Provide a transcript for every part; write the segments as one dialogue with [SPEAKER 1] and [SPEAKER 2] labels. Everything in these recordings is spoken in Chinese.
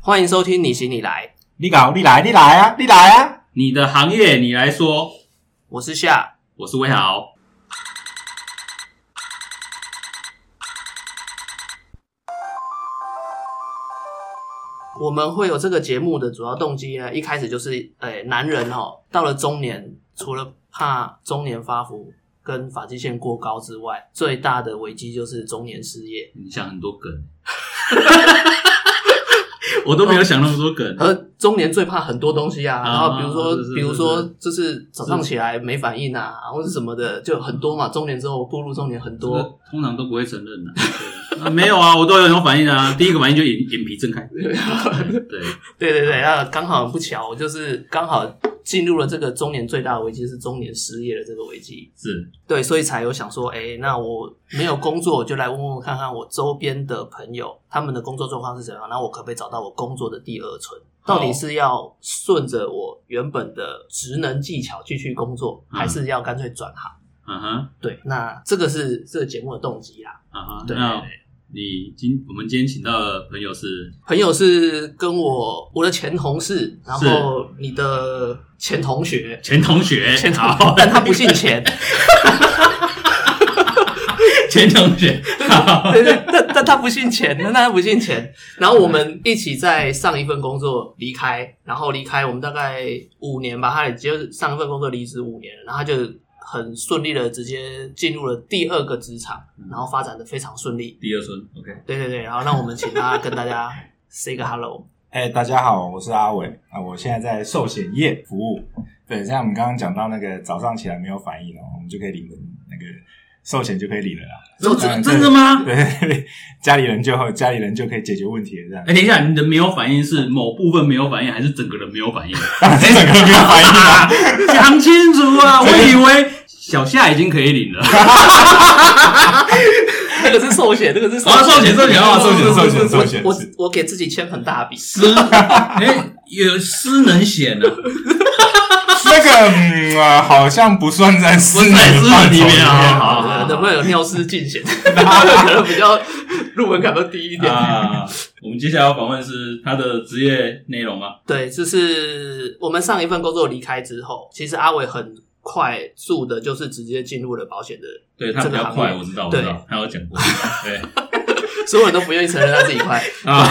[SPEAKER 1] 欢迎收听你行你来，
[SPEAKER 2] 你搞，你来，你来啊，你来啊！
[SPEAKER 3] 你的行业你来说，
[SPEAKER 1] 我是夏，
[SPEAKER 3] 我是威豪。
[SPEAKER 1] 我们会有这个节目的主要动机呃呢，一开始就是，诶、男人哦，到了中年，除了怕中年发福跟发际线过高之外，最大的危机就是中年失业。
[SPEAKER 3] 你想很多梗， 我都没有想那么多梗。
[SPEAKER 1] 而中年最怕很多东西啊，
[SPEAKER 3] 啊
[SPEAKER 1] 然后比如说，
[SPEAKER 3] 是是是
[SPEAKER 1] 比如说就是早上起来没反应啊，或者什么的，就很多嘛。中年之后步入中年很
[SPEAKER 3] 这
[SPEAKER 1] 多，
[SPEAKER 3] 个通常都不会承认的、对啊 没有啊，我都有什么反应啊？第一个反应就眼眼皮睁开，对，
[SPEAKER 1] 对对对，那刚好很不巧，我就是刚好进入了这个中年最大的危机是中年失业的这个危机，
[SPEAKER 3] 是
[SPEAKER 1] 对，所以才有想说，哎，那我没有工作，我就来问问看看我周边的朋友他们的工作状况是怎样，然后我可不可以找到我工作的第二春。到底是要顺着我原本的职能技巧继续工作，
[SPEAKER 3] 嗯
[SPEAKER 1] 还是要干脆转行？
[SPEAKER 3] 嗯哼，
[SPEAKER 1] 对，那这个是这个节目的动机啦。
[SPEAKER 3] 嗯哼。
[SPEAKER 1] 对
[SPEAKER 3] 那你今我们今天请到的朋友是
[SPEAKER 1] 朋友是跟我我的前同事，然后你的前同学，
[SPEAKER 3] 钱同学，
[SPEAKER 1] 前同
[SPEAKER 3] 哎好，
[SPEAKER 1] 但他不姓钱，
[SPEAKER 3] 钱同学，好，
[SPEAKER 1] 对对，但但他不姓钱，但他不姓钱。然后我们一起在上一份工作离开，然后离开我们大概五年吧，他也就是上一份工作离职五年了，然后他就很顺利的直接进入了第二个职场，然后发展的非常顺利。
[SPEAKER 3] 第二孙，OK，
[SPEAKER 1] 对对对，然后让我们请他跟大家 say 个 hello。
[SPEAKER 2] 哎、大家好，我是阿伟啊，我现在在寿险业服务。对，像我们刚刚讲到那个早上起来没有反应哦，我们就可以领的那个寿险就可以领了啦。
[SPEAKER 3] 真
[SPEAKER 2] 嗯
[SPEAKER 3] 真
[SPEAKER 2] 对
[SPEAKER 3] 真的吗？
[SPEAKER 2] 对， 家里人就家里人就可以解决问题了，这样
[SPEAKER 3] 哎、。等一下，你的没有反应是某部分没有反应，还是整个人没有反 应？
[SPEAKER 2] 当然是整个没有反应啊，
[SPEAKER 3] 讲清楚啊！我以为小夏已经可以领了，
[SPEAKER 1] 那个是寿险，那个是
[SPEAKER 3] 啊寿险寿险啊寿险
[SPEAKER 2] 寿险寿险
[SPEAKER 1] 我
[SPEAKER 2] 是
[SPEAKER 1] 我我给自己签很大笔，
[SPEAKER 3] 失哎、有失能险呢、啊，
[SPEAKER 2] 那个嗯、啊好像不算在私
[SPEAKER 3] 不
[SPEAKER 2] 人
[SPEAKER 3] 在私
[SPEAKER 2] 范
[SPEAKER 3] 人
[SPEAKER 2] 畴
[SPEAKER 3] 里面
[SPEAKER 2] 面哦
[SPEAKER 3] 啊。好好
[SPEAKER 1] 呃
[SPEAKER 3] 好
[SPEAKER 1] 能不能有尿失禁险？可能比较入门槛都低一点。
[SPEAKER 3] 啊，我们接下来要访问是他的职业内容吗？
[SPEAKER 1] 对，就是我们上一份工作离开之后，其实阿伟很快速的，就是直接进入了保 险的，
[SPEAKER 3] 对他比较
[SPEAKER 1] 这个
[SPEAKER 3] 快，
[SPEAKER 1] 行业
[SPEAKER 3] 我知道，我
[SPEAKER 1] 对
[SPEAKER 3] 知道，他有讲过。对
[SPEAKER 1] 所有人都不愿意承认他自己快。
[SPEAKER 3] 啊，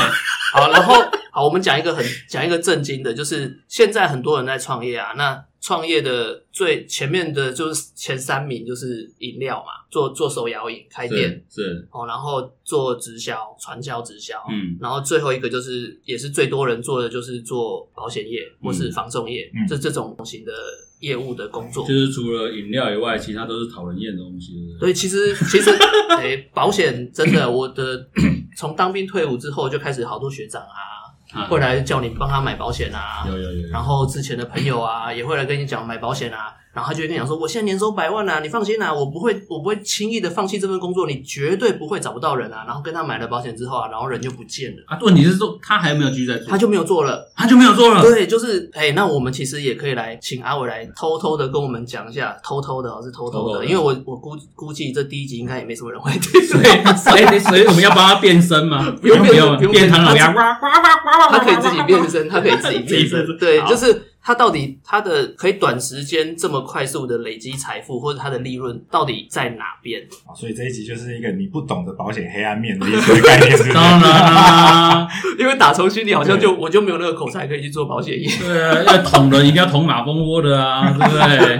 [SPEAKER 1] 好，然后好，我们讲一个很讲一个震惊的，就是现在很多人在创业啊，那创业的最前面的就是前三名就是饮料嘛，做做手摇饮开店。
[SPEAKER 3] 是是，
[SPEAKER 1] 哦，然后做直销、传销、直销，
[SPEAKER 3] 嗯
[SPEAKER 1] 然后最后一个就是也是最多人做的就是做保险业或是
[SPEAKER 3] 嗯
[SPEAKER 1] 防重业，
[SPEAKER 2] 嗯
[SPEAKER 1] 这这种型的业务的工作
[SPEAKER 3] 就。是除了饮料以外，其他都是讨人厌的东西。对不
[SPEAKER 1] 所以其实其实，诶、保险真的，我的从当兵退伍之后就开始好多学长啊，
[SPEAKER 3] 啊
[SPEAKER 1] 会来叫你帮他买保险啊，
[SPEAKER 3] 有有有有，
[SPEAKER 1] 然后之前的朋友啊也会来跟你讲买保险啊，然后他就会跟你讲说，我现在年收百万啊，你放心啊，我不会我不会轻易的放弃这份工作，你绝对不会找不到人啊。然后跟他买了保险之后啊，然后人就不见了，
[SPEAKER 3] 啊，问题是说他还有没有继续在 做，
[SPEAKER 1] 他就没有做了。
[SPEAKER 3] 他就没有做了。
[SPEAKER 1] 对，就是哎、那我们其实也可以来请阿伟来偷偷的跟我们讲一下，偷偷的哦是偷偷
[SPEAKER 3] 偷
[SPEAKER 1] 的，
[SPEAKER 3] 偷的
[SPEAKER 1] 因为我我估估计这第一集应该也没什么人会听。
[SPEAKER 3] 所以所以所以我们要帮他变身吗？不
[SPEAKER 1] 用
[SPEAKER 3] 不用
[SPEAKER 1] 不用
[SPEAKER 3] 变
[SPEAKER 1] 变
[SPEAKER 3] 螳螂
[SPEAKER 1] 他
[SPEAKER 3] 呀，哇哇哇哇哇，
[SPEAKER 1] 他可以自己变身，他可以自己变
[SPEAKER 3] 自己变
[SPEAKER 1] 身，
[SPEAKER 3] 身
[SPEAKER 1] 对，
[SPEAKER 3] 好
[SPEAKER 1] 就是他到底他的可以短时间这么快速的累积财富，或者他的利润到底在哪边？
[SPEAKER 2] 哦所以这一集就是一个你不懂的保险黑暗面的一个概念，是不是？
[SPEAKER 3] 当然啦，
[SPEAKER 1] 因为打从心里好像就
[SPEAKER 2] 对
[SPEAKER 1] 我就没有那个口才可以去做保险业。
[SPEAKER 3] 对啊，要捅人一定要捅马蜂窝的啊，对不对？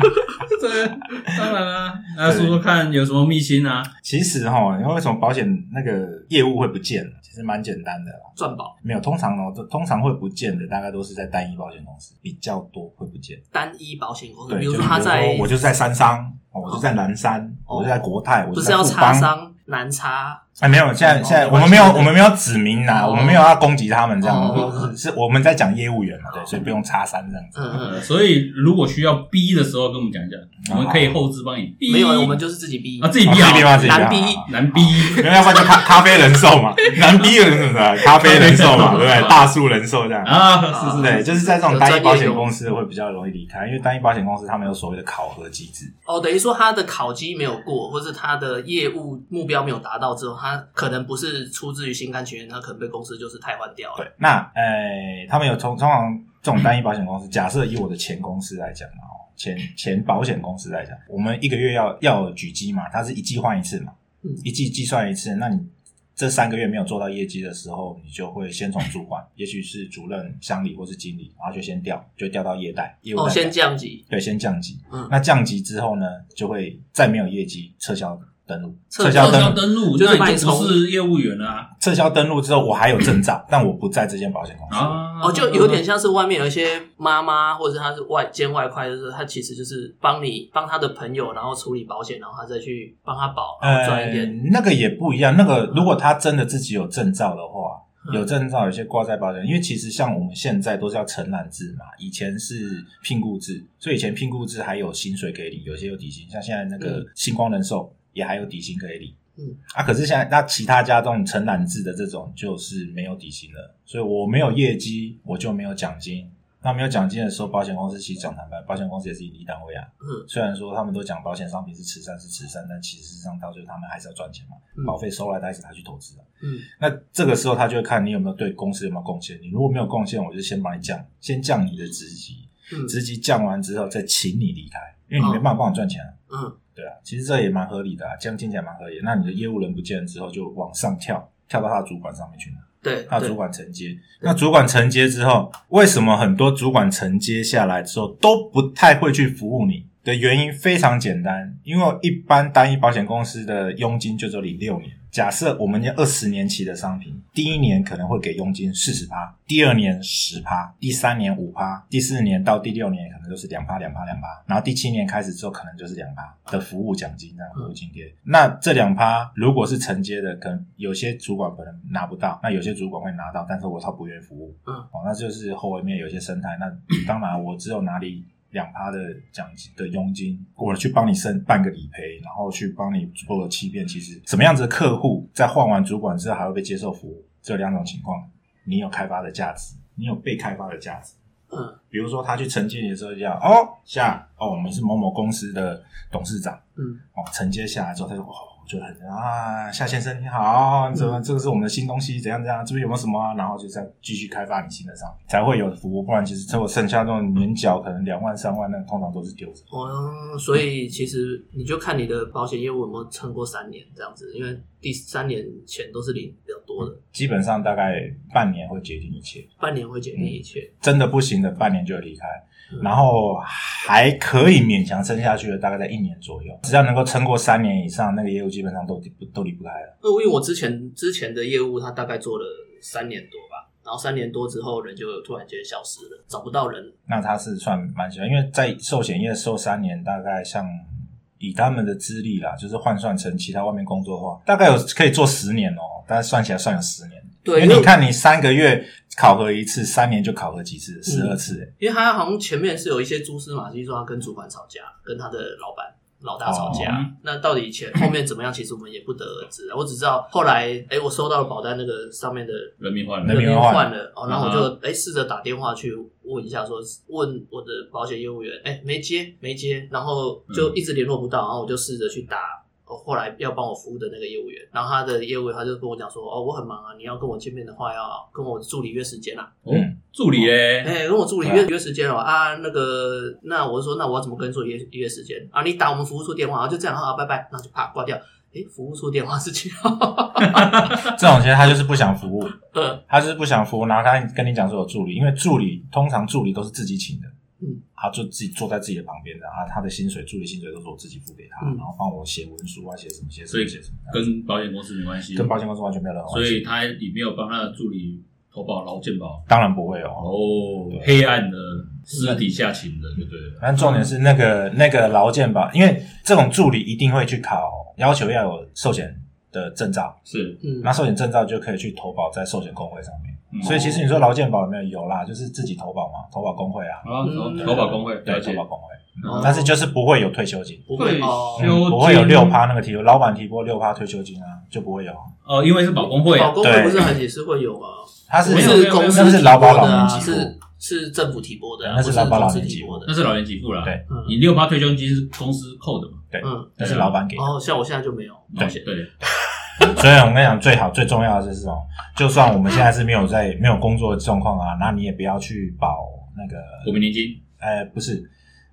[SPEAKER 3] 对，当然啦，那说说看有什么秘辛啊？
[SPEAKER 2] 其实哈，因为为什么保险那个业务会不见了？其实蛮简单的啦，
[SPEAKER 1] 赚保
[SPEAKER 2] 没有，通常呢，通常会不见的，大概都是在单一保险公司比较多会不见。
[SPEAKER 1] 单一保险公司，
[SPEAKER 2] 对，
[SPEAKER 1] 比如
[SPEAKER 2] 就
[SPEAKER 1] 说他在
[SPEAKER 2] 我就是在三商，哦我就在南山，
[SPEAKER 1] 哦
[SPEAKER 2] 我就在国泰，我
[SPEAKER 1] 不
[SPEAKER 2] 就是在
[SPEAKER 1] 要
[SPEAKER 2] 富
[SPEAKER 1] 擦
[SPEAKER 2] 邦。
[SPEAKER 1] 伤难擦，
[SPEAKER 2] 哎，没有，现在
[SPEAKER 1] 哦
[SPEAKER 2] 现在
[SPEAKER 1] 没
[SPEAKER 2] 我
[SPEAKER 1] 关
[SPEAKER 2] 们
[SPEAKER 1] 系
[SPEAKER 2] 没有
[SPEAKER 1] 对
[SPEAKER 2] 我们没有指名啦，
[SPEAKER 1] 哦
[SPEAKER 2] 我们没有要攻击他们这样，
[SPEAKER 1] 哦
[SPEAKER 2] 我们是是我们在讲业务员嘛，对，所以不用插三这样子。
[SPEAKER 1] 嗯嗯
[SPEAKER 3] 呃，所以如果需要逼的时候，跟我们讲一下，我们可以后置帮你逼。
[SPEAKER 1] 嗯，没有，我们就是自己逼
[SPEAKER 3] 啊，自己
[SPEAKER 2] 哦
[SPEAKER 3] 逼
[SPEAKER 2] 自己
[SPEAKER 3] 啊，
[SPEAKER 2] 吗？自己
[SPEAKER 1] 难
[SPEAKER 2] 吗
[SPEAKER 1] 逼
[SPEAKER 3] 难逼。
[SPEAKER 2] 没有，要不然就咖咖啡人 寿嘛，南逼人什么咖啡人寿嘛，对不对？大树人寿这样。
[SPEAKER 3] 啊，
[SPEAKER 1] 嗯
[SPEAKER 3] 是是
[SPEAKER 2] 对，就是在这种单一保险公司会比较容易离开，因为单一保险公司他们有所谓的考核机制。
[SPEAKER 1] 哦，等于说他的考绩没有过，或是他的业务目标没有达到之后，他可能不是出自于心甘情愿，他可能被公司就是汰换掉了。
[SPEAKER 2] 对，那呃，他们有通通常这种单一保险公司，假设以我的前公司来讲啊，哦前前保险公司来讲，我们一个月要要有举基嘛，它是一季换一次嘛，
[SPEAKER 1] 嗯
[SPEAKER 2] 一季计算一次，那你。这三个月没有做到业绩的时候，你就会先从主管，也许是主任、乡里或是经理，然后就先调，就调到业代，业务
[SPEAKER 1] 哦，
[SPEAKER 2] 代
[SPEAKER 1] 先
[SPEAKER 2] 表
[SPEAKER 1] 降级，
[SPEAKER 2] 对，先降级。
[SPEAKER 1] 嗯
[SPEAKER 2] 那降级之后呢，就会再没有业绩，撤销登录，
[SPEAKER 1] 撤
[SPEAKER 2] 撤
[SPEAKER 1] 销
[SPEAKER 2] 销
[SPEAKER 4] 要
[SPEAKER 2] 登
[SPEAKER 4] 登录，
[SPEAKER 1] 就是
[SPEAKER 4] 那
[SPEAKER 1] 已
[SPEAKER 4] 你
[SPEAKER 1] 经
[SPEAKER 4] 就不是业务员了啊
[SPEAKER 2] 撤销登录之后，我还有证照，但我不在这间保险公司。
[SPEAKER 4] 啊！
[SPEAKER 1] 哦，就有点像是外面有一些妈妈，或者是她是外兼外快，就是她其实就是帮你帮她的朋友，然后处理保险，然后她再去帮她保，
[SPEAKER 2] 哎
[SPEAKER 1] 然后赚一点。嗯
[SPEAKER 2] 呃那个也不一样。那个如果他真的自己有证照的话，
[SPEAKER 1] 嗯
[SPEAKER 2] 有证照有些挂在保险，因为其实像我们现在都是要承揽制嘛，以前是聘雇制，所以以前聘雇制还有薪水可以领，有些有底薪，像现在那个
[SPEAKER 1] 嗯
[SPEAKER 2] 星光人寿也还有底薪可以领。
[SPEAKER 1] 嗯
[SPEAKER 2] 啊，可是现在那其他家这种承揽制的这种就是没有底薪了，所以我没有业绩，我就没有奖金。那没有奖金的时候，保险公司其实讲坦白，保险公司也是盈利单位啊。
[SPEAKER 1] 嗯
[SPEAKER 2] 虽然说他们都讲保险商品是慈善是慈善，但其实事实上到最后他们还是要赚钱嘛，
[SPEAKER 1] 嗯
[SPEAKER 2] 保费收来，他还是拿去投资啊。
[SPEAKER 1] 嗯，
[SPEAKER 2] 那这个时候他就会看你有没有对公司有没有贡献。你如果没有贡献，我就先把你降，先降你的职级，
[SPEAKER 1] 嗯
[SPEAKER 2] 职级降完之后再请你离开，因为你没办法帮我赚钱啊。
[SPEAKER 1] 嗯
[SPEAKER 2] 对啊，其实这也蛮合理的啊，这样听起来蛮合理的。那你的业务人不见了之后，就往上跳，跳到他的主管上面去拿，
[SPEAKER 1] 对
[SPEAKER 2] 他的
[SPEAKER 1] 对
[SPEAKER 2] 主，管承接。那主管承接之后，为什么很多主管承接下来之后都不太会去服务你？的原因非常简单，因为一般单一保险公司的佣金就只有领六年。假设我们要二十年期的商品，第一年可能会给佣金四十趴，第二年十趴，第三年五趴，第四年到第六年可能就是两趴两趴两趴，然后第七年开始之后可能就是两趴的服务奖金这样服务津贴。那这两趴如果是承接的，可能有些主管可能拿不到，那有些主管会拿到，但是我他不愿意服务，
[SPEAKER 1] 嗯
[SPEAKER 2] 哦，那就是后面有些生态。那当然我只有哪里两趴的奖金的佣金，我去帮你申办个理赔，然后去帮你做个欺骗。其实什么样子的客户在换完主管之后还会被接受服务？只有两种情况：你有开发的价值，你有被开发的价值。
[SPEAKER 1] 嗯
[SPEAKER 2] 比如说他去承接你的时候就要哦下哦，我们是某某公司的董事长
[SPEAKER 1] 嗯
[SPEAKER 2] 哦，承接下来之后他就哦。我觉得很啊，夏先生你好，你怎么这个是我们的新东西，怎样怎样，这边有没有什么、啊？然后就这样继续开发你新的商品，才会有服务，不然其实只有剩下那种年缴可能两万三万，那通常都是丢着。
[SPEAKER 1] 哦，所以其实你就看你的保险业务有没有撑过三年这样子，因为第三年钱都是领比较多的，
[SPEAKER 2] 基本上大概半年会决定一切，
[SPEAKER 1] 半年会决定一切。
[SPEAKER 2] 真的不行的半年就会离开，
[SPEAKER 1] 嗯
[SPEAKER 2] 然后还可以勉强撑下去的大概在一年左右，只要能够撑过三年以上，那个业务基本上都离不都离不开了。
[SPEAKER 1] 因为我之前之前的业务，他大概做了三年多吧，然后三年多之后，人就突然间消失了，找不到人了。
[SPEAKER 2] 那他是算蛮喜欢，因为在寿险业受三年，大概像以他们的资历啦，就是换算成其他外面工作的话，大概有可以做十年哦，大概算起来算有十年。
[SPEAKER 1] 对，
[SPEAKER 2] 因
[SPEAKER 1] 因
[SPEAKER 2] 为
[SPEAKER 1] 为
[SPEAKER 2] 你看你三个月考核一次，三年就考核几次，十二次、欸
[SPEAKER 1] 因为他好像前面是有一些蛛丝马迹，说他跟主管吵架，跟他的老板老大吵架。
[SPEAKER 4] 哦
[SPEAKER 1] 那到底前后面怎么样，其实我们也不得而知啊。我只知道后来，哎、我收到了保单那个上面的
[SPEAKER 3] 啊
[SPEAKER 4] 人民换
[SPEAKER 2] 人
[SPEAKER 4] 人
[SPEAKER 2] 民
[SPEAKER 1] 人
[SPEAKER 2] 换
[SPEAKER 1] 换了哦，然后我
[SPEAKER 4] 嗯
[SPEAKER 1] 就哎试着打电话去问一下说，问我的保险业务员，哎没接没接，然后就一直联络不到，然后我就试着去打。哦，后来要帮我服务的那个业务员，然后他的业务员他就跟我讲说，哦，我很忙啊，你要跟我见面的话，要跟我助理约时间啊。
[SPEAKER 4] 哦
[SPEAKER 2] 嗯
[SPEAKER 4] 助理嘞，
[SPEAKER 1] 哎、跟我助理约约时间了啊，那个，那我就说，那我要怎么跟助理约约时间啊？你打我们服务处电话，啊就这样啊，拜拜，那就啪挂掉。哎、服务处电话是这样，
[SPEAKER 2] 这种其实他就是不想服务，
[SPEAKER 1] 呃，
[SPEAKER 2] 他就是不想服务，然后他跟你讲说有助理，因为助理通常助理都是自己请的，
[SPEAKER 1] 嗯，
[SPEAKER 2] 他就自己坐在自己的旁边，然后他的薪水助理薪水都是我自己付给他，
[SPEAKER 1] 嗯
[SPEAKER 2] 然后帮我写文书啊，写什么写什
[SPEAKER 4] 所
[SPEAKER 2] 么
[SPEAKER 4] 以
[SPEAKER 2] 写什么，
[SPEAKER 4] 跟保险公司没关系，
[SPEAKER 2] 跟保险公司完全没有任何
[SPEAKER 4] 所
[SPEAKER 2] 关系，
[SPEAKER 4] 以他也没有帮他的助理投保劳健保。
[SPEAKER 2] 当然不会哦。
[SPEAKER 4] 哦，黑暗的私底下情人，就对了。
[SPEAKER 2] 但重点是那个那个劳健保，因为这种助理一定会去考，要求要有寿险的证照，
[SPEAKER 4] 是，
[SPEAKER 1] 嗯
[SPEAKER 2] 那，寿险证照就可以去投保在寿险工会上面。
[SPEAKER 4] 嗯
[SPEAKER 2] 所以其实你说劳健保有没有有啦，就是自己投保嘛，投保工会啊，
[SPEAKER 4] 啊，投
[SPEAKER 1] 嗯
[SPEAKER 4] 投保工会了
[SPEAKER 2] 对，投
[SPEAKER 4] 解，
[SPEAKER 2] 保工会，
[SPEAKER 1] 哦
[SPEAKER 3] 嗯
[SPEAKER 2] 但是就是不会有退休金。
[SPEAKER 1] 不
[SPEAKER 4] 退
[SPEAKER 1] 会
[SPEAKER 4] 休
[SPEAKER 1] 哦，
[SPEAKER 2] 嗯不会有六趴那个提拨，老板提拨六趴退休金啊，就不会有。
[SPEAKER 4] 哦，因为是保工会
[SPEAKER 1] 保
[SPEAKER 4] 啊，
[SPEAKER 1] 工会
[SPEAKER 2] 对
[SPEAKER 1] 不是很也是会有吗？
[SPEAKER 2] 他
[SPEAKER 1] 不
[SPEAKER 2] 是
[SPEAKER 4] 没有
[SPEAKER 1] 是公司
[SPEAKER 2] 那是劳保
[SPEAKER 1] 提拨的
[SPEAKER 2] 老
[SPEAKER 1] 啊，
[SPEAKER 2] 年给付
[SPEAKER 1] 是是政府提拨的啊，
[SPEAKER 2] 对那是
[SPEAKER 1] 不是
[SPEAKER 2] 劳保
[SPEAKER 1] 公
[SPEAKER 2] 老
[SPEAKER 1] 司
[SPEAKER 2] 年
[SPEAKER 1] 提
[SPEAKER 2] 给付
[SPEAKER 1] 拨的
[SPEAKER 4] 那。是老年给付啦。
[SPEAKER 2] 对
[SPEAKER 1] 嗯
[SPEAKER 4] 你六趴退休金是公司扣的嘛？
[SPEAKER 2] 对
[SPEAKER 1] 嗯，
[SPEAKER 2] 那是老板给的。
[SPEAKER 1] 哦，像我现在就没有
[SPEAKER 2] 对
[SPEAKER 1] 保险，
[SPEAKER 4] 对，
[SPEAKER 2] 所以我跟你讲，最好最重要的是什么？就算我们现在是没有在没有工作的状况啊，那你也不要去保那个，
[SPEAKER 3] 国民年金，
[SPEAKER 2] 呃，不是，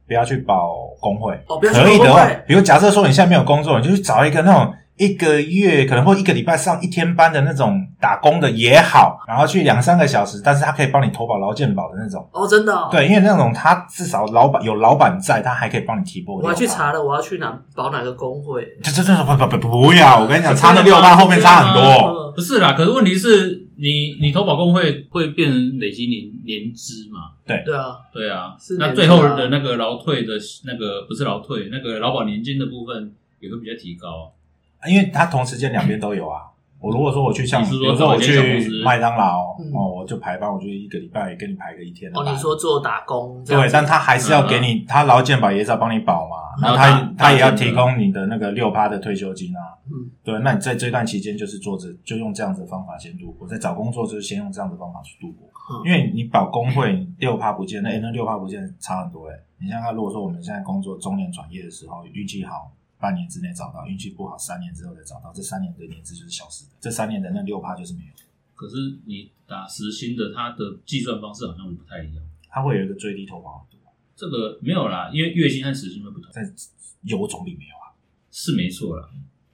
[SPEAKER 2] 不要去保工会。
[SPEAKER 1] 哦，不要去
[SPEAKER 2] 可以
[SPEAKER 1] 国
[SPEAKER 2] 的话
[SPEAKER 1] 外，
[SPEAKER 2] 比如假设说你现在没有工作，你就去找一个那种一个月可能或一个礼拜上一天班的那种打工的也好，然后去两三个小时，但是他可以帮你投保劳健保的那种。
[SPEAKER 1] 哦，真的、哦，，
[SPEAKER 2] 对，因为那种他至少老板有老板在，他还可以帮你提拨。
[SPEAKER 1] 我还去查，了，我要去哪保哪个工会？
[SPEAKER 2] 这这这不不不不要！我跟你讲，差那六大后面差很多。
[SPEAKER 1] 嗯
[SPEAKER 3] 不是啦，可是问题是你你投保工会会变成累积年年资嘛？
[SPEAKER 1] 对啊，
[SPEAKER 3] 对啊，
[SPEAKER 1] 是
[SPEAKER 3] 那
[SPEAKER 1] 年
[SPEAKER 3] 最
[SPEAKER 1] 资啊
[SPEAKER 3] 后的那个劳退的那个不是劳退，那个劳保年金的部分也会比较提高、啊
[SPEAKER 2] 啊因为他同时间两边都有啊。我如果说我去像，
[SPEAKER 3] 你是
[SPEAKER 2] 比
[SPEAKER 3] 说
[SPEAKER 2] 如说我
[SPEAKER 3] 找一间小公
[SPEAKER 2] 去
[SPEAKER 3] 司
[SPEAKER 2] 麦当劳、
[SPEAKER 1] 嗯
[SPEAKER 2] 哦，我就排班，我就一个礼拜给你排个一天的
[SPEAKER 1] 哦，
[SPEAKER 2] 班。
[SPEAKER 1] 你说做打工这样
[SPEAKER 2] 对，
[SPEAKER 1] 子，嗯
[SPEAKER 2] 但他还是要给你，他劳健保也是要帮你保嘛，
[SPEAKER 3] 然
[SPEAKER 2] 然
[SPEAKER 3] 后
[SPEAKER 2] 后
[SPEAKER 3] 打
[SPEAKER 2] 他他也要
[SPEAKER 3] 打针
[SPEAKER 2] 提
[SPEAKER 3] 的
[SPEAKER 2] 供你的那个六趴的退休金啊。
[SPEAKER 1] 嗯，
[SPEAKER 2] 对，那你在这段期间就是做着，就用这样子的方法先度过，在找工作就是先用这样子的方法去度过，
[SPEAKER 1] 嗯
[SPEAKER 2] 因为你保工会六趴不见，那、诶那六趴不见差很多哎、你像他如果说我们现在工作中年转业的时候，运气好。半年之内找到，运气不好，三年之后再找到，这三年的年资就是消失的，这三年的那六趴就是没有，
[SPEAKER 3] 可是你打实薪的，它的计算方式好像不太一样。
[SPEAKER 2] 它会有一个最低投保额度，
[SPEAKER 3] 这个没有啦，因为月薪和时薪会不同，
[SPEAKER 2] 但有总比没有啊。
[SPEAKER 3] 是没错啦。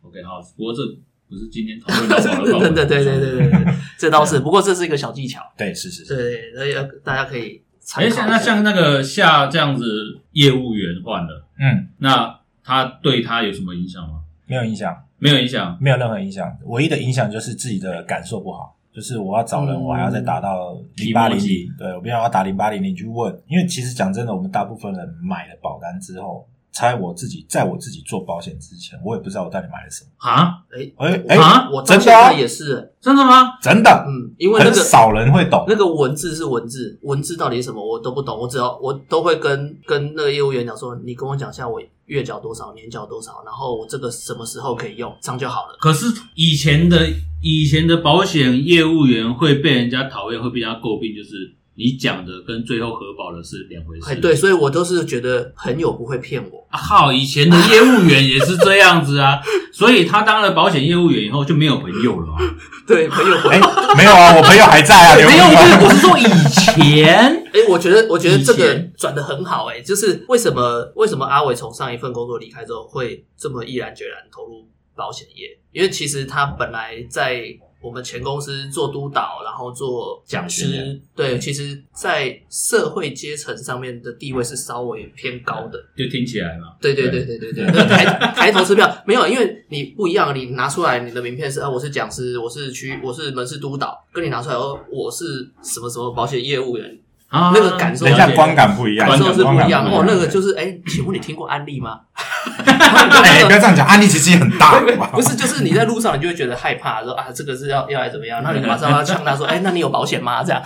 [SPEAKER 3] OK，好，不过这不是今天讨 论劳保的
[SPEAKER 1] 对
[SPEAKER 3] 部分
[SPEAKER 1] 对对对对对 对，这倒是，不过这是一个小技巧，
[SPEAKER 2] 对，是是是。
[SPEAKER 1] 对，所以呃大家可以参
[SPEAKER 3] 哎，
[SPEAKER 1] 考一下。
[SPEAKER 3] 像那像那个夏这样子业务员换了，
[SPEAKER 2] 嗯，
[SPEAKER 3] 那他对他有什么影响吗？
[SPEAKER 2] 没有影响，
[SPEAKER 3] 没有影响。
[SPEAKER 2] 没有任何影响。唯一的影响就是自己的感受不好，就是我要找人，
[SPEAKER 1] 嗯
[SPEAKER 2] 我还要再打到
[SPEAKER 3] 提
[SPEAKER 2] 零
[SPEAKER 3] 拨
[SPEAKER 2] 八零
[SPEAKER 3] 机
[SPEAKER 2] 零，对我不要打零八零零去问，因为其实讲真的，我们大部分人买了保单之后，猜我自己在我自己做保险之前，我也不知道我到底买了什么。
[SPEAKER 3] 啊？
[SPEAKER 2] 哎、哎、
[SPEAKER 3] 啊
[SPEAKER 1] 我到
[SPEAKER 2] 真
[SPEAKER 1] 现
[SPEAKER 2] 的啊
[SPEAKER 1] 在也是，
[SPEAKER 3] 真的吗？
[SPEAKER 2] 真的、
[SPEAKER 1] 嗯，因为那
[SPEAKER 2] 很
[SPEAKER 1] 个
[SPEAKER 2] 少人会懂。
[SPEAKER 1] 那个文字是文字，文字到底是什么我都不懂，我只要我都会跟跟那个业务员讲说，你跟我讲一下我月缴多少，年缴多少，然后我这个什么时候可以用，这样就好了。
[SPEAKER 3] 可是以前的以前的保险业务员会被人家讨厌，会被人家诟病，就是你讲的跟最后核保的是两回
[SPEAKER 1] 哎，
[SPEAKER 3] 事。
[SPEAKER 1] 对，所以我都是觉得朋友不会骗我，
[SPEAKER 3] 啊，靠，以前的业务员也是这样子啊，所以他当了保险业务员以后就没有朋友 了啊、
[SPEAKER 1] 对，朋友不会
[SPEAKER 2] 哎、没有啊，我朋友还在啊，
[SPEAKER 3] 没有，
[SPEAKER 2] 你
[SPEAKER 3] 我
[SPEAKER 2] 问
[SPEAKER 3] 是 我
[SPEAKER 2] 我
[SPEAKER 3] 是说以前，
[SPEAKER 1] 哎、我觉得，我觉得这
[SPEAKER 3] 以
[SPEAKER 1] 个
[SPEAKER 3] 前
[SPEAKER 1] 转的很好、哎，就是为什么为什么阿伟从上一份工作离开之后，会这么毅然决然投入保险业？因为其实他本来在我们前公司做督导，然后做讲
[SPEAKER 2] 讲训
[SPEAKER 1] 师，对，其实，在社会阶层上面的地位是稍微偏高的。
[SPEAKER 3] 就听起来嘛，
[SPEAKER 1] 对对对对对对，那 抬抬头吃票没有，因为你不一样，你拿出来你的名片是啊，我是讲师，我是区，我是门市督导，跟你拿出来哦，我是什么什么保险业务员，
[SPEAKER 3] 啊，
[SPEAKER 1] 那个感受
[SPEAKER 2] 人
[SPEAKER 1] 了
[SPEAKER 2] 家
[SPEAKER 1] 解
[SPEAKER 2] 观感不一样，
[SPEAKER 1] 感受是不一样
[SPEAKER 2] 观感
[SPEAKER 1] 哦。那个就是，哎，请问你听过安利吗？
[SPEAKER 2] 哎、不要这样讲，案例其实也很大，
[SPEAKER 1] 不是，就是你在路上，你就会觉得害怕，说啊，这个是要要来怎么 样？那你马上要呛他说，哎，那你有保险吗？这样，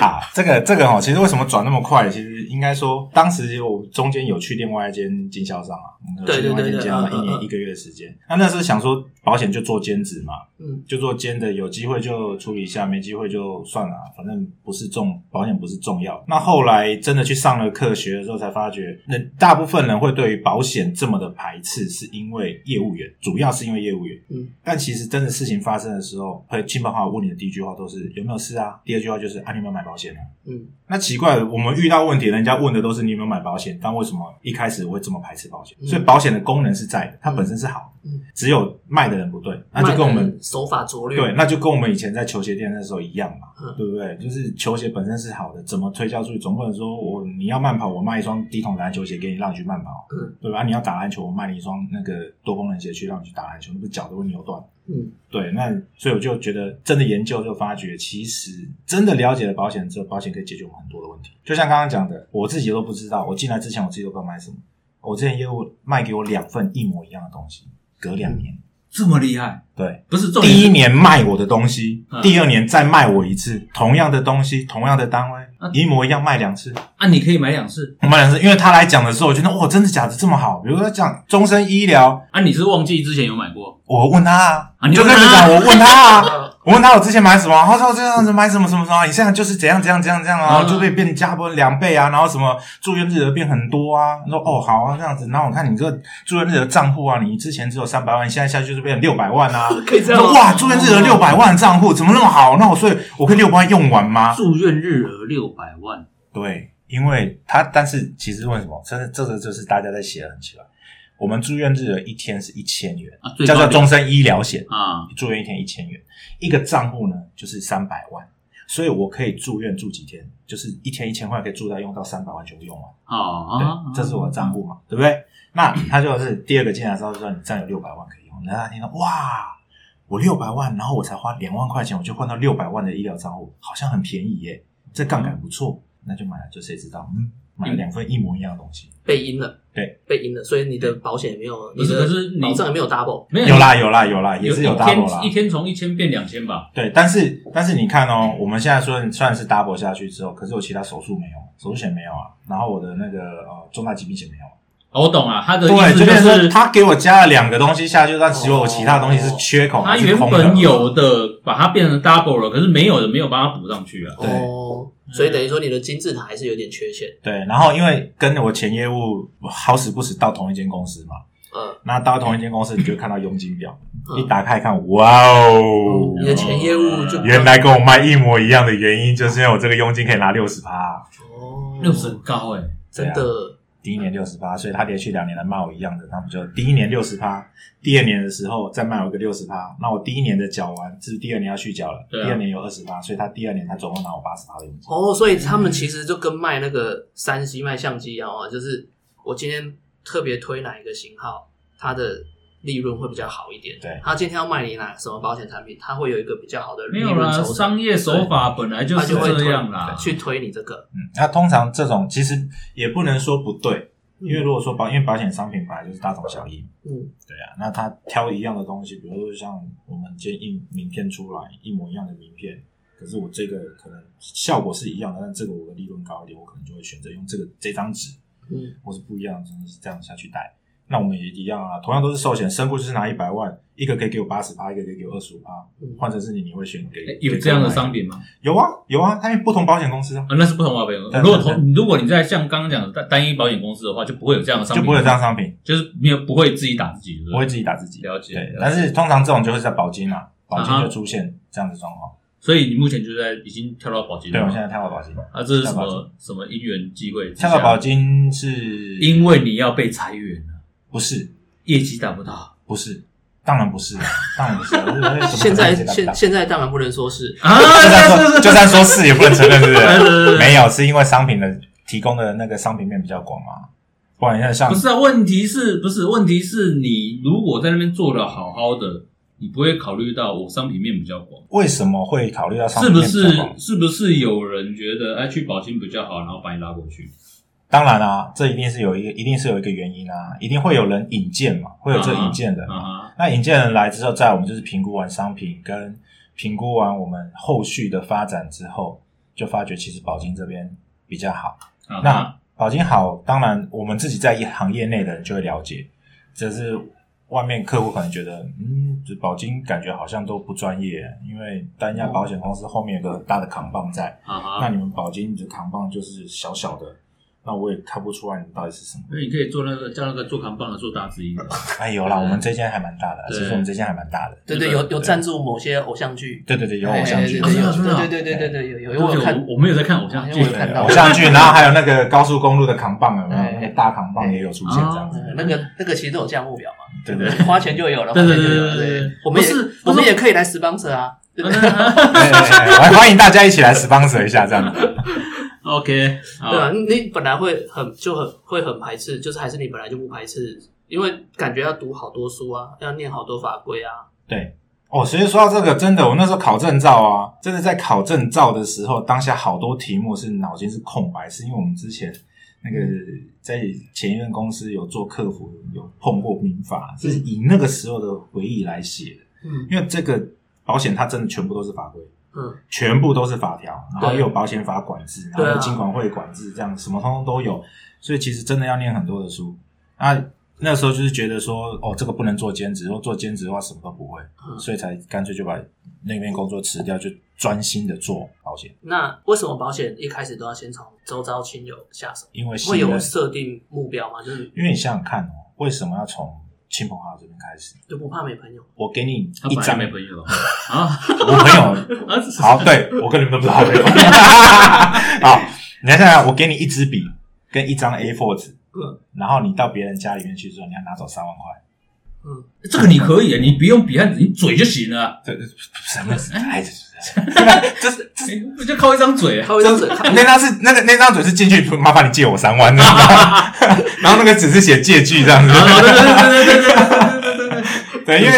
[SPEAKER 2] 啊，这个这个哈、其实为什么转那么快？其实应该说，当时我中间有去另外一间经销商啊，我们有去另外一间经
[SPEAKER 1] 对
[SPEAKER 2] 销
[SPEAKER 1] 对对对
[SPEAKER 2] 商
[SPEAKER 1] 嗯嗯
[SPEAKER 2] 一年
[SPEAKER 1] 嗯
[SPEAKER 2] 一个月的时间。那那时候想说，保险就做兼职嘛，
[SPEAKER 1] 嗯，
[SPEAKER 2] 就做兼的，有机会就处理一下，没机会就算了啊，反正不是重保险不是重要。那后来真的去上了课学了之后，才发觉，人大部分人会对于保险这么的排斥，是因为业务员，主要是因为业务员。
[SPEAKER 1] 嗯，
[SPEAKER 2] 但其实真的事情发生的时候，会亲朋好友问你的第一句话都是有没有事啊，第二句话就是啊你有没有买保险啊？
[SPEAKER 1] 嗯，
[SPEAKER 2] 那奇怪了，我们遇到问题，人家问的都是你有没有买保险，但为什么一开始我会这么排斥保险？
[SPEAKER 1] 嗯
[SPEAKER 2] 所以保险的功能是在的，它本身是好的，
[SPEAKER 1] 嗯
[SPEAKER 2] 只有卖的人不对，那啊就跟我
[SPEAKER 1] 卖
[SPEAKER 2] 们
[SPEAKER 1] 的手法拙劣，
[SPEAKER 2] 对，那就跟我们以前在球鞋店那时候一样嘛，
[SPEAKER 1] 嗯
[SPEAKER 2] 对不对？就是球鞋本身是好的，怎么推销出去？总不能说我你要慢跑，我卖一双低筒篮球鞋给你，让你去慢跑，
[SPEAKER 1] 嗯
[SPEAKER 2] 对吧？你要打篮球，我卖你一双那个多功能鞋去让你去打篮球，那不是脚都会扭断。
[SPEAKER 1] 嗯，
[SPEAKER 2] 对，那所以我就觉得，真的研究就发觉，其实真的了解了保险之后，保险可以解决我们很多的问题。就像刚刚讲的，我自己都不知道，我进来之前我自己都不知道买什么。我之前业务卖给我两份一模一样的东西，隔两年，
[SPEAKER 1] 嗯
[SPEAKER 3] 这么厉害，
[SPEAKER 2] 对，
[SPEAKER 3] 不是重点
[SPEAKER 2] 第
[SPEAKER 3] 是
[SPEAKER 2] 一年卖我的东西
[SPEAKER 3] 嗯，
[SPEAKER 2] 第二年再卖我一次，同样的东西，同样的单位
[SPEAKER 3] 嗯，
[SPEAKER 2] 一模一样卖两次。
[SPEAKER 3] 啊，你可以买两次
[SPEAKER 2] 我卖两次，因为他来讲的时候，我觉得哇，真的假的这么好？比如说讲终身医疗，
[SPEAKER 3] 啊，你是忘记之前有买过
[SPEAKER 2] 我问他啊
[SPEAKER 3] 啊，你
[SPEAKER 2] 就
[SPEAKER 3] 问
[SPEAKER 2] 跟
[SPEAKER 3] 他
[SPEAKER 2] 你讲，我问他啊，
[SPEAKER 1] 呃
[SPEAKER 2] 我问他我之前买什么，他说我这样子买什么什么什么，你现在就是怎样怎样怎样怎样啊，
[SPEAKER 4] 嗯
[SPEAKER 2] 就被变加倍两倍啊，然后什么住院日额变很多啊。他说哦好啊这样子，然后我看你这个住院日额账户啊，你之前只有三百万，你现在下去就是变成六百万啊。
[SPEAKER 1] 可以这
[SPEAKER 2] 我
[SPEAKER 1] 样
[SPEAKER 2] 说
[SPEAKER 1] 吗？
[SPEAKER 2] 哇住院日额六百万账户怎么那么好？那我所以我可以六百万用完吗？
[SPEAKER 4] 住院日额六百万，
[SPEAKER 2] 对，因为他但是其实为什么？这是这个就是大家在写的很奇怪。我们住院日额一天是一千元
[SPEAKER 4] 啊最，
[SPEAKER 2] 叫
[SPEAKER 4] 高
[SPEAKER 2] 做
[SPEAKER 4] 点
[SPEAKER 2] 终身医疗险。
[SPEAKER 4] 啊，
[SPEAKER 2] 住院一天一千元，一个账户呢就是三百万，所以我可以住院住几天，就是一天一千块可以住到用到三百万全部用完，
[SPEAKER 4] 好
[SPEAKER 2] 对，
[SPEAKER 4] 啊，
[SPEAKER 2] 这是我的账户嘛，对不对？那他就是第二个进来之后说你占有六百万可以用，然后他听到哇，我六百万，然后我才花两万块钱，我就换到六百万的医疗账户，好像很便宜耶，这杠杆不错，那就买了，就谁知道，嗯，买了两份一模一样的东西，
[SPEAKER 1] 被阴了，
[SPEAKER 2] 对，
[SPEAKER 1] 被阴了，所以你的保险也没有，
[SPEAKER 4] 不是
[SPEAKER 1] 你
[SPEAKER 4] 可
[SPEAKER 1] 的
[SPEAKER 4] 是你
[SPEAKER 1] 保障也没有 double，
[SPEAKER 4] 没有
[SPEAKER 2] 有啦，有啦有啦，也
[SPEAKER 4] 嗯有
[SPEAKER 2] 是有
[SPEAKER 4] 一
[SPEAKER 2] double 啦
[SPEAKER 4] 天一，天从一千变两千吧，
[SPEAKER 2] 对，但是但是你看哦，我们现在说虽然是 double 下去之后，可是我其他手术没有，手术险没有啊，然后我的那个呃重大疾病险没有啊，
[SPEAKER 3] 哦
[SPEAKER 4] 我懂啊，他的意
[SPEAKER 2] 对，
[SPEAKER 4] 思
[SPEAKER 2] 就变成
[SPEAKER 4] 是
[SPEAKER 2] 说他给我加了两个东西下去，但只有我其他东西是缺口，
[SPEAKER 4] 他
[SPEAKER 2] 还是
[SPEAKER 4] 原
[SPEAKER 2] 空的
[SPEAKER 4] 本有的把它变成 double 了，可是没有的没有帮他补上去啊。
[SPEAKER 2] 对
[SPEAKER 1] 哦，所以等于说你的金字塔还是有点缺陷，
[SPEAKER 2] 对，然后因为跟我前业务好死不死到同一间公司嘛，
[SPEAKER 1] 嗯，
[SPEAKER 2] 那到同一间公司你就看到佣金表，
[SPEAKER 1] 嗯
[SPEAKER 2] 一打开看，哇哦！
[SPEAKER 1] 你的前业务就
[SPEAKER 2] 原来跟我卖一模一样的原因，就是因为我这个佣金可以拿六十趴，
[SPEAKER 1] 哦，
[SPEAKER 4] 六十很高
[SPEAKER 2] 欸
[SPEAKER 4] 哎、
[SPEAKER 1] 真
[SPEAKER 2] 对啊
[SPEAKER 1] 的
[SPEAKER 2] 第一年六十八，所以他连续两年来骂我一样的，他们就第一年六十八，第二年的时候再骂我一个六十八，那我第一年的缴完，是第二年要续缴了，
[SPEAKER 4] 对啊
[SPEAKER 2] 第二年有二十八，所以他第二年他总共拿我八十八的佣金。
[SPEAKER 1] 哦，所以他们其实就跟卖那个三 C 卖相机一样啊，就是我今天特别推哪一个型号，它的利润会比较好一点。
[SPEAKER 2] 对
[SPEAKER 1] 他今天要卖你哪什么保险产品，他会有一个比较好的利
[SPEAKER 4] 没有
[SPEAKER 1] 润
[SPEAKER 4] 啦，
[SPEAKER 1] 抽成，
[SPEAKER 4] 商业手法本来就
[SPEAKER 1] 他
[SPEAKER 4] 是
[SPEAKER 1] 就会
[SPEAKER 4] 这
[SPEAKER 1] 推
[SPEAKER 4] 样啦。
[SPEAKER 1] 去推你这个。
[SPEAKER 2] 嗯，那通常这种其实也不能说不对，因为如果说保，因为保险商品本来就是大同小异，
[SPEAKER 1] 嗯，
[SPEAKER 2] 对啊，那他挑一样的东西，比如说像我们今天印名片出来一模一样的名片。可是我这个可能效果是一样的，但这个我的利润高一点，我可能就会选择用这个这张纸，
[SPEAKER 1] 嗯
[SPEAKER 2] 或是不一样的东西这样下去带。那我们也一样啊，同样都是寿险，身故就是拿一百万，一个可以给我八十趴，一个可以给我二十五趴。
[SPEAKER 1] 嗯，
[SPEAKER 2] 换成是你，你会选给
[SPEAKER 4] 诶有这样的商
[SPEAKER 2] 品？
[SPEAKER 4] 品吗？
[SPEAKER 2] 有啊，有啊，它因为不同保险公司啊，
[SPEAKER 4] 啊，那是不同保险公司。
[SPEAKER 2] 对
[SPEAKER 4] 如果
[SPEAKER 2] 对
[SPEAKER 4] 同，如果你在像刚刚讲的单单一保险公司的话，就不会有这样的商
[SPEAKER 2] 就
[SPEAKER 4] 品，
[SPEAKER 2] 不会有这样的商品，
[SPEAKER 4] 就是没有不会自己打自己，
[SPEAKER 2] 不会自己打自己。
[SPEAKER 4] 了解
[SPEAKER 2] 对
[SPEAKER 4] 了解，
[SPEAKER 2] 但是通常这种就是在保金嘛，保金
[SPEAKER 4] 啊哈
[SPEAKER 2] 就出现这样的状况。
[SPEAKER 4] 所以你目前就在已经跳到保金了
[SPEAKER 2] 对
[SPEAKER 4] 吗。
[SPEAKER 2] 我现在跳到保金，
[SPEAKER 4] 啊，这是什
[SPEAKER 2] 跳到保
[SPEAKER 4] 么什么因缘际会之下？
[SPEAKER 2] 跳到保金是
[SPEAKER 4] 因为你要被裁员了，
[SPEAKER 2] 不是
[SPEAKER 4] 业绩达不 到
[SPEAKER 2] 不是，当然不是，啊 当然不是。我就觉得怎么
[SPEAKER 1] 现在
[SPEAKER 2] 可能直接打
[SPEAKER 1] 现现在当然不能说是，
[SPEAKER 4] 啊！
[SPEAKER 2] 就算
[SPEAKER 4] 是是
[SPEAKER 2] 说就算说是也不能承认，是不
[SPEAKER 4] 对对
[SPEAKER 2] 是
[SPEAKER 4] 对？
[SPEAKER 2] 没有，是因为商品的提供的那个商品面比较广嘛。不然像像
[SPEAKER 4] 不是啊，问题是不是？问题是你如果在那边做的好好的，你不会考虑到我商品面比较广，
[SPEAKER 2] 为什么会考虑到商
[SPEAKER 4] 是
[SPEAKER 2] 品
[SPEAKER 4] 不
[SPEAKER 2] 面比较
[SPEAKER 4] 是
[SPEAKER 2] 广？？
[SPEAKER 4] 是不是有人觉得哎去保金比较好，然后把你拉过去？
[SPEAKER 2] 当然啊，这一定是有一个，一定是有一个原因啊，一定会有人引荐嘛，会有这引荐人嘛。
[SPEAKER 4] 啊
[SPEAKER 2] 那引荐人来之后，在我们就是评估完商品跟评估完我们后续的发展之后，就发觉其实保金这边比较好。
[SPEAKER 4] 哈啊哈
[SPEAKER 2] 那保金好，当然我们自己在行业内的人就会了解，只是外面客户可能觉得，嗯，这保金感觉好像都不专业，因为单家保险公司后面有个很大的扛棒在，
[SPEAKER 4] 啊
[SPEAKER 2] 那
[SPEAKER 4] 哈，
[SPEAKER 2] 你们保金的扛棒就是小小的，那我也看不出来你们到底是什么。
[SPEAKER 4] 那你可以做那个叫那个做扛棒的做大之一的，
[SPEAKER 2] 哎，有啦，
[SPEAKER 4] 嗯
[SPEAKER 2] 我们这间还蛮大的，
[SPEAKER 4] 对
[SPEAKER 2] 其实我们这间还蛮大的。
[SPEAKER 1] 对对，有有赞助某些偶像剧，
[SPEAKER 2] 对对对，有偶像剧，
[SPEAKER 1] 哎
[SPEAKER 4] 真的
[SPEAKER 1] 有
[SPEAKER 4] 啊真的
[SPEAKER 1] 对对对对对有有有
[SPEAKER 4] 对
[SPEAKER 1] 我
[SPEAKER 4] 不
[SPEAKER 1] 有
[SPEAKER 4] 起
[SPEAKER 1] 看，
[SPEAKER 4] 我我没有在看偶
[SPEAKER 1] 好
[SPEAKER 4] 像
[SPEAKER 1] 像
[SPEAKER 4] 剧
[SPEAKER 1] 我有
[SPEAKER 2] 对
[SPEAKER 1] 看到
[SPEAKER 2] 偶像剧，然后还有那个高速公路的扛棒有没
[SPEAKER 1] 哎
[SPEAKER 2] 有？那个大扛棒也有出现这样子
[SPEAKER 4] 哦。
[SPEAKER 1] 嗯那个那个其实都有价目表嘛，
[SPEAKER 2] 对对对
[SPEAKER 1] 花钱就有了，
[SPEAKER 4] 对对对
[SPEAKER 1] 花钱就有了
[SPEAKER 4] 对对对
[SPEAKER 1] 我们也
[SPEAKER 4] 不是不是嗯
[SPEAKER 1] 我们也可以来 sponsor 啊，对不对？
[SPEAKER 2] 哎哎哎我还 欢迎大家一起来 sponsor 一下这样子。
[SPEAKER 4] OK，好
[SPEAKER 1] 对啊，你本来会很就很会很排斥，就是还是你本来就不排斥，因为感觉要读好多书啊，要念好多法规啊。
[SPEAKER 2] 对，哦，其实说到这个，真的，我那时候考证照啊，真的在考证照的时候，当下好多题目是脑筋是空白，是因为我们之前那个
[SPEAKER 1] 嗯
[SPEAKER 2] 在前一任公司有做客服，有碰过民法，是以那个时候的回忆来写的，
[SPEAKER 1] 嗯
[SPEAKER 2] 因为这个保险它真的全部都是法规。
[SPEAKER 1] 嗯，
[SPEAKER 2] 全部都是法条，然后
[SPEAKER 1] 对
[SPEAKER 2] 也有保险法管制，然
[SPEAKER 1] 对啊
[SPEAKER 2] 后有金管会管制，这样什么通通都有，所以其实真的要念很多的书啊。那时候就是觉得说，哦，这个不能做兼职，如果做兼职的话什么都不会，
[SPEAKER 1] 嗯
[SPEAKER 2] 所以才干脆就把那边工作辞掉，就专心的做保险，
[SPEAKER 1] 那为什么保险一开始都要先从周遭亲友下手？
[SPEAKER 2] 因为信
[SPEAKER 1] 会有
[SPEAKER 2] 任。
[SPEAKER 1] 设定目标吗？就是
[SPEAKER 2] 因为你想想看哦，为什么要从亲朋好友这边开始？
[SPEAKER 1] 就不怕没朋友？
[SPEAKER 2] 我给你
[SPEAKER 3] 他
[SPEAKER 2] 一
[SPEAKER 3] 本来
[SPEAKER 2] 张，
[SPEAKER 3] 没朋友啊
[SPEAKER 2] 我朋友
[SPEAKER 3] 啊！这是
[SPEAKER 2] 好，对我跟你们都不是好朋 友。好，你看现在我给你一支笔跟一张 A4 纸，
[SPEAKER 1] 嗯
[SPEAKER 2] 然后你到别人家里面去之后，你要拿走三万块，
[SPEAKER 1] 嗯，
[SPEAKER 3] 这个你可以，你不用比汉子，你嘴就行了，
[SPEAKER 2] 这这什么？ 哎，这这是
[SPEAKER 3] 哎就靠一张嘴啊。
[SPEAKER 1] 他会这样子看，
[SPEAKER 2] 那张是那个那张嘴是进去，麻烦你借我三 万，然后那个只是写借据这样子。
[SPEAKER 3] 啊对对对对对对对对对对。
[SPEAKER 2] 对，因为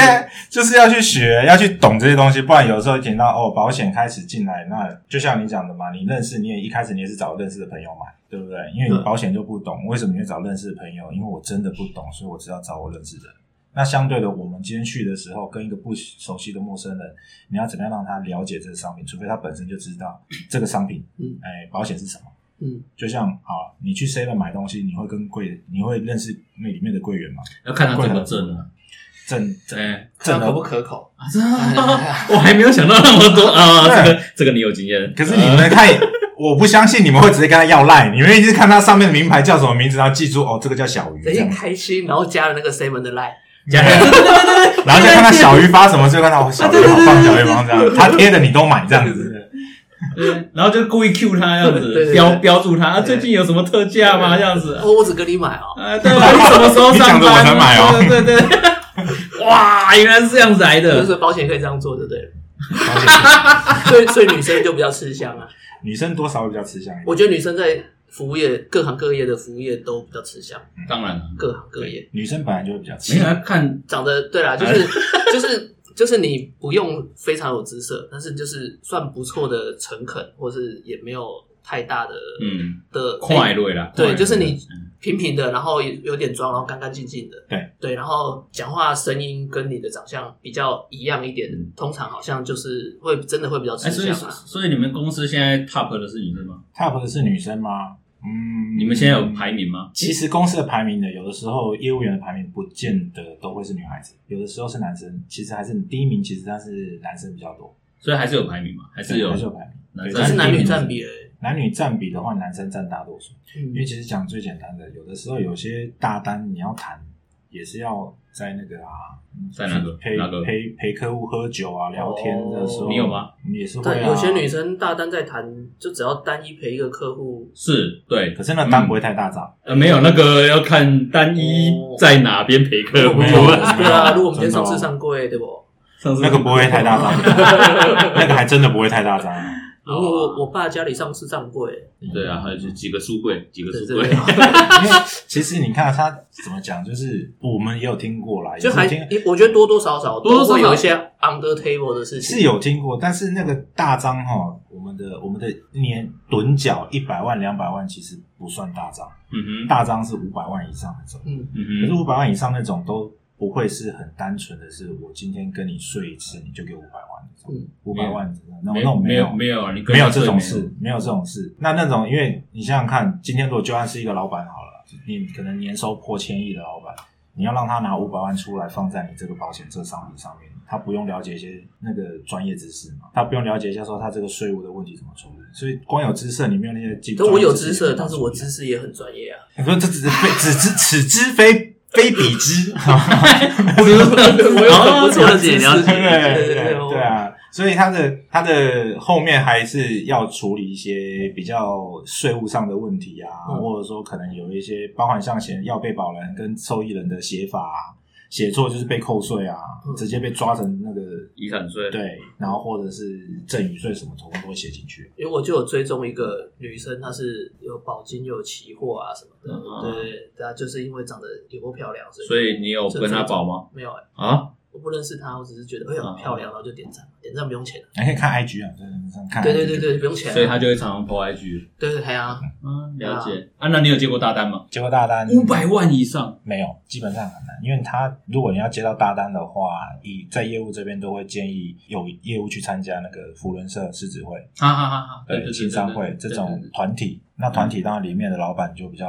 [SPEAKER 2] 就是要去学，要去懂这些东西，不然有时候听到哦，保险开始进来，那就像你讲的嘛，你认识你也一开始你也是找认识的朋友买，对不对？因为你
[SPEAKER 1] 对
[SPEAKER 2] 保险就不懂，为什么你会找认识的朋友？因为我真的不懂，所以我只要找我认识的人。那相对的，我们今天去的时候，跟一个不熟悉的陌生人，你要怎么样让他了解这个商品？除非他本身就 知道这个商品，
[SPEAKER 1] 嗯
[SPEAKER 2] 哎，保险是什么。
[SPEAKER 1] 嗯，
[SPEAKER 2] 就像啊，你去 Seven 买东西，你会跟柜，你会认识那里面的柜员吗？
[SPEAKER 3] 要看他怎么挣啊。
[SPEAKER 2] 正
[SPEAKER 3] 哎，
[SPEAKER 1] 这样
[SPEAKER 2] 正的
[SPEAKER 1] 可不可口？
[SPEAKER 3] 啊，这 我还没有想到那么多啊。这个这个你有经验，呃
[SPEAKER 2] 可是 你们看，我不相信你们会直接跟他要赖，你们一直看他上面的名牌叫什么名字，然后记住哦，这个叫小鱼，这
[SPEAKER 1] 等一
[SPEAKER 2] 样
[SPEAKER 1] 下开心，然后加了那个 seven 的 line，
[SPEAKER 3] 加对对对对
[SPEAKER 2] 然后再看他小鱼发什么，就看他哦 小鱼好棒，小鱼好棒这样，他贴的你都买这样子。
[SPEAKER 3] 对， 然后就故意 Q 他这样
[SPEAKER 1] 对对
[SPEAKER 3] 子，
[SPEAKER 1] 对
[SPEAKER 3] 标标注他啊，最近有什么特价吗？这样子。
[SPEAKER 1] 哦，我只跟你买哦，
[SPEAKER 3] 啊，对，我什么时候
[SPEAKER 2] 你讲
[SPEAKER 3] 上班？
[SPEAKER 2] 的我才买哦
[SPEAKER 3] 对对 对，哇，原来是这样子来
[SPEAKER 1] 就
[SPEAKER 3] 的。
[SPEAKER 1] 是保险可以这样做，对不对？
[SPEAKER 2] 而 且
[SPEAKER 1] 所以所以女生就比较吃香啊，
[SPEAKER 2] 女生多少会比较吃香一
[SPEAKER 1] 我
[SPEAKER 2] 点，
[SPEAKER 1] 觉得女生在服务业各行各业的服务业都比较吃香，
[SPEAKER 3] 当然了，
[SPEAKER 1] 各行各业
[SPEAKER 2] 女生本来就会比较
[SPEAKER 3] 没
[SPEAKER 2] 吃
[SPEAKER 3] 有。要看
[SPEAKER 1] 长得对啦，就是就是就是你不用非常有姿色，但是就是算不错的诚恳，或是也没有太大的
[SPEAKER 3] 嗯哎
[SPEAKER 1] 的哎
[SPEAKER 3] 快乐啦，
[SPEAKER 1] 对
[SPEAKER 3] 快乐
[SPEAKER 1] 就是你
[SPEAKER 3] 嗯
[SPEAKER 1] 平平的，然后有有点妆，然后干干净净的，
[SPEAKER 2] 对
[SPEAKER 1] 对，然后讲话声音跟你的长相比较一样一点
[SPEAKER 3] 嗯，
[SPEAKER 1] 通常好像就是会真的会比较吃
[SPEAKER 3] 哎，所以
[SPEAKER 1] 香啊。
[SPEAKER 3] 所以你们公司现在 top 的是女生吗？
[SPEAKER 2] top 的是女生吗？嗯，
[SPEAKER 3] 你们现在有排？名吗？
[SPEAKER 2] 其实公司的排名呢，有的时候业务员的排名不见得都会是女孩子，有的时候是男生。其实还是第一名，其实但是男生比较多，
[SPEAKER 3] 所以还是有排名嘛？还是有
[SPEAKER 2] 还是有排名。
[SPEAKER 3] 男
[SPEAKER 2] 对
[SPEAKER 1] 但是
[SPEAKER 3] 生
[SPEAKER 1] 男
[SPEAKER 2] 第一
[SPEAKER 1] 女
[SPEAKER 2] 名
[SPEAKER 1] 占比嘞，
[SPEAKER 2] 男女占比的话，男生占大多数。
[SPEAKER 1] 嗯
[SPEAKER 2] 因为其实讲最简单的，有的时候有些大单你要谈，也是要在那个啊，
[SPEAKER 3] 在哪个
[SPEAKER 2] 陪
[SPEAKER 3] 哪个哦
[SPEAKER 2] 陪陪客户喝酒啊、聊天的时候，
[SPEAKER 3] 你有吗？
[SPEAKER 2] 也是会啊。
[SPEAKER 1] 但有些女，生大单在谈，就只要单一陪一个客户，
[SPEAKER 3] 是对
[SPEAKER 2] 可，是那单
[SPEAKER 3] 嗯
[SPEAKER 2] 不会太大张，
[SPEAKER 3] 呃，没有那个要看单一
[SPEAKER 2] 哦
[SPEAKER 3] 在哪边陪客户
[SPEAKER 2] 没有
[SPEAKER 1] 对
[SPEAKER 2] 没有
[SPEAKER 1] 啊，如果我们今天上
[SPEAKER 2] 真的
[SPEAKER 1] 市
[SPEAKER 2] 哦
[SPEAKER 1] 上柜，对不？
[SPEAKER 3] 上次
[SPEAKER 2] 那个不会太大 张，那个还真的不会太大张。
[SPEAKER 1] 然后我我爸家里上市上柜，
[SPEAKER 3] 对啊，还有就几个书柜，几个
[SPEAKER 1] 对
[SPEAKER 3] 书
[SPEAKER 1] 对
[SPEAKER 3] 柜
[SPEAKER 1] 对，，
[SPEAKER 2] 因为其实你看他怎么讲，就是我们也有听过啦，也
[SPEAKER 1] 就是还
[SPEAKER 2] 听
[SPEAKER 1] 我觉得多多少少
[SPEAKER 3] 多多少少
[SPEAKER 1] 都会有一些 under table 的事情
[SPEAKER 2] 是有听过，但是那个大张哈，我们的我们的年趸缴一百万、两百万其实不算大张，
[SPEAKER 3] 嗯哼，
[SPEAKER 2] 大张是五百万以上的这种。
[SPEAKER 1] 嗯，
[SPEAKER 2] 可
[SPEAKER 3] 嗯
[SPEAKER 2] 是
[SPEAKER 3] 哼，
[SPEAKER 2] 五百万以上那种都不会是很单纯的是，我今天跟你睡一次你就给五百万那种
[SPEAKER 1] 嗯，
[SPEAKER 2] 五百万真的那
[SPEAKER 3] 没
[SPEAKER 2] 那种
[SPEAKER 3] 没
[SPEAKER 2] 有
[SPEAKER 3] 有没有，啊你跟
[SPEAKER 2] 没有
[SPEAKER 3] 他
[SPEAKER 2] 这
[SPEAKER 3] 睡
[SPEAKER 2] 种
[SPEAKER 3] 没
[SPEAKER 2] 事，没有这种事。那那种因为你想想看，今天如果就算是一个老板好了，你可能年收破千亿的老板，你要让他拿五百万出来放在你这个保险这商品上面，他不用了解一些那个专业知识嘛，他不用了解一下说他这个税务的问题怎么处理，所以光有知识你没有那些技，
[SPEAKER 1] 但我有姿
[SPEAKER 2] 专业
[SPEAKER 1] 色，
[SPEAKER 2] 知识
[SPEAKER 1] 但是
[SPEAKER 2] 你
[SPEAKER 1] 我
[SPEAKER 2] 没办法处理啊
[SPEAKER 1] 知识也很专业啊。
[SPEAKER 2] 你说这只是非只知此之非非彼之，
[SPEAKER 3] 我有
[SPEAKER 1] 我 有
[SPEAKER 3] 哦
[SPEAKER 1] 很不错的
[SPEAKER 3] 解
[SPEAKER 1] 知识
[SPEAKER 3] 了解
[SPEAKER 2] 对。
[SPEAKER 1] 对对
[SPEAKER 2] 对对
[SPEAKER 1] 对
[SPEAKER 2] 对啊，所以他的他的后面还是要处理一些比较税务上的问题啊，
[SPEAKER 1] 嗯
[SPEAKER 2] 或者说可能有一些包含像写要被保人跟受益人的写法、啊，写错就是被扣税啊，
[SPEAKER 1] 嗯
[SPEAKER 2] 直接被抓成那个
[SPEAKER 3] 遗产税，
[SPEAKER 2] 对，然后或者是赠与税什么，统统都会写进去。
[SPEAKER 1] 因为我就有追踪一个女生，她是有保金、有期货啊什么的，
[SPEAKER 3] 嗯
[SPEAKER 1] 对对对，她就是因为长得有够漂亮，所以
[SPEAKER 3] 所以你有跟他保吗？
[SPEAKER 1] 没有、欸，
[SPEAKER 3] 啊，
[SPEAKER 1] 我不认识她，我只是觉得哎呦
[SPEAKER 3] 嗯
[SPEAKER 1] 漂亮，然后就点赞，点赞不用钱，
[SPEAKER 2] 你可以看 IG 啊，在那上看 IG
[SPEAKER 1] 对对对对，不用钱啊，
[SPEAKER 3] 所以他就会常常 po IG。
[SPEAKER 1] 对对对啊，
[SPEAKER 3] 嗯，了解。啊，那你有接过大单吗？
[SPEAKER 2] 结果大单
[SPEAKER 3] 五百万以上，
[SPEAKER 2] 没有，基本上很难，因为他如果你要接到大单的话，以在业务这边都会建议有业务去参加那个福伦社狮子会、
[SPEAKER 3] 哈哈哈哈！对对对
[SPEAKER 2] 青商会这种团体。那团体当然里面的老板就比较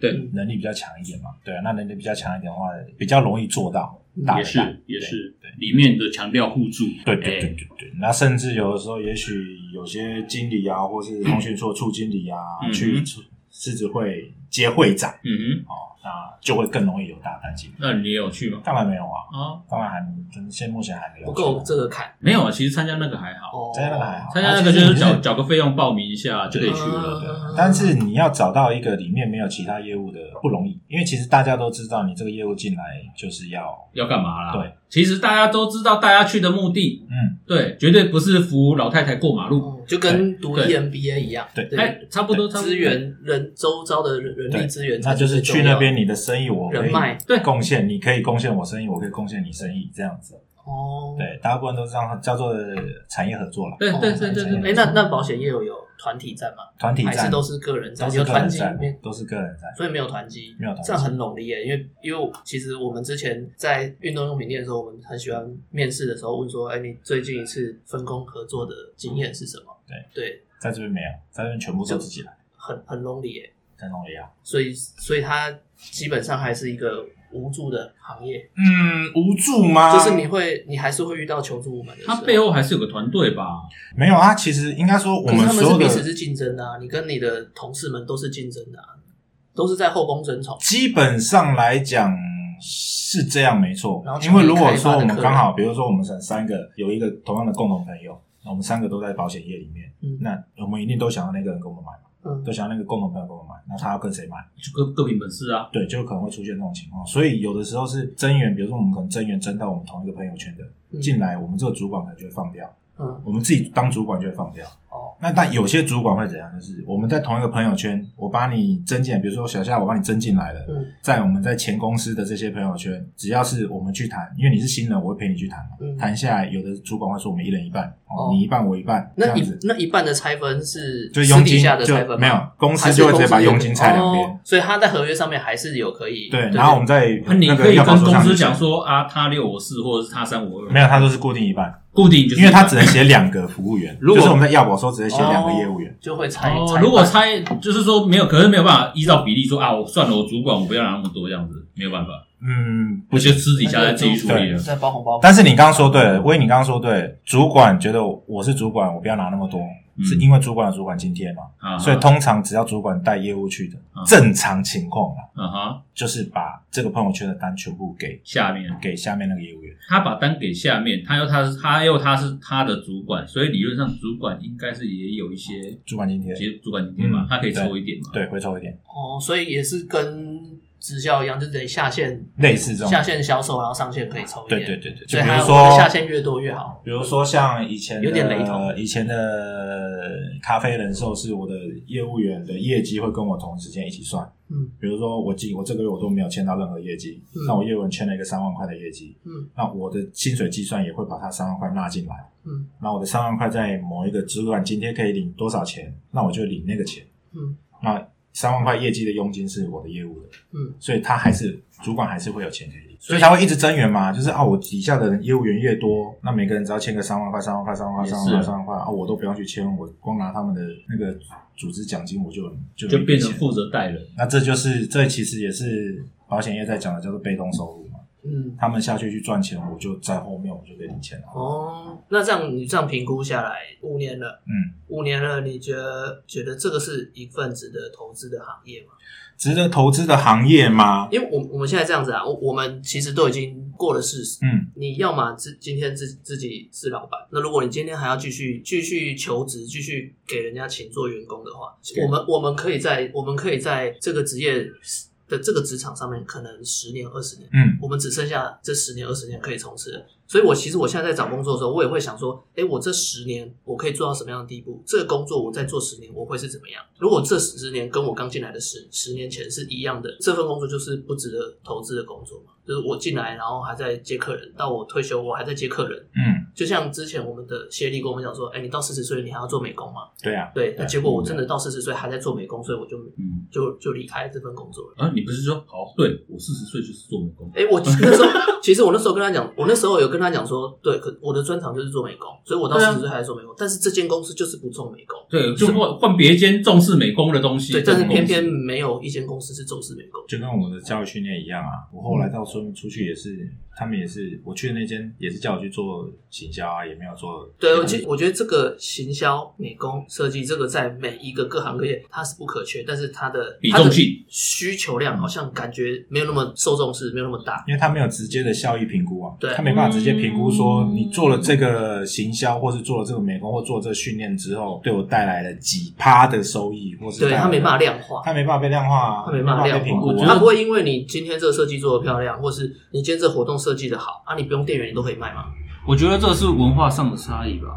[SPEAKER 4] 对，
[SPEAKER 2] 能力比较强一点嘛。对啊，那能力比较强一点的话，比较容易做到大
[SPEAKER 4] 也
[SPEAKER 2] 的大
[SPEAKER 4] 是也是
[SPEAKER 2] 对，
[SPEAKER 4] 里面的强调互助，
[SPEAKER 2] 对对对
[SPEAKER 4] 哎
[SPEAKER 2] 对对，那甚至有的时候，也许有些经理啊，或是通讯处处经理啊，
[SPEAKER 4] 嗯哼
[SPEAKER 2] 去处狮子会接会长
[SPEAKER 4] 嗯哼，
[SPEAKER 2] 哦，那就会更容易有大单进。
[SPEAKER 4] 那你也有去吗？
[SPEAKER 2] 当然没有啊，
[SPEAKER 4] 啊，
[SPEAKER 2] 当然还就是现目前还没有
[SPEAKER 1] 不够这个坎
[SPEAKER 4] 没有啊，其实参加那个还好，
[SPEAKER 1] 哦。
[SPEAKER 2] 真的还好，
[SPEAKER 4] 参加那个
[SPEAKER 2] 啊其
[SPEAKER 4] 就
[SPEAKER 2] 实
[SPEAKER 4] 是
[SPEAKER 2] 你
[SPEAKER 4] 缴缴个费用报名一下就可以去了。
[SPEAKER 2] 对
[SPEAKER 1] 嗯，
[SPEAKER 2] 但是你要找到一个里面没有其他业务的不容易，因为其实大家都知道，你这个业务进来就是要
[SPEAKER 4] 要干嘛啦？
[SPEAKER 2] 对，
[SPEAKER 4] 其实大家都知道，大家去的目的，
[SPEAKER 2] 嗯，
[SPEAKER 4] 对，绝对不是扶老太太过马路，
[SPEAKER 1] 哦就跟读
[SPEAKER 4] 对
[SPEAKER 1] EMBA 一样，
[SPEAKER 2] 对
[SPEAKER 4] 哎，差不多，差不多
[SPEAKER 1] 资，源人周遭的人人力
[SPEAKER 2] 对
[SPEAKER 1] 资源才
[SPEAKER 2] 那就是
[SPEAKER 1] 最重
[SPEAKER 2] 去
[SPEAKER 1] 要，
[SPEAKER 2] 那边你的生意我可
[SPEAKER 1] 人脉
[SPEAKER 2] 以
[SPEAKER 4] 对
[SPEAKER 2] 贡献，你可以贡献我生意，我可以贡献你生意，这样子。
[SPEAKER 1] 哦。
[SPEAKER 2] 对，大部分都是这样叫做产业合作了，
[SPEAKER 4] 对对
[SPEAKER 1] 哦
[SPEAKER 4] 对对对
[SPEAKER 1] 哎，
[SPEAKER 4] 对，
[SPEAKER 1] 那那保险业有有团体战吗？
[SPEAKER 2] 团体
[SPEAKER 1] 还是
[SPEAKER 2] 战
[SPEAKER 1] 都是个人战？
[SPEAKER 2] 都
[SPEAKER 1] 有
[SPEAKER 2] 是个
[SPEAKER 1] 团
[SPEAKER 2] 人
[SPEAKER 1] 体
[SPEAKER 2] 战
[SPEAKER 1] 没，
[SPEAKER 2] 都是个人战，
[SPEAKER 1] 所以没有团击，
[SPEAKER 2] 没有团击
[SPEAKER 1] 这样很拢力耶。因为因为我其实我们之前在运动用品店的时候，我们很喜欢面试的时候问说，哎，你最近一次分工合作的经验是什么？
[SPEAKER 2] 对
[SPEAKER 1] 对，
[SPEAKER 2] 在这边没有，在这边全部都自己来，
[SPEAKER 1] 很很拢力耶。
[SPEAKER 2] 在弄也好。
[SPEAKER 1] 所以所以它基本上还是一个无助的行业，
[SPEAKER 2] 嗯，无助吗
[SPEAKER 1] 就是你会你还是会遇到求助无门的时候。
[SPEAKER 4] 他背后还是有个团队吧？
[SPEAKER 2] 没有啊，其实应该说我
[SPEAKER 1] 可是他
[SPEAKER 2] 所有
[SPEAKER 1] 是
[SPEAKER 2] 的
[SPEAKER 1] 彼此是竞争的啊，你跟你的同事们都是竞争的啊，都是在后宫争宠。
[SPEAKER 2] 基本上来讲是这样，没错
[SPEAKER 1] 然后。
[SPEAKER 2] 因为如果说
[SPEAKER 1] 从你开发的
[SPEAKER 2] 我们
[SPEAKER 1] 客人
[SPEAKER 2] 刚好，比如说我们三三个有一个同样的共同朋友，那我们三个都在保险业里面，
[SPEAKER 1] 嗯
[SPEAKER 2] 那我们一定都想要那个人跟我们买嘛，
[SPEAKER 1] 嗯
[SPEAKER 2] 都想要那个共同朋友跟我们买，那他要跟谁买？
[SPEAKER 4] 就各各凭本事啊。
[SPEAKER 2] 对，就可能会出现这种情况。所以有的时候是增援，比如说我们可能增援增到我们同一个朋友圈的
[SPEAKER 1] 嗯
[SPEAKER 2] 进来，我们这个主管可能就会放掉，
[SPEAKER 1] 嗯
[SPEAKER 2] 我们自己当主管就会放掉。
[SPEAKER 1] 哦
[SPEAKER 2] 那但有些主管会怎样？就是我们在同一个朋友圈，我把你增进来，比如说小夏，我把你增进来了，
[SPEAKER 1] 嗯
[SPEAKER 2] 在我们在前公司的这些朋友圈，只要是我们去谈，因为你是新人，我会陪你去谈嘛。
[SPEAKER 1] 嗯。
[SPEAKER 2] 谈下来，有的主管会说我们一人一半，哦
[SPEAKER 1] 哦，
[SPEAKER 2] 你一半我一半，这
[SPEAKER 1] 那
[SPEAKER 2] 样
[SPEAKER 1] 一
[SPEAKER 2] 子
[SPEAKER 1] 那一半的拆分是
[SPEAKER 2] 就
[SPEAKER 1] 私
[SPEAKER 2] 佣
[SPEAKER 1] 底
[SPEAKER 2] 金
[SPEAKER 1] 下的拆
[SPEAKER 2] 就
[SPEAKER 1] 分
[SPEAKER 2] 没有，公
[SPEAKER 1] 还
[SPEAKER 2] 司
[SPEAKER 1] 是
[SPEAKER 2] 就会直
[SPEAKER 1] 公
[SPEAKER 2] 接
[SPEAKER 1] 司
[SPEAKER 2] 把
[SPEAKER 1] 有
[SPEAKER 2] 佣金拆两边
[SPEAKER 1] 哦。所以他在合约上面还是有可以
[SPEAKER 2] 对，然后我们在
[SPEAKER 4] 那你
[SPEAKER 2] 那
[SPEAKER 4] 可
[SPEAKER 2] 个
[SPEAKER 4] 以
[SPEAKER 2] 要
[SPEAKER 4] 跟
[SPEAKER 2] 保
[SPEAKER 4] 公司
[SPEAKER 2] 讲
[SPEAKER 4] 讲，说啊，他六我四，或者是他三我二，
[SPEAKER 2] 没有，他都是固定一半，
[SPEAKER 4] 固定就是，
[SPEAKER 2] 因为他只能写两个服务员，
[SPEAKER 4] 如果
[SPEAKER 2] 就是我们在要保的时候只能写两个业务员。
[SPEAKER 1] 就会拆。
[SPEAKER 4] 哦
[SPEAKER 1] 拆，
[SPEAKER 4] 如果
[SPEAKER 1] 半
[SPEAKER 4] 猜就是说没有，可是没有办法依照比例说啊，我算了，我主管我不要拿那么多这样子，没有办法，
[SPEAKER 2] 嗯，
[SPEAKER 4] 我觉得私底下再自己处理
[SPEAKER 1] 那
[SPEAKER 4] 了
[SPEAKER 1] 就。再包红包，
[SPEAKER 2] 但是你刚刚说对了，威，你刚刚说对了，主管觉得我是主管，我不要拿那么多，
[SPEAKER 4] 嗯
[SPEAKER 2] 是因为主管有主管津贴嘛？
[SPEAKER 4] 啊哈，
[SPEAKER 2] 所以通常只要主管带业务去的
[SPEAKER 1] 啊
[SPEAKER 4] 嗯，
[SPEAKER 2] 正常情况啦，
[SPEAKER 4] 啊哈，
[SPEAKER 2] 就是把这个朋友圈的单全部给
[SPEAKER 4] 下面
[SPEAKER 2] 给下面那个业务员。
[SPEAKER 4] 他把单给下面，他又他是他又他是他的主管，所以理论上主管应该是也有一些，
[SPEAKER 2] 主管津贴
[SPEAKER 4] 其，实主管今天嘛
[SPEAKER 2] 嗯，
[SPEAKER 4] 他可以抽一点嘛。
[SPEAKER 2] 对，回抽一点，
[SPEAKER 1] 哦，所以也是跟直销一样，就等于下线
[SPEAKER 2] 类似这种
[SPEAKER 1] 下。线销售，然后上线可以抽一点。
[SPEAKER 2] 对对对对，就
[SPEAKER 1] 所以
[SPEAKER 2] 比
[SPEAKER 1] 还
[SPEAKER 2] 如
[SPEAKER 1] 有
[SPEAKER 2] 说
[SPEAKER 1] 下线越多越好。
[SPEAKER 2] 比如说像以前的呃
[SPEAKER 1] 有点雷同
[SPEAKER 2] 以前的咖啡人寿是我的业务员的业绩会跟我同时间一起算。
[SPEAKER 1] 嗯，
[SPEAKER 2] 比如说我今我这个月我都没有签到任何业绩，
[SPEAKER 1] 嗯
[SPEAKER 2] 那我业务员签了一个三万块的业绩，
[SPEAKER 1] 嗯，
[SPEAKER 2] 那我的薪水计算也会把它三万块纳进来。
[SPEAKER 1] 嗯，
[SPEAKER 2] 那我的三万块在某一个主管今天可以领多少钱，那我就领那个钱。
[SPEAKER 1] 嗯，
[SPEAKER 2] 那三万块业绩的佣金是我的业务的，
[SPEAKER 1] 嗯，
[SPEAKER 2] 所以他还是主管还是会有钱给你，所以才会一直增援嘛。就是啊，我底下的人业务员越多，那每个人只要签个三万块、三万块、三万块、
[SPEAKER 4] 也是
[SPEAKER 2] 三万块、三万块啊，我都不用去签，我光拿他们的那个组织奖金，我就就
[SPEAKER 4] 就变成
[SPEAKER 2] 没钱
[SPEAKER 4] 负责带人，
[SPEAKER 2] 那这就是这其实也是保险业在讲的叫做被动收入嘛。
[SPEAKER 1] 嗯，
[SPEAKER 2] 他们下去去赚钱，我就在后面我就给你钱了。
[SPEAKER 1] 哦，那这样你这样评估下来，五年了，
[SPEAKER 2] 嗯，
[SPEAKER 1] 五年了，你觉得觉得这个是一份值得投资的行业吗？
[SPEAKER 2] 值得投资的行业吗？
[SPEAKER 1] 因为我我们现在这样子啊，我我们其实都已经过了四十。
[SPEAKER 2] 嗯，
[SPEAKER 1] 你要么自今天自自己是老板，那如果你今天还要继续继续求职，继续给人家请做员工的话，
[SPEAKER 4] 对
[SPEAKER 1] 我们我们可以在我们可以在这个职业的这个职场上面，可能十年二十年，
[SPEAKER 2] 嗯，
[SPEAKER 1] 我们只剩下这十年二十年可以从事了。所以我其实我现在在找工作的时候，我也会想说，哎，我这十年我可以做到什么样的地步？这个工作我再做十年，我会是怎么样？如果这十年跟我刚进来的十十年前是一样的，这份工作就是不值得投资的工作嘛。就是我进来，然后还在接客人，到我退休我还在接客人。
[SPEAKER 2] 嗯，
[SPEAKER 1] 就像之前我们的协理跟我们讲说，哎，你到四十岁你还要做美工吗？
[SPEAKER 2] 对啊，
[SPEAKER 1] 对，那结果我真的到四十岁还在做美工，所以我就
[SPEAKER 4] 嗯，
[SPEAKER 1] 就就离开这份工作了。
[SPEAKER 4] 啊，你不是说好？对我四十岁就是做美工，
[SPEAKER 1] 哎、我那时候其实我那时候跟他讲，我那时候有跟他讲说，对，可我的专长就是做美工，所以我到
[SPEAKER 4] 对啊
[SPEAKER 1] 四十岁还在做美工，但是这间公司就是不做美工，
[SPEAKER 3] 对，就换换别间重视美工的东西，
[SPEAKER 1] 对，但是
[SPEAKER 3] 这种
[SPEAKER 1] 偏
[SPEAKER 3] 公司
[SPEAKER 1] 偏没有一间公司是重视美工。
[SPEAKER 2] 就跟我的教育训练一样啊。我后来到时候出去也是，他们也是，我去的那间也是叫我去做行销啊，也没有做。
[SPEAKER 1] 对，我其实我觉得这个行销、美工、设计，这个在每一个各行各业它是不可缺，但是它的
[SPEAKER 3] 比重
[SPEAKER 1] 它
[SPEAKER 3] 性
[SPEAKER 1] 的需求量好像感觉没有那么受重视，没有那么大。
[SPEAKER 2] 因为他没有直接的效益评估啊，
[SPEAKER 1] 对嗯
[SPEAKER 2] 他没办法直接评估说你做了这个行销，或是做了这个美工，或做了这个训练之后，对我带来了几趴的收益，或是
[SPEAKER 1] 对，它没办法
[SPEAKER 2] 法，
[SPEAKER 1] 量化，
[SPEAKER 2] 他没办法被量化、啊，
[SPEAKER 1] 它没办法
[SPEAKER 2] 没
[SPEAKER 1] 量
[SPEAKER 2] 被评
[SPEAKER 1] 化
[SPEAKER 2] 估、
[SPEAKER 4] 我觉得
[SPEAKER 1] 它
[SPEAKER 2] 啊。
[SPEAKER 1] 不会因为你今天这个设计做的漂亮，或是你今天这活动设计的好啊，你不用店员你都可以卖嘛。
[SPEAKER 4] 我觉得这是文化上的差异吧。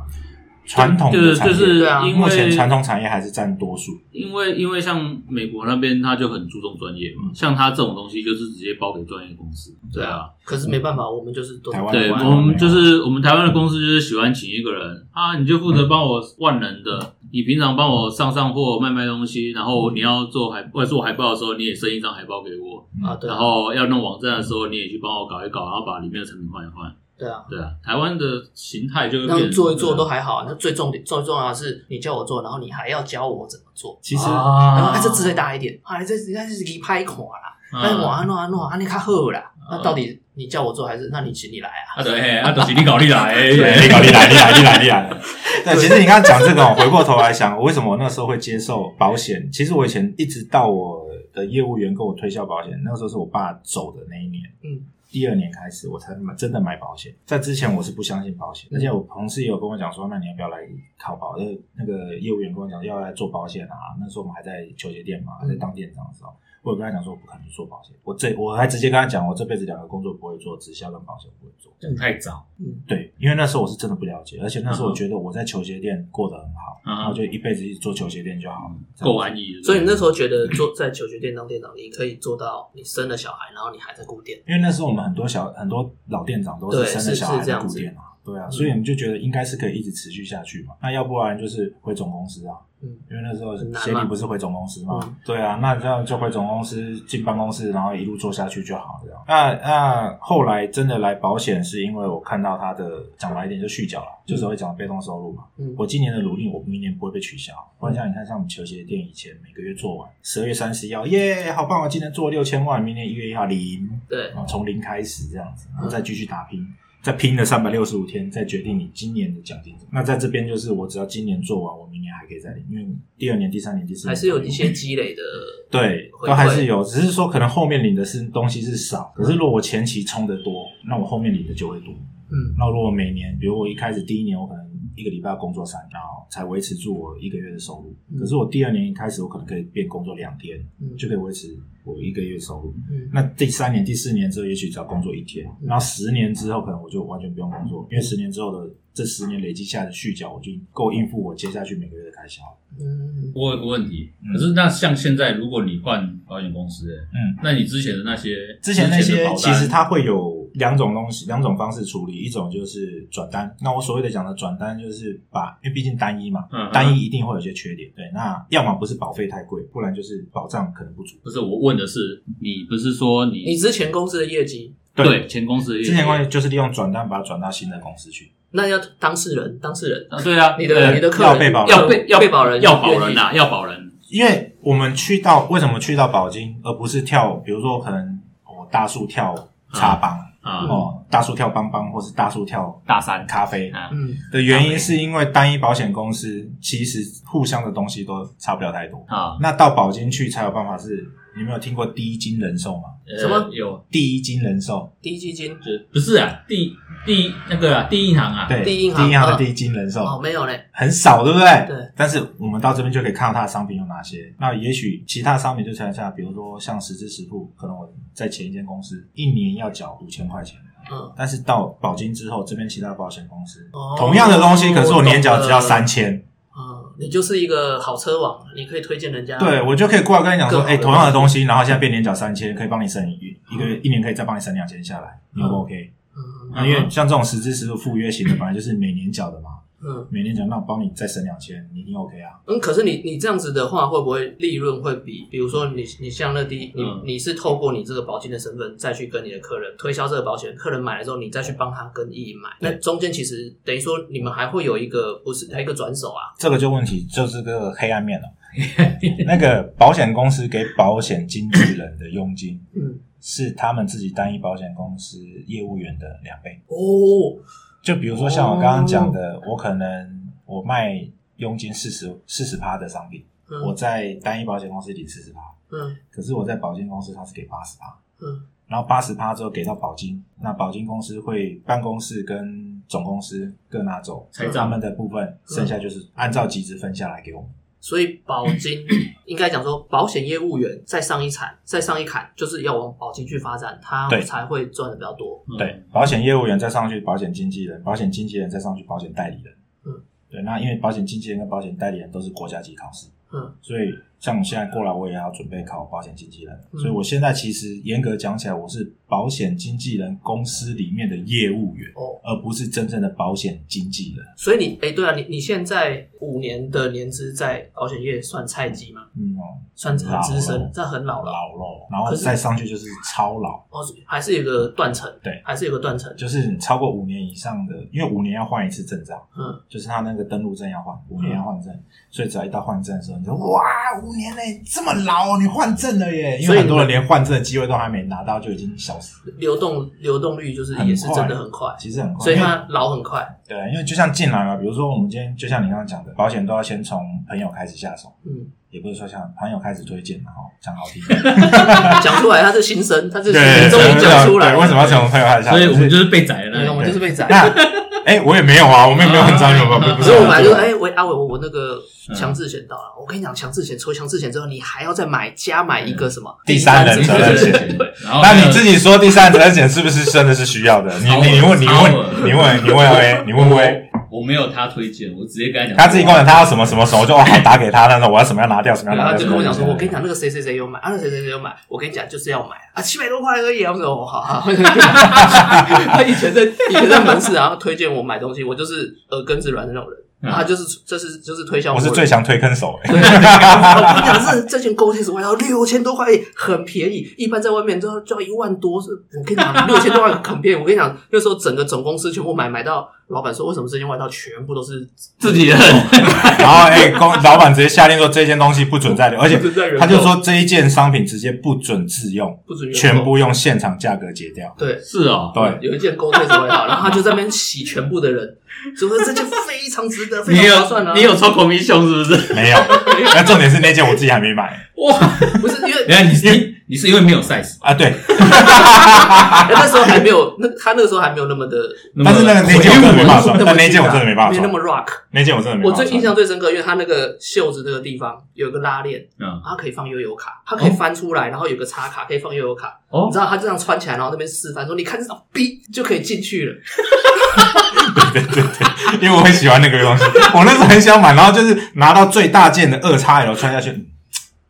[SPEAKER 2] 传统
[SPEAKER 4] 就
[SPEAKER 2] 的
[SPEAKER 4] 是
[SPEAKER 2] 产
[SPEAKER 4] 就
[SPEAKER 2] 业，
[SPEAKER 4] 是
[SPEAKER 1] 对啊
[SPEAKER 4] 因
[SPEAKER 2] 目前传
[SPEAKER 4] 为
[SPEAKER 2] 统产业还是占多数。
[SPEAKER 4] 因为因为像美国那边，他就很注重专业
[SPEAKER 2] 嗯
[SPEAKER 4] 嘛，像他这种东西就是直接包给专业公司。对啊，
[SPEAKER 1] 可是没办法，我们就是都
[SPEAKER 2] 台湾
[SPEAKER 4] 对
[SPEAKER 2] 台
[SPEAKER 4] 我们就是我们台湾的公司就是喜欢请一个人啊，你就负责帮我万能的，你平常帮我上上货、卖卖东西，然后
[SPEAKER 1] 嗯
[SPEAKER 4] 你要做海或者做海报的时候，你也生一张海报给我，
[SPEAKER 1] 啊，对
[SPEAKER 4] 然
[SPEAKER 1] 啊，
[SPEAKER 4] 后要弄网站的时候，你也去帮我搞一搞，然后把里面的产品换一换。
[SPEAKER 1] 对啊。
[SPEAKER 4] 对啊，台湾的形态就会
[SPEAKER 1] 他
[SPEAKER 4] 变成
[SPEAKER 1] 们做一做都还好，那最重点、最重要的是你叫我做，然后你还要教我怎么做。
[SPEAKER 2] 其实
[SPEAKER 1] 然后
[SPEAKER 4] 啊
[SPEAKER 1] 啊，这字再大一点，啊，这这这是离拍款啦。哎，我
[SPEAKER 4] 啊，
[SPEAKER 1] 安诺安诺安尼较好啦。那到底你叫我做还是那你请你来啊？
[SPEAKER 3] 啊对，嘿啊都是你搞你 来，
[SPEAKER 4] 哎
[SPEAKER 2] 对，你搞你来，你来，你来，你来。 对，其实你刚刚讲这个，我哦回过头来想，我为什么我那时候会接受保险？其实我以前一直到我的业务员跟我推销保险，那个时候是我爸走的那一年，
[SPEAKER 1] 嗯，
[SPEAKER 2] 第二年开始我才买真的买保险。在之前我是不相信保险，而且我同事也有跟我讲说，那你要不要来考保？因为那个业务员跟我讲要来做保险啊，那时候我们还在球鞋店嘛，还在当店长的时候。我有跟他讲说，我不可能做保险，我这我还直接跟他讲，我这辈子两个工作不会做，直销跟保险不会做。
[SPEAKER 3] 太早，
[SPEAKER 2] 对，因为那时候我是真的不了解，而且那
[SPEAKER 1] 嗯
[SPEAKER 2] 时候我觉得我在球鞋店过得很好，
[SPEAKER 3] 嗯哼
[SPEAKER 2] 然后就一辈子一直做球鞋店就
[SPEAKER 1] 嗯
[SPEAKER 2] 好了，这
[SPEAKER 4] 啊
[SPEAKER 2] 样
[SPEAKER 4] 够安逸了。
[SPEAKER 1] 所以你那时候觉得做在球鞋店当店长，你可以做到你生了小孩，然后你还在顾店。
[SPEAKER 2] 因为那时候我们很多小很多老店长都是
[SPEAKER 1] 对
[SPEAKER 2] 生了
[SPEAKER 1] 是
[SPEAKER 2] 小
[SPEAKER 1] 是
[SPEAKER 2] 孩
[SPEAKER 1] 这
[SPEAKER 2] 的
[SPEAKER 1] 样
[SPEAKER 2] 固
[SPEAKER 1] 子嗯
[SPEAKER 2] 店啊，对啊，所以我们就觉得应该是可以一直持续下去嘛。那要不然就是回总公司啊，
[SPEAKER 1] 嗯，
[SPEAKER 2] 因为那时候
[SPEAKER 1] 很难
[SPEAKER 2] 协
[SPEAKER 1] 嘛
[SPEAKER 2] 理不是回总公司嘛，
[SPEAKER 1] 嗯
[SPEAKER 2] 对啊，那这样就回总公司进办公室，然后一路做下去就好这样。那那后来真的来保险，是因为我看到他的讲白一点就续缴了，就是会讲被动收入嘛。
[SPEAKER 1] 嗯
[SPEAKER 2] 我今年的努力，我明年不会被取消。不然像你看，像我们球鞋店以前每个月做完，十二月三十要耶，好棒！我哦今年做六千万，明年一月一号零，
[SPEAKER 1] 对
[SPEAKER 2] 啊从零开始这样子，然后再继续打拼，再拼了三百六十五天，再决定你今年的奖金。那在这边就是，我只要今年做完，我明年还可以再领，因为第二年、第三年、第四年
[SPEAKER 1] 还是有一些积累的。
[SPEAKER 2] 对，
[SPEAKER 1] 回馈
[SPEAKER 2] 都还是有，只是说可能后面领的是东西是少，可是如果我前期冲的多，那我后面领的就会多。
[SPEAKER 1] 嗯，
[SPEAKER 2] 那如果每年，比如我一开始第一年，我可能一个礼拜工作三天，然后才维持住我一个月的收入。
[SPEAKER 1] 嗯
[SPEAKER 2] 可是我第二年一开始，我可能可以变工作两天，
[SPEAKER 1] 嗯
[SPEAKER 2] 就可以维持我一个月收入。
[SPEAKER 1] 嗯
[SPEAKER 2] 那第三年、第四年之后，也许只要工作一天，
[SPEAKER 3] 嗯
[SPEAKER 2] 然后十年之后，可能我就完全不用工作，因为十年之后的这十年累积下的续缴，我就够应付我接下去每个月的开销。
[SPEAKER 1] 嗯，
[SPEAKER 3] 我有个问题
[SPEAKER 2] 嗯，
[SPEAKER 3] 可是那像现在，如果你换保险公司，
[SPEAKER 2] 嗯，
[SPEAKER 3] 那你之前的那些，
[SPEAKER 2] 之前那
[SPEAKER 3] 的
[SPEAKER 2] 些
[SPEAKER 3] 保单
[SPEAKER 2] 其实它会有两种东西、两种方式处理，一种就是转单。那我所谓的讲的转单，就是把，因为毕竟单一嘛，
[SPEAKER 3] 嗯嗯
[SPEAKER 2] 单一一定会有些缺点。对，那要么不是保费太贵，不然就是保障可能不足。
[SPEAKER 3] 不是我问的是，你不是说你
[SPEAKER 1] 你之前公司的业绩，
[SPEAKER 2] 对
[SPEAKER 3] 对前公司的业绩
[SPEAKER 2] 之前关系就是利用转单把它转到新的公司去，
[SPEAKER 1] 那要当事人，当事人，
[SPEAKER 3] 啊对啊，
[SPEAKER 1] 你的
[SPEAKER 3] 呃
[SPEAKER 1] 你的客
[SPEAKER 2] 要
[SPEAKER 1] 人
[SPEAKER 2] 被保人
[SPEAKER 3] 要被要
[SPEAKER 1] 被保人啊
[SPEAKER 3] 要保人
[SPEAKER 1] 愿意
[SPEAKER 3] 呐，要保人，
[SPEAKER 2] 因为我们去到为什么去到保金，而不是跳，比如说可能我大树跳插帮、
[SPEAKER 3] 啊，
[SPEAKER 2] 哦，大树跳帮帮，或是大树跳
[SPEAKER 3] 大三
[SPEAKER 2] 咖啡。
[SPEAKER 3] 啊，
[SPEAKER 1] 嗯，
[SPEAKER 2] 的原因是因为单一保险公司其实互相的东西都差不了太多。
[SPEAKER 3] 啊，
[SPEAKER 2] 那到保金去才有办法是，你没有听过第一金人寿吗？
[SPEAKER 3] 呃
[SPEAKER 1] 什么
[SPEAKER 3] 有？
[SPEAKER 2] 第一金人寿，
[SPEAKER 1] 低基金
[SPEAKER 3] 就不是啊，第第那个啊，第一行啊，
[SPEAKER 2] 对，
[SPEAKER 1] 第一
[SPEAKER 2] 一
[SPEAKER 1] 银行
[SPEAKER 2] 行的
[SPEAKER 1] 嗯
[SPEAKER 2] 第一金人寿、
[SPEAKER 1] 哦，没有嘞，
[SPEAKER 2] 很少，对不对？
[SPEAKER 1] 对。
[SPEAKER 2] 但是我们到这边就可以看到它的商品有哪些。那也许其他商品就像像，比如说像十之十付，可能我在前一间公司一年要缴五千块钱，
[SPEAKER 1] 嗯，
[SPEAKER 2] 但是到保金之后，这边其他保险公司、
[SPEAKER 1] 哦
[SPEAKER 2] 同样的东西，可是我年缴只要
[SPEAKER 1] 我懂了
[SPEAKER 2] 三千，
[SPEAKER 1] 嗯，你就是一个好车王，你可以推荐人家。
[SPEAKER 2] 对我就可以过来跟你讲说，
[SPEAKER 1] 更好
[SPEAKER 2] 哎、
[SPEAKER 1] 的
[SPEAKER 2] 同样的东西，然后现在变年缴三千，可以帮你省一一个月一年可以再帮你省两千下来，你 O 不 OK？
[SPEAKER 1] 嗯，
[SPEAKER 2] 那因为像这种实支实付赴约型的，本来就是每年缴的嘛。
[SPEAKER 1] 嗯
[SPEAKER 2] 每年讲那我帮你再省两千，你一定 OK 啊？
[SPEAKER 1] 嗯，可是你你这样子的话，会不会利润会比，比如说你你像那第一，你、
[SPEAKER 3] 嗯
[SPEAKER 1] 你是透过你这个保金的身份再去跟你的客人推销这个保险，客人买了之后，你再去帮他跟意买，那中间其实等于说你们还会有一个不是还有一个转手啊，
[SPEAKER 2] 这个就问题就是个黑暗面了。 那个保险公司给保险经纪人的佣金
[SPEAKER 1] 嗯，
[SPEAKER 2] 是他们自己单一保险公司业务员的两倍。
[SPEAKER 1] 哦，
[SPEAKER 2] 就比如说像我刚刚讲的，我可能我卖佣金四十四十趴的商品，
[SPEAKER 1] 嗯
[SPEAKER 2] 我在单一保险公司领四十趴，
[SPEAKER 1] 嗯
[SPEAKER 2] 可是我在保金公司它是给八十趴，
[SPEAKER 1] 嗯
[SPEAKER 2] 然后八十趴之后给到保金，那保金公司会办公室跟总公司各拿走
[SPEAKER 3] 财
[SPEAKER 2] 他
[SPEAKER 3] 账
[SPEAKER 2] 们的部分，剩下就是按照级值分下来给我们。
[SPEAKER 1] 所以保 金应该讲说，保险业务员再上一产，再上一坎，就是要往保金去发展，他
[SPEAKER 2] 对
[SPEAKER 1] 才会赚的比较多。
[SPEAKER 3] 嗯
[SPEAKER 2] 对，保险业务员再上去保险经纪人，保险经纪人再上去保险代理人。
[SPEAKER 1] 嗯，
[SPEAKER 2] 对，那因为保险经纪人跟保险代理人都是国家级考试。
[SPEAKER 1] 嗯，
[SPEAKER 2] 所以像我现在过来，我也要准备考保险经纪人，
[SPEAKER 1] 嗯
[SPEAKER 2] 所以我现在其实严格讲起来，我是保险经纪人公司里面的业务员，
[SPEAKER 1] 哦，
[SPEAKER 2] 而不是真正的保险经纪人。
[SPEAKER 1] 所以你哎、对啊，你你现在五年的年资在保险业算菜鸡吗？
[SPEAKER 2] 嗯哦，
[SPEAKER 1] 算很资
[SPEAKER 2] 老
[SPEAKER 1] 深
[SPEAKER 2] 了，
[SPEAKER 1] 这很老了
[SPEAKER 2] 老喽，然后
[SPEAKER 1] 可是
[SPEAKER 2] 再上去就是超老，
[SPEAKER 1] 哦，还是有一个断层，
[SPEAKER 2] 对
[SPEAKER 1] 还是有一个断层，
[SPEAKER 2] 就是你超过五年以上的，因为五年要换一次证照。
[SPEAKER 1] 嗯，
[SPEAKER 2] 就是他那个登录证要换，五年要换证，所以只要一到换证的时候，你说哇，五年嘞、这么老、哦你换证了耶！因
[SPEAKER 1] 所以
[SPEAKER 2] 为
[SPEAKER 1] 你
[SPEAKER 2] 很多人连换证的机会都还没拿到，就已经消失了，
[SPEAKER 1] 流动流动率就是也是真的很快，
[SPEAKER 2] 其实很快。
[SPEAKER 1] 所以
[SPEAKER 2] 因为
[SPEAKER 1] 它老很快，
[SPEAKER 2] 对，因为就像进来嘛，比如说我们今天就像你刚刚讲的，保险都要先从朋友开始下手，
[SPEAKER 1] 嗯，
[SPEAKER 2] 也不是说像朋友开始推荐嘛，哦，讲好 听，
[SPEAKER 1] 讲出来它是心声，它是
[SPEAKER 2] 对对，
[SPEAKER 1] 终于讲出来
[SPEAKER 2] 对
[SPEAKER 1] 了，
[SPEAKER 2] 为什么要从朋友开始下手？
[SPEAKER 3] 所以我们
[SPEAKER 2] 就
[SPEAKER 3] 就是被宰了
[SPEAKER 1] 对？我
[SPEAKER 3] 那
[SPEAKER 1] 们
[SPEAKER 3] 里。
[SPEAKER 1] 就是被宰。
[SPEAKER 2] 那，哎，我也没有啊，我们也没有很张有吧？不
[SPEAKER 1] 可是
[SPEAKER 2] 是
[SPEAKER 1] 我
[SPEAKER 2] 啊，
[SPEAKER 1] 本来就
[SPEAKER 2] 对啊
[SPEAKER 1] 哎，喂阿伟，我我那个
[SPEAKER 2] 啊
[SPEAKER 1] 强制险到了，我跟你讲，强制险除了强制险之后，你还要再买加买一个什么
[SPEAKER 2] 嗯第三人责任
[SPEAKER 1] 第三
[SPEAKER 2] 险
[SPEAKER 1] 人责对，
[SPEAKER 3] 然后
[SPEAKER 2] 那
[SPEAKER 3] 还有
[SPEAKER 2] 你自己说第三责任险是不是真的是需要的？你你你问你问你问你问 A，你问 A，
[SPEAKER 4] 我没有他推荐，我直接跟他讲
[SPEAKER 2] 他自己跟我讲他要什么什么什么，我就哦好打给他，但是我要什么要拿掉，什么要
[SPEAKER 1] 然
[SPEAKER 2] 拿
[SPEAKER 1] 后他
[SPEAKER 2] 掉。
[SPEAKER 1] 啊就跟我讲说，
[SPEAKER 2] 什
[SPEAKER 1] 我
[SPEAKER 2] 么要拿
[SPEAKER 1] 跟
[SPEAKER 2] 掉
[SPEAKER 1] 你讲，那个谁谁谁有买，啊，那个谁谁谁有买，我跟你讲就是要买啊，七百多块而已啊。我说哦，好好。 他以前在以前在门市，然后推荐我买东西，我就是耳根子软的那种人，
[SPEAKER 3] 嗯
[SPEAKER 1] 然后他就是这是就是推销
[SPEAKER 2] 嗯我
[SPEAKER 1] 的
[SPEAKER 2] 是最强推坑手欸，
[SPEAKER 1] 我跟你讲，这这件 g o t e x 外套六千多块哎很便宜，一般在外面都要叫一万多。是我跟你 讲，六千多块很便宜。我跟你讲，那时候整个总公司全部买，买到老板说，为什么这件外套全部都是
[SPEAKER 4] 自 己人，
[SPEAKER 2] 然后哎，公老板直接下令说这件东西不准再留，而且
[SPEAKER 1] 不准再留
[SPEAKER 2] 他就说这一件商品直接不准自用，
[SPEAKER 1] 不准员工
[SPEAKER 2] 全部用现场价格结掉。
[SPEAKER 1] 对。
[SPEAKER 4] 是哦，
[SPEAKER 2] 对，
[SPEAKER 1] 有一件 g o t e x 外套，然后他就在那边洗全部的 人，就说这件非常值得，非
[SPEAKER 4] 你
[SPEAKER 1] 常划算啊！
[SPEAKER 4] 有你有抽孔明熊是不是？
[SPEAKER 2] 没有，那重点是那件我自己还没买
[SPEAKER 1] 哇？不是因为
[SPEAKER 3] 等一下你你你是因为没有 size，
[SPEAKER 2] 啊。对，
[SPEAKER 1] 那时候还没有，那他那个时候还没有那么的，
[SPEAKER 2] 但是那
[SPEAKER 3] 呃
[SPEAKER 2] 个那件我真的没办法穿，
[SPEAKER 1] 那么
[SPEAKER 2] 但那件我真的没办法
[SPEAKER 1] 没那
[SPEAKER 2] 穿
[SPEAKER 1] 么，rock。
[SPEAKER 2] 那件我真的没
[SPEAKER 1] 我
[SPEAKER 2] 办法
[SPEAKER 1] 最
[SPEAKER 2] 穿。
[SPEAKER 1] 印象最深刻，因为他那个袖子那个地方有一个拉链，
[SPEAKER 3] 嗯，
[SPEAKER 1] 它可以放悠游卡，它可以翻出来，然后有个插卡可以放悠游卡。
[SPEAKER 3] 哦
[SPEAKER 1] 你知道他这样穿起来，然后那边示范说：“你看这种逼就可以进去了。
[SPEAKER 2] 对对对，因为我很喜欢那个东西，我那时候很想买，然后就是拿到最大件的二叉 L 穿下去，嗯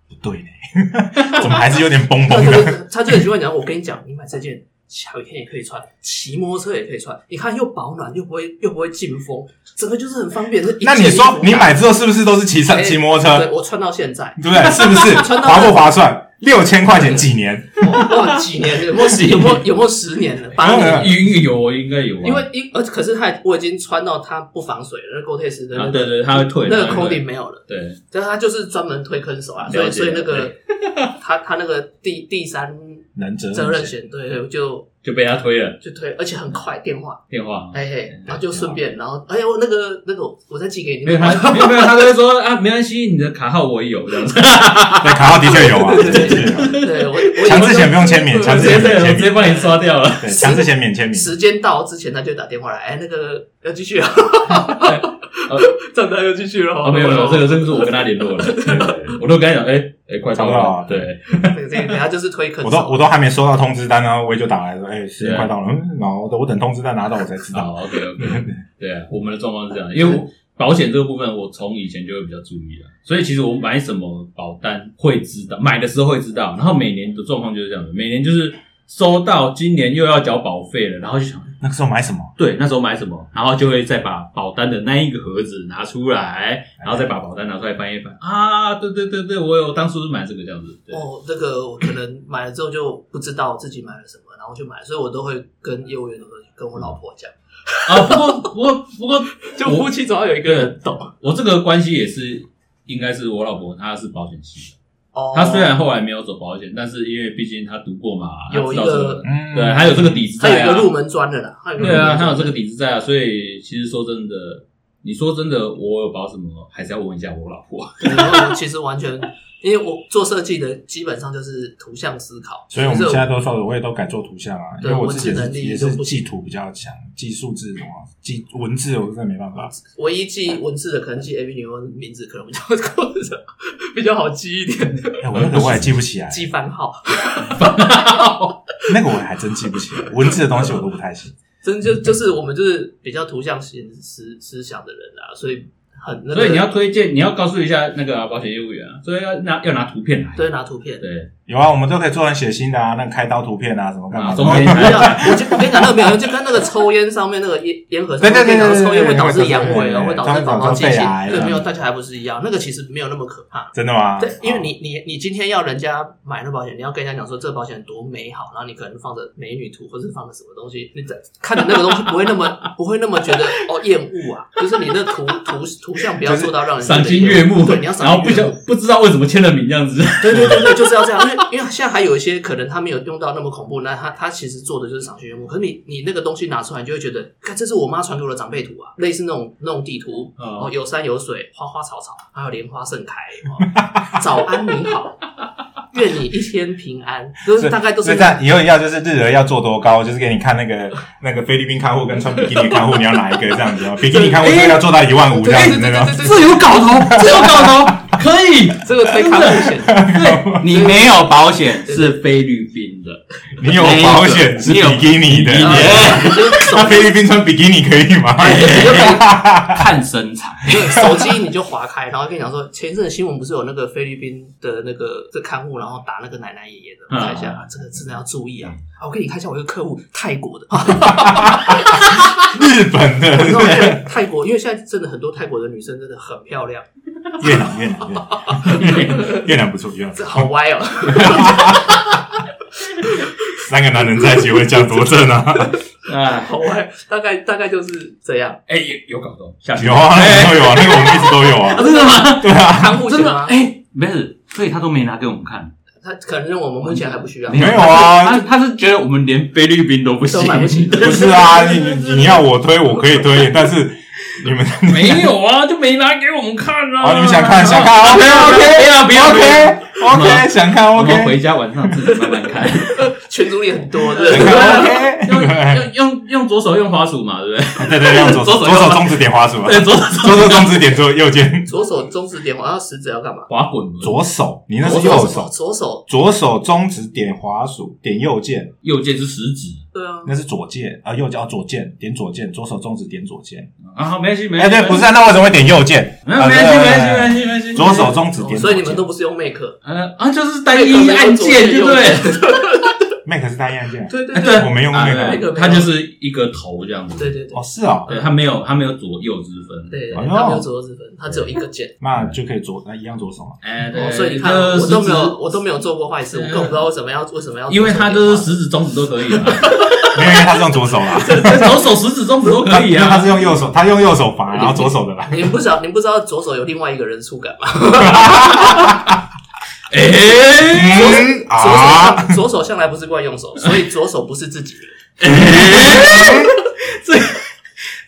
[SPEAKER 2] 不对呢，怎么还是有点崩”
[SPEAKER 1] 他
[SPEAKER 2] 崩
[SPEAKER 1] 就
[SPEAKER 2] 的？
[SPEAKER 1] 是他就很喜欢讲：“我跟你讲，你买这件小天也可以穿，骑摩托车也可以穿，你看又保暖又不会又不会进风，整个就是很方便。这一件
[SPEAKER 2] 那你
[SPEAKER 1] 衣
[SPEAKER 2] 说
[SPEAKER 1] 服
[SPEAKER 2] 你买之后是不是都是骑车
[SPEAKER 1] 哎
[SPEAKER 2] 骑摩托
[SPEAKER 1] 对
[SPEAKER 2] 车，
[SPEAKER 1] 我穿到现在，
[SPEAKER 2] 对不对？是不是
[SPEAKER 1] 穿到
[SPEAKER 2] 划不划算？六千块钱几年？
[SPEAKER 1] 哇哦哇几年有没有有没有有没有十年了？八
[SPEAKER 2] 没有没
[SPEAKER 1] 年
[SPEAKER 2] 有。
[SPEAKER 3] 应该有应该有啊，
[SPEAKER 1] 因为因而可是它我已经穿到它不防水了，那 Gore-Tex 的那
[SPEAKER 3] 啊
[SPEAKER 1] 个
[SPEAKER 3] 对对，他会退
[SPEAKER 1] 那个
[SPEAKER 3] 它会退
[SPEAKER 1] coding 没有了，
[SPEAKER 3] 对，
[SPEAKER 1] 但他就是专门推坑手啊，所以
[SPEAKER 3] 了解
[SPEAKER 1] 所以那个 他他那个第第三
[SPEAKER 2] 能责
[SPEAKER 1] 责任
[SPEAKER 2] 任险
[SPEAKER 1] 险，对对，就
[SPEAKER 3] 就被他推了
[SPEAKER 1] 就推，而且很快电话，
[SPEAKER 3] 电话。
[SPEAKER 1] 嘿嘿，然后就顺便，然后哎呦那个那个我再寄给你，
[SPEAKER 3] 没有
[SPEAKER 1] 那个
[SPEAKER 3] 他，没有没有，他都会说啊，没关系，你的卡号我有这样子，
[SPEAKER 2] 对，卡号的确有啊，
[SPEAKER 1] 对对
[SPEAKER 2] 的确有
[SPEAKER 1] 对我我
[SPEAKER 2] 强制险不用签名，强
[SPEAKER 3] 直
[SPEAKER 2] 制险
[SPEAKER 3] 接对
[SPEAKER 2] 免
[SPEAKER 3] 我
[SPEAKER 2] 签
[SPEAKER 3] 直接
[SPEAKER 2] 名，
[SPEAKER 3] 帮你刷掉了。
[SPEAKER 2] 对，强制险免签名。
[SPEAKER 1] 时间到之前他就打电话来，哎那个要继续啊，这样他又继续了，
[SPEAKER 3] 哦，没有没有，这个这个是我跟他联 络了，我都跟他讲，哎哎，快到
[SPEAKER 2] 差不多啊
[SPEAKER 3] 了，对，
[SPEAKER 1] 对对对，他就是推坑
[SPEAKER 2] 我都
[SPEAKER 1] 手，
[SPEAKER 2] 我都还没收到通知单，然后我也就打来说，哎，时间
[SPEAKER 3] 对啊
[SPEAKER 2] 快到了，嗯，然后我等通知单拿到我才知道。
[SPEAKER 3] 好，OK OK，对啊，我们的状况是这样，因为我保险这个部分，我从以前就会比较注意了，所以其实我买什么保单会知道，买的时候会知道，然后每年的状况就是这样的，每年就是收到今年又要缴保费了，然后就想
[SPEAKER 2] 那个时候买什么？
[SPEAKER 3] 对，那时候买什么，然后就会再把保单的那一个盒子拿出来，然后再把保单拿出来翻一翻啊，对对对对，我有当初是买这个这样子，
[SPEAKER 1] 嗯
[SPEAKER 3] 对
[SPEAKER 1] 哦，这个我可能买了之后就不知道自己买了什么，然后就买，所以我都会跟业务员跟我老婆讲，
[SPEAKER 3] 啊，不过不过不 过，
[SPEAKER 1] 就夫妻总要有一个人懂。
[SPEAKER 3] 我这个关系也是，应该是我老婆她是保险系的，
[SPEAKER 1] 哦，
[SPEAKER 3] 她虽然后来没有走保险，但是因为毕竟她读过嘛，她
[SPEAKER 1] 有
[SPEAKER 3] 知
[SPEAKER 1] 一
[SPEAKER 3] 道这个
[SPEAKER 1] 个，
[SPEAKER 2] 嗯，
[SPEAKER 3] 对，还有这个底子
[SPEAKER 1] 他有
[SPEAKER 3] 在
[SPEAKER 1] 一
[SPEAKER 3] 啊，
[SPEAKER 1] 个入门砖的啦，他有一个
[SPEAKER 3] 对
[SPEAKER 1] 入
[SPEAKER 3] 啊，
[SPEAKER 1] 门
[SPEAKER 3] 他
[SPEAKER 1] 砖
[SPEAKER 3] 有这个底子在啊，所以其实说真的，你说真的，我有保什么，还是要问一下我老 婆。
[SPEAKER 1] 然后其实完全，因为我做设计的基本上就是图像思考，
[SPEAKER 2] 所以我们
[SPEAKER 1] 就是
[SPEAKER 2] 现在都说，我也都改做图像啊，因
[SPEAKER 1] 对
[SPEAKER 2] 为我自己也
[SPEAKER 1] 文字
[SPEAKER 2] 是
[SPEAKER 1] 能力
[SPEAKER 2] 也
[SPEAKER 1] 就是不行
[SPEAKER 2] 记图比较强，记数字的话，记文字我真的没办法。
[SPEAKER 1] 唯一记文字的，可能记 AV 女优名字，可能比较比较好记一点，
[SPEAKER 2] 哎，我那个我也记不起 来，
[SPEAKER 1] 记番号，
[SPEAKER 2] 那个我还真记不起来，文字的东西我都不太行。
[SPEAKER 1] 真就就是我们就是比较图像型思思想的人啊，所以很那个，
[SPEAKER 3] 所以你要推荐，你要告诉一下那个啊保险业务员啊，所以要拿要拿图片来。
[SPEAKER 1] 对拿图片。
[SPEAKER 3] 对，
[SPEAKER 2] 有啊，我们都可以做成血腥的啊，那个开刀图片啊，什么干嘛
[SPEAKER 3] 啊，
[SPEAKER 2] 的？
[SPEAKER 3] 中 间
[SPEAKER 1] 不要，我就我跟你讲，那个没有用，就跟那个抽烟上面那个烟烟盒上
[SPEAKER 2] 对对
[SPEAKER 1] 面
[SPEAKER 2] 对
[SPEAKER 1] 讲
[SPEAKER 2] 对对
[SPEAKER 1] 抽烟会导致
[SPEAKER 2] 对对对
[SPEAKER 1] 阳痿啊，
[SPEAKER 2] 对
[SPEAKER 1] 会导致
[SPEAKER 2] 对对
[SPEAKER 1] 宝宝
[SPEAKER 2] 对
[SPEAKER 1] 进
[SPEAKER 2] 对
[SPEAKER 1] 行
[SPEAKER 2] 肺癌，
[SPEAKER 1] 对，没有，
[SPEAKER 2] 嗯
[SPEAKER 1] 大家还不是一样，那个其实没有那么可怕。
[SPEAKER 2] 真的吗？哦
[SPEAKER 1] 对，因为你你你今天要人家买那保险，你要跟人家讲说这个保险多美好，然后你可能放着美女图或是放着什么东西，你在看着那个东西不会那么 不会那么觉得哦厌恶啊，就是你的图图图像不要做到让人
[SPEAKER 3] 赏
[SPEAKER 1] 觉得
[SPEAKER 3] 心悦目，
[SPEAKER 1] 对，你要
[SPEAKER 3] 然后
[SPEAKER 1] 赏
[SPEAKER 3] 不
[SPEAKER 1] 心
[SPEAKER 3] 知
[SPEAKER 1] 悦
[SPEAKER 3] 道
[SPEAKER 1] 目，
[SPEAKER 3] 不知道为什么签了名 这样子。
[SPEAKER 1] 对对对对，就是要这样，因为因为现在还有一些可能他没有用到那么恐怖，那他他其实做的就是赏心悦目，可是你你那个东西拿出来，你就会觉得，看这是我妈传给我的长辈图啊，类似那种那种地图，哦，
[SPEAKER 3] 哦，
[SPEAKER 1] 有山有水，花花草草，还有莲花盛开。哦早安，你好，愿你一天平安，就是
[SPEAKER 2] 所以
[SPEAKER 1] 大概都
[SPEAKER 2] 所
[SPEAKER 1] 是
[SPEAKER 2] 以这样以后要就是日额要做多高，就是给你看那个那个菲律宾看护跟穿比基尼的看护，你要哪一个这样子哦？比基尼看护这个要做到一万五这
[SPEAKER 1] 哎对
[SPEAKER 2] 样
[SPEAKER 1] 对对对对
[SPEAKER 2] 子那种。
[SPEAKER 3] 这
[SPEAKER 1] 对，
[SPEAKER 3] 有搞头，这有 搞头，可以。
[SPEAKER 1] 这个推康路险，
[SPEAKER 3] 对，你没有保险是菲律宾的，
[SPEAKER 2] 你有保险是比基尼的
[SPEAKER 3] 你，有
[SPEAKER 1] 你就手
[SPEAKER 2] 那菲律宾穿比基尼可以 吗？
[SPEAKER 1] 你就可以
[SPEAKER 3] 看身材。
[SPEAKER 1] 对手机你就划开，然后跟你讲说，前一阵子新闻不是有那个菲律宾的那个这看护，然后打那个奶奶爷爷的，我
[SPEAKER 3] 嗯
[SPEAKER 1] 看一下、啊，这个真的要注意啊！啊，我给你看一下我一个客户，泰国的，
[SPEAKER 2] 日本的，
[SPEAKER 1] 然
[SPEAKER 2] 对
[SPEAKER 1] 后
[SPEAKER 2] 不对
[SPEAKER 1] 泰国，因为现在真的很多泰国的女生真的很漂亮，
[SPEAKER 2] 越南，越南，越南，越南不错，越 南不
[SPEAKER 1] 这
[SPEAKER 2] 错。
[SPEAKER 1] 好歪哦。
[SPEAKER 2] 三个男人在一起会这样多正 啊！
[SPEAKER 3] 哎，
[SPEAKER 1] 好玩，大概大概就是这样。
[SPEAKER 3] 哎，有有搞头，下去
[SPEAKER 2] 有啊，那
[SPEAKER 3] 哎
[SPEAKER 2] 个都有啊，那个我们一直都有啊。
[SPEAKER 3] 真的吗？
[SPEAKER 2] 对啊，
[SPEAKER 1] 看护
[SPEAKER 3] 真
[SPEAKER 1] 险
[SPEAKER 3] 的？
[SPEAKER 1] 吗？
[SPEAKER 3] 哎，没事，所以他都没拿给我们看。
[SPEAKER 1] 他可能我们目前还不需要，
[SPEAKER 2] 没有啊
[SPEAKER 3] 他他是觉得我们连菲律宾都 不行
[SPEAKER 1] 都，买不起。
[SPEAKER 2] 不是啊，你你你要我推，我可以推，但是你们
[SPEAKER 3] 没有啊，就没拿给我们看啊。
[SPEAKER 2] 好，你们想看想看，OK
[SPEAKER 3] 不
[SPEAKER 2] OK
[SPEAKER 3] 要不要不要，
[SPEAKER 2] OK OK，想看
[SPEAKER 3] 我们
[SPEAKER 2] OK，
[SPEAKER 3] 回家晚上自己慢慢看，
[SPEAKER 1] 群组里很多
[SPEAKER 2] 想
[SPEAKER 1] 的，
[SPEAKER 2] 看 OK，
[SPEAKER 3] 用
[SPEAKER 2] 哎
[SPEAKER 3] 用用用左手用滑鼠嘛，对不
[SPEAKER 2] 对
[SPEAKER 3] 对？
[SPEAKER 2] 对，用左
[SPEAKER 3] 左手
[SPEAKER 2] 左手中指点滑鼠啊，
[SPEAKER 3] 对，左手
[SPEAKER 2] 左手中指点左右肩，
[SPEAKER 1] 左手中指点，然后食指要干嘛？
[SPEAKER 3] 滑滚嘛，
[SPEAKER 2] 左手，你那是右手，
[SPEAKER 1] 左手，
[SPEAKER 2] 左手中指点滑鼠，点右键，
[SPEAKER 3] 右键是食指
[SPEAKER 1] 对啊，
[SPEAKER 2] 那是左键啊，右键哦左键，点左键，左手中指点左键。
[SPEAKER 3] 啊，好没关系，没
[SPEAKER 2] 哎，
[SPEAKER 3] 关系，
[SPEAKER 2] 对，不是，啊，那为什么会点右键？
[SPEAKER 3] 没有，没关系，没关系，没关系，没关系，
[SPEAKER 2] 左手中指点左键，
[SPEAKER 1] 所以你们都不是用 Make，
[SPEAKER 3] 呃啊，就是单一按键，对不对？
[SPEAKER 2] Mac 是单一按键，
[SPEAKER 1] 对对
[SPEAKER 3] 哎
[SPEAKER 1] 对
[SPEAKER 2] 我 没用过
[SPEAKER 3] 啊
[SPEAKER 2] Mac
[SPEAKER 1] 那个
[SPEAKER 3] 对它就是一个头这样子，
[SPEAKER 1] 对对对
[SPEAKER 2] 哦，是哦，
[SPEAKER 3] 对，它没有它没有左右之分，
[SPEAKER 1] 对，
[SPEAKER 2] 哎呦
[SPEAKER 1] 他没有左右之分，他只有一个键。
[SPEAKER 2] 那就可以左，那一样左手嘛。
[SPEAKER 3] 哎，对
[SPEAKER 1] 哦，，所以你看，
[SPEAKER 3] 这
[SPEAKER 1] 我都没
[SPEAKER 3] 食指
[SPEAKER 1] 有，我都没有做过坏事，我根本不知道为什么要为什么要。
[SPEAKER 3] 因为它都是食指、中指都可以啊，
[SPEAKER 2] 没有，因为他是用左手啦。
[SPEAKER 3] 左手、食指、中指都可
[SPEAKER 2] 因
[SPEAKER 3] 以
[SPEAKER 2] 为他
[SPEAKER 3] 啊。
[SPEAKER 2] 是用右手，他用右手罚，然后左手的啦。
[SPEAKER 1] 你们不知道，你们不知道左手有另外一个人触感 吗？
[SPEAKER 3] 哎
[SPEAKER 2] 嗯
[SPEAKER 1] 左
[SPEAKER 2] 啊，
[SPEAKER 1] 手左手向来不是惯用手，所 以左手不是自 己的。
[SPEAKER 3] 哎，这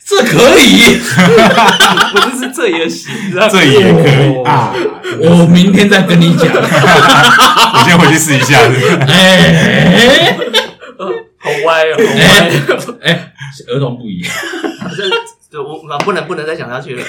[SPEAKER 3] 这可以，
[SPEAKER 1] 我就是这也行，你知道吗
[SPEAKER 2] 这也可以啊。
[SPEAKER 3] 我明天再跟你讲。
[SPEAKER 2] 我先回去试一下。是不是
[SPEAKER 3] 哎
[SPEAKER 1] 好歪哦，好歪哦。
[SPEAKER 3] 哎，儿童不宜，
[SPEAKER 1] 这对我我不能不能再讲下 去了，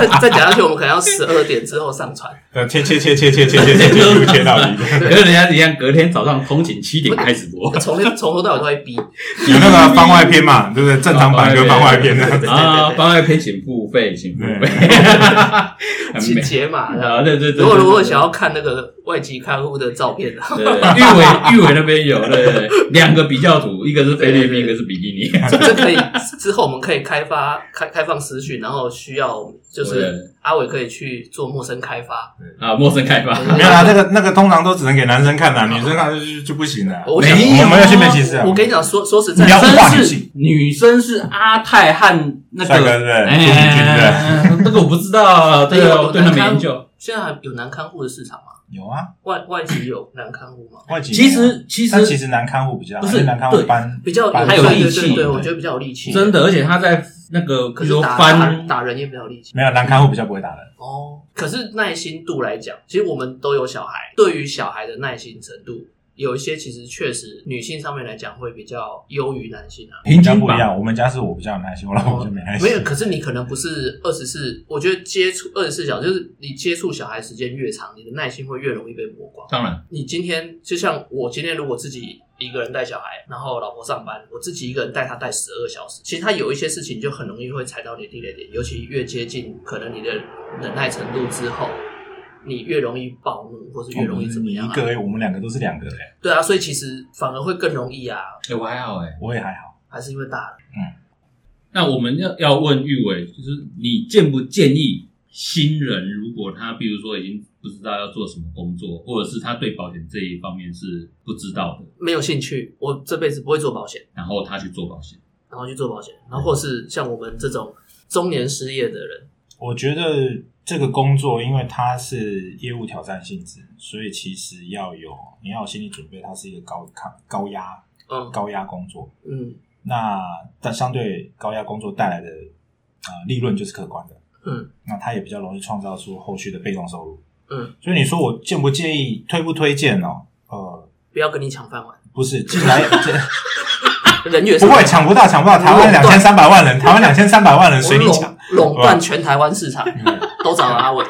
[SPEAKER 1] 再再讲下去我们可能要十二点之后上传。
[SPEAKER 2] 呃，切切切切切切切切切切到底，
[SPEAKER 3] 可是人家一样，隔天早上通勤七点开直播
[SPEAKER 1] 从那从头到尾都在逼，
[SPEAKER 2] 有那个番外篇嘛，对不对？正常版跟番外篇的，
[SPEAKER 1] 哦对
[SPEAKER 3] 啊，番外篇请付费，请付费， 很
[SPEAKER 1] 解
[SPEAKER 3] 美
[SPEAKER 1] 解码的。
[SPEAKER 3] 啊，对对对对。
[SPEAKER 1] 如果如果
[SPEAKER 3] 对
[SPEAKER 1] 想要看那个外籍看护的照片的话，
[SPEAKER 3] 对，玉伟玉伟那边有，对对对，两个比较图，一个是菲律宾，一个是比基尼，
[SPEAKER 1] 这 这可以之后我们可以开发开开放私讯，然后需要就是
[SPEAKER 3] 对
[SPEAKER 1] 阿伟可以去做陌生开发。
[SPEAKER 3] 啊，陌生开发，
[SPEAKER 2] 没有啦，那个那个通常都只能给男生看啦，女生看就就不行了。
[SPEAKER 1] 我
[SPEAKER 2] 没
[SPEAKER 1] 想
[SPEAKER 2] 有，我们要去美琪市啊。
[SPEAKER 1] 我跟你讲，说说实在
[SPEAKER 2] 你，要
[SPEAKER 3] 女
[SPEAKER 2] 化
[SPEAKER 3] 生
[SPEAKER 2] 女
[SPEAKER 3] 是
[SPEAKER 2] 性
[SPEAKER 3] 女生是阿泰和那
[SPEAKER 2] 帅哥
[SPEAKER 3] 个
[SPEAKER 2] 对不对？朱
[SPEAKER 3] 哎，那个我不知道，对
[SPEAKER 1] 对
[SPEAKER 3] 哦，
[SPEAKER 1] 我
[SPEAKER 3] 对他没研究。
[SPEAKER 1] 现在还有男看护的市场吗？
[SPEAKER 2] 有啊，
[SPEAKER 1] 外外籍有男看护吗？
[SPEAKER 2] 外籍
[SPEAKER 3] 其实其
[SPEAKER 2] 啊但其
[SPEAKER 3] 实
[SPEAKER 2] 实男看护比较好
[SPEAKER 3] 不是
[SPEAKER 2] 因为男看护
[SPEAKER 3] 对
[SPEAKER 2] 班
[SPEAKER 1] 比较有
[SPEAKER 2] 班
[SPEAKER 3] 还有
[SPEAKER 1] 对
[SPEAKER 3] 力
[SPEAKER 1] 对对
[SPEAKER 3] 气
[SPEAKER 1] 对，
[SPEAKER 2] 对
[SPEAKER 1] 我觉得比较有力气。
[SPEAKER 3] 真的，而且他在那个，
[SPEAKER 1] 可
[SPEAKER 3] 比
[SPEAKER 1] 是
[SPEAKER 3] 如说
[SPEAKER 1] 打打
[SPEAKER 3] 翻，
[SPEAKER 1] 打人也比较有力气。
[SPEAKER 2] 没有男看护比较不会打人。
[SPEAKER 1] 哦，可是耐心度来讲，其实我们都有小孩，对于小孩的耐心程度，有一些其实确实女性上面来讲会比较优于男性啊。
[SPEAKER 3] 平
[SPEAKER 2] 比较
[SPEAKER 3] 均
[SPEAKER 2] 不一
[SPEAKER 3] 吧，
[SPEAKER 2] 样，我们家是我比较有耐心，我老婆就没耐心。
[SPEAKER 1] 哦没有，可是你可能不是二十四，我觉得接触二十四小时，就是你接触小孩时间越长，你的耐心会越容易被磨光。
[SPEAKER 3] 当然
[SPEAKER 1] 你今天就像我今天如果自己一个人带小孩，然后老婆上班，我自己一个人带他带十二小时，其实他有一些事情就很容易会踩到你的地雷点，尤其越接近可能你的忍耐程度之后，你越容易暴怒，或是越容易怎么样、
[SPEAKER 2] 一
[SPEAKER 1] 啊？
[SPEAKER 2] 个而已，我们两个都是两个哎，
[SPEAKER 1] 对啊，所以其实反而会更容易啊，
[SPEAKER 3] 哎，我还好哎。
[SPEAKER 2] 我也还好。
[SPEAKER 1] 还是因为大人
[SPEAKER 3] 那我们要要问玉伟，就是你建不建议新人，如果他比如说已经不知道要做什么工作，或者是他对保险这一方面是不知道的，
[SPEAKER 1] 没有兴趣，我这辈子不会做保险，
[SPEAKER 3] 然后他去做保险，
[SPEAKER 1] 然后去做保险，然后或是像我们这种中年失业的人，
[SPEAKER 2] 我觉得这个工作，因为它是业务挑战性质，所以其实要有你要有心理准备，它是一个高抗高压
[SPEAKER 1] 嗯
[SPEAKER 2] 高压工作。
[SPEAKER 1] 嗯
[SPEAKER 2] 那但相对高压工作带来的呃利润就是可观的，
[SPEAKER 1] 嗯，
[SPEAKER 2] 那它也比较容易创造出后续的被动收入，
[SPEAKER 1] 嗯，
[SPEAKER 2] 所以你说我建不建议推不推荐哦？呃，
[SPEAKER 1] 不要跟你抢饭碗，
[SPEAKER 2] 不是，进来
[SPEAKER 1] 人越
[SPEAKER 2] 不
[SPEAKER 1] 少
[SPEAKER 2] 会抢不到，抢不到，台湾两千三百万人，台湾两千三百万人
[SPEAKER 1] 我
[SPEAKER 2] 随你抢
[SPEAKER 1] 垄。垄断全台湾市场，都找了阿 伟。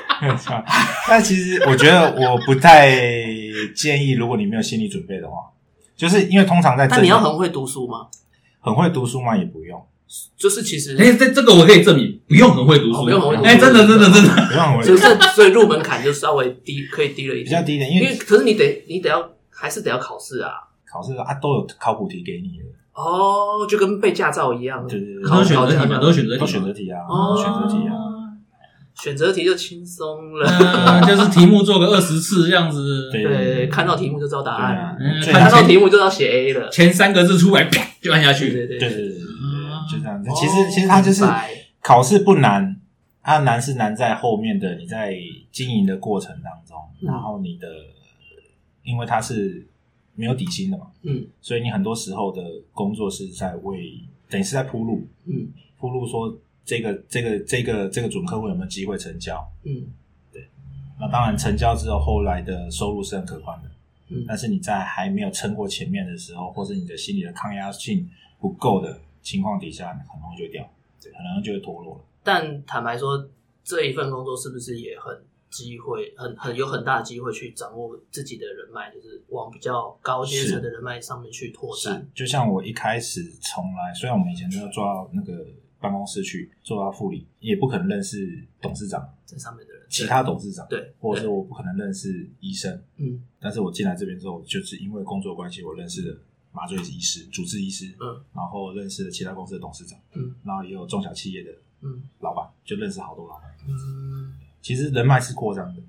[SPEAKER 2] 但其实我觉得我不太建议，如果你没有心理准备的话，就是因为通常在这
[SPEAKER 1] 但
[SPEAKER 2] 里
[SPEAKER 1] 你要很会读书吗？
[SPEAKER 2] 很会读书嘛，也不用，
[SPEAKER 1] 就是其实，
[SPEAKER 3] 哎，这这个我可以证明，不用很会读
[SPEAKER 1] 哦
[SPEAKER 3] 书，
[SPEAKER 1] 不用很会读书
[SPEAKER 3] 哎，真的真的真的，
[SPEAKER 2] 不用很会
[SPEAKER 1] 所以这所以入门槛就稍微低，可以低了一
[SPEAKER 2] 比较
[SPEAKER 1] 点。
[SPEAKER 2] 低一点，因
[SPEAKER 1] 因为
[SPEAKER 2] 为
[SPEAKER 1] 可是你得你得要还是得要考试啊。
[SPEAKER 2] 考试啊都有考古题给你的，
[SPEAKER 1] 哦，就跟背驾照一样，
[SPEAKER 2] 对对对
[SPEAKER 1] 考
[SPEAKER 3] 都是选择题嘛，都是选择题
[SPEAKER 2] 都
[SPEAKER 3] 嘛，
[SPEAKER 2] 选择题啊，
[SPEAKER 1] 哦
[SPEAKER 2] 选择题啊。
[SPEAKER 1] 选择题就轻松了。
[SPEAKER 3] 嗯，就是题目做个二十次这样子，
[SPEAKER 2] 对
[SPEAKER 1] 对，看到题目就知道答
[SPEAKER 2] 嗯对
[SPEAKER 1] 案，
[SPEAKER 2] 啊
[SPEAKER 3] 嗯，
[SPEAKER 2] 最
[SPEAKER 3] 看
[SPEAKER 1] 看
[SPEAKER 2] 难
[SPEAKER 1] 到题目就知道写 A 了。
[SPEAKER 3] 前三个字出来，啪就按下
[SPEAKER 1] 对
[SPEAKER 3] 去。
[SPEAKER 1] 对对
[SPEAKER 2] 对对
[SPEAKER 1] 对，
[SPEAKER 2] 对对对
[SPEAKER 3] 啊，
[SPEAKER 2] 就这样子
[SPEAKER 1] 哦。
[SPEAKER 2] 其实其实它就是
[SPEAKER 1] 明白
[SPEAKER 2] 考试不难，它难是难在后面的你在经营的过程当中，
[SPEAKER 1] 嗯
[SPEAKER 2] 然后你的因为它是没有底薪的嘛，
[SPEAKER 1] 嗯，
[SPEAKER 2] 所以你很多时候的工作是在为等于是在铺路，
[SPEAKER 1] 嗯
[SPEAKER 2] 铺路说这个这个这个这个准客户有没有机会成交。
[SPEAKER 1] 嗯
[SPEAKER 2] 那当然，成交之后，后来的收入是很可观的。
[SPEAKER 1] 嗯
[SPEAKER 2] 但是你在还没有撑过前面的时候，或是你的心理的抗压性不够的情况底下，很容易就掉，很容易就会脱落了。
[SPEAKER 1] 但坦白说，这一份工作是不是也很机会，很很有很大的机会去掌握自己的人脉，就是往比较高阶层的人脉上面去拓
[SPEAKER 2] 是
[SPEAKER 1] 展。，
[SPEAKER 2] 就像我一开始从来，虽然我们以前都要做到那个办公室去做到副理，也不可能认识董事长、
[SPEAKER 1] 这上面的人，
[SPEAKER 2] 其他董事长，
[SPEAKER 1] 对，
[SPEAKER 2] 或者是我不可能认识医生。
[SPEAKER 1] 嗯
[SPEAKER 2] 但是我进来这边之后，就是因为工作关系，我认识了麻醉医师、主治医师，
[SPEAKER 1] 嗯，
[SPEAKER 2] 然后认识了其他公司的董事长，
[SPEAKER 1] 嗯，
[SPEAKER 2] 然后也有中小企业的
[SPEAKER 1] 嗯
[SPEAKER 2] 老板，就认识好多老板。
[SPEAKER 1] 嗯
[SPEAKER 2] 其实人脉是扩张的。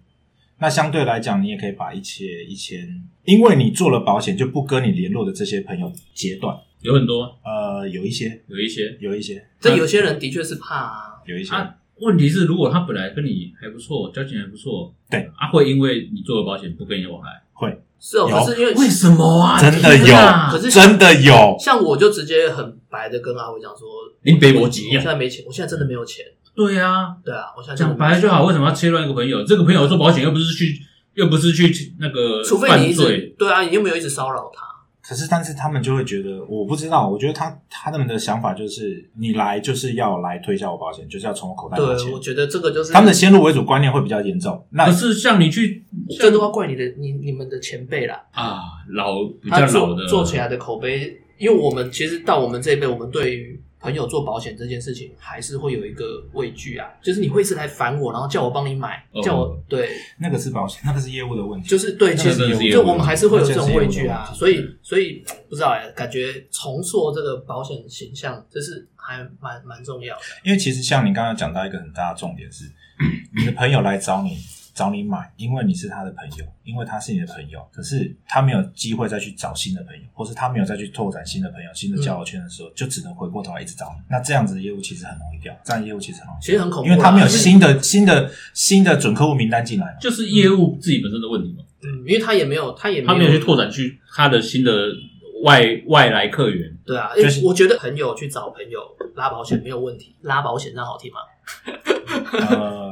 [SPEAKER 2] 那相对来讲，你也可以把一些以前，因为你做了保险，就不跟你联络的这些朋友截断。
[SPEAKER 3] 有很多，
[SPEAKER 2] 呃，有一些，
[SPEAKER 3] 有一些
[SPEAKER 2] 有一些，
[SPEAKER 1] 这有些人的确是怕啊，
[SPEAKER 2] 有一些，
[SPEAKER 3] 啊。问题是，如果他本来跟你还不错，交情还不错，
[SPEAKER 2] 对，
[SPEAKER 3] 啊，会因为你做了保险不跟你往来，
[SPEAKER 2] 会
[SPEAKER 1] 是哦，
[SPEAKER 2] 有
[SPEAKER 1] 可是因为
[SPEAKER 3] 为什么啊？
[SPEAKER 2] 真的
[SPEAKER 3] 天哪
[SPEAKER 1] 可
[SPEAKER 2] 有，
[SPEAKER 1] 是
[SPEAKER 2] 真的有，
[SPEAKER 1] 像我就直接很白的跟阿伟讲说，
[SPEAKER 3] 你北博急
[SPEAKER 1] 我现
[SPEAKER 3] 呀？
[SPEAKER 1] 在没钱，我现在真的没有钱。
[SPEAKER 3] 对啊，
[SPEAKER 1] 对啊，我现在真的
[SPEAKER 3] 讲
[SPEAKER 1] 没有
[SPEAKER 3] 白了
[SPEAKER 1] 钱
[SPEAKER 3] 就好，为什么要切断一个朋友？这个朋友做保险又不是去，又不是去那个
[SPEAKER 1] 除非你
[SPEAKER 3] 犯
[SPEAKER 1] 一直
[SPEAKER 3] 罪，
[SPEAKER 1] 对啊，你又没有一直骚扰他，
[SPEAKER 2] 可是，但是他们就会觉得，我不知道，我觉得他他们的想法就是，你来就是要来推销我保险，就是要从我口袋拿钱
[SPEAKER 1] 对，我。觉得这个就是
[SPEAKER 2] 他们的先入为主观念会比较严重。那
[SPEAKER 1] 哎
[SPEAKER 3] 可是像你去
[SPEAKER 1] 这都要怪你的你你们的前辈啦，
[SPEAKER 3] 啊老比较
[SPEAKER 1] 他
[SPEAKER 3] 老
[SPEAKER 1] 做
[SPEAKER 3] 的
[SPEAKER 1] 做起来的口碑，因为我们其实到我们这一辈，我们对于朋友做保险这件事情，还是会有一个畏惧啊，就是你会一直来烦我，然后叫我帮你买，
[SPEAKER 3] 哦
[SPEAKER 1] 叫我对，
[SPEAKER 2] 那个是保险，那个是业务的问题。
[SPEAKER 1] 就是对，
[SPEAKER 2] 那
[SPEAKER 1] 其
[SPEAKER 2] 个
[SPEAKER 1] 实
[SPEAKER 2] 真的是业
[SPEAKER 1] 就
[SPEAKER 2] 务
[SPEAKER 1] 我们还是会有这种畏惧啊
[SPEAKER 2] 那，
[SPEAKER 1] 所以所以不知道哎、感觉重塑这个保险形象，这是还蛮蛮重要的。
[SPEAKER 2] 因为其实像你刚刚讲到一个很大的重点是，你的朋友来找你找你买，因为你是他的朋友，因为他是你的朋友，可是他没有机会再去找新的朋友，或是他没有再去拓展新的朋友、新
[SPEAKER 3] 嗯
[SPEAKER 2] 的交友圈的时候，就只能回过头来一直找你。那这样子的业务其实很容易掉，这样业务其实很容易
[SPEAKER 1] 其实很恐
[SPEAKER 3] 哦
[SPEAKER 1] 怖啊，
[SPEAKER 2] 掉，因为他没有
[SPEAKER 1] 因为
[SPEAKER 2] 新的新的新的准客户名单进来 嘛。
[SPEAKER 3] 就是业务自己本身的问题嘛，
[SPEAKER 1] 嗯，因为他也没有，他也
[SPEAKER 3] 他没有去拓展去他的新的外外来客源，
[SPEAKER 1] 对啊，
[SPEAKER 2] 就
[SPEAKER 1] 因
[SPEAKER 2] 是
[SPEAKER 1] 为我觉得朋友去找朋友拉保险没有问题，拉保险这样好听吗？
[SPEAKER 2] 呃，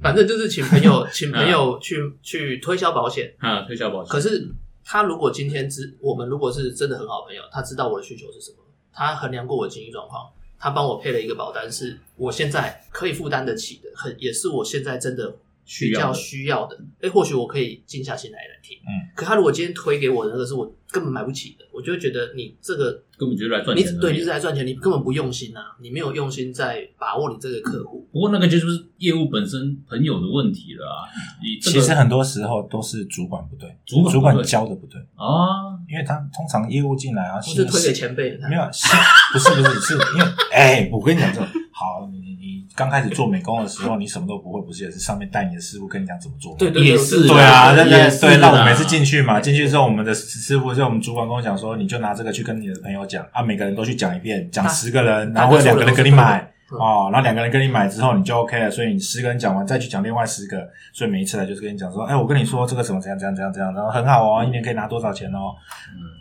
[SPEAKER 1] 反正就是请朋友，请朋友去去推销保险。
[SPEAKER 3] 啊，推销保险
[SPEAKER 1] 可是他如果今天知我们如果是真的很好的朋友，他知道我的需求是什么，他衡量过我的经济状况，他帮我配了一个保单，是我现在可以负担得起的，很也是我现在真的
[SPEAKER 3] 需
[SPEAKER 1] 比
[SPEAKER 3] 要
[SPEAKER 1] 较
[SPEAKER 3] 的
[SPEAKER 1] 需要的。哎，或许我可以静下心来来听。
[SPEAKER 2] 嗯，
[SPEAKER 1] 可他如果今天推给我的那个是我根本买不起的，我就会觉得你这个
[SPEAKER 3] 根本就是来赚
[SPEAKER 1] 你
[SPEAKER 3] 钱
[SPEAKER 1] 只
[SPEAKER 3] 的。
[SPEAKER 1] 对你是在赚钱，你根本不用心啊，你没有用心在把握你这个客户。
[SPEAKER 3] 不过那个就是业务本身朋友的问题了啊。你这
[SPEAKER 2] 其
[SPEAKER 3] 个
[SPEAKER 2] 实很多时候都是主管不对，
[SPEAKER 3] 主管不对
[SPEAKER 2] 主管教的不对，
[SPEAKER 3] 啊，
[SPEAKER 2] 因为他通常业务进来啊，
[SPEAKER 1] 我是推给
[SPEAKER 2] 新
[SPEAKER 1] 前辈的，
[SPEAKER 2] 没有，是不是不是，是因为哎、我跟你讲这种，好，你你你刚开始做美工的时候，你什么都不会，不是也是上面带你的师傅跟你讲怎么做吗？
[SPEAKER 1] 对对
[SPEAKER 3] 也是
[SPEAKER 2] 对啊，
[SPEAKER 1] 对
[SPEAKER 2] 对
[SPEAKER 1] 对
[SPEAKER 3] 也
[SPEAKER 2] 对
[SPEAKER 3] 是
[SPEAKER 2] 对，那我每
[SPEAKER 3] 啦
[SPEAKER 2] 次进去嘛，进去之后，我们的师傅就我们主管跟我讲说，你就拿这个去跟你的朋友讲啊，每个人都去讲一遍，讲
[SPEAKER 1] 大
[SPEAKER 2] 十个人，
[SPEAKER 1] 大
[SPEAKER 2] 然后会
[SPEAKER 1] 多
[SPEAKER 2] 有
[SPEAKER 1] 数
[SPEAKER 2] 两
[SPEAKER 1] 人
[SPEAKER 2] 个人跟你
[SPEAKER 1] 都是
[SPEAKER 2] 买
[SPEAKER 1] 这
[SPEAKER 3] 嗯
[SPEAKER 1] 样
[SPEAKER 2] 哦，然后两个人跟你买之后，你就 OK 了，所以你十个人讲完再去讲另外十个，所以每一次来就是跟你讲说，哎，我跟你说这个怎么怎样怎样怎样怎样，然后很好哦，一年可以拿多少钱哦，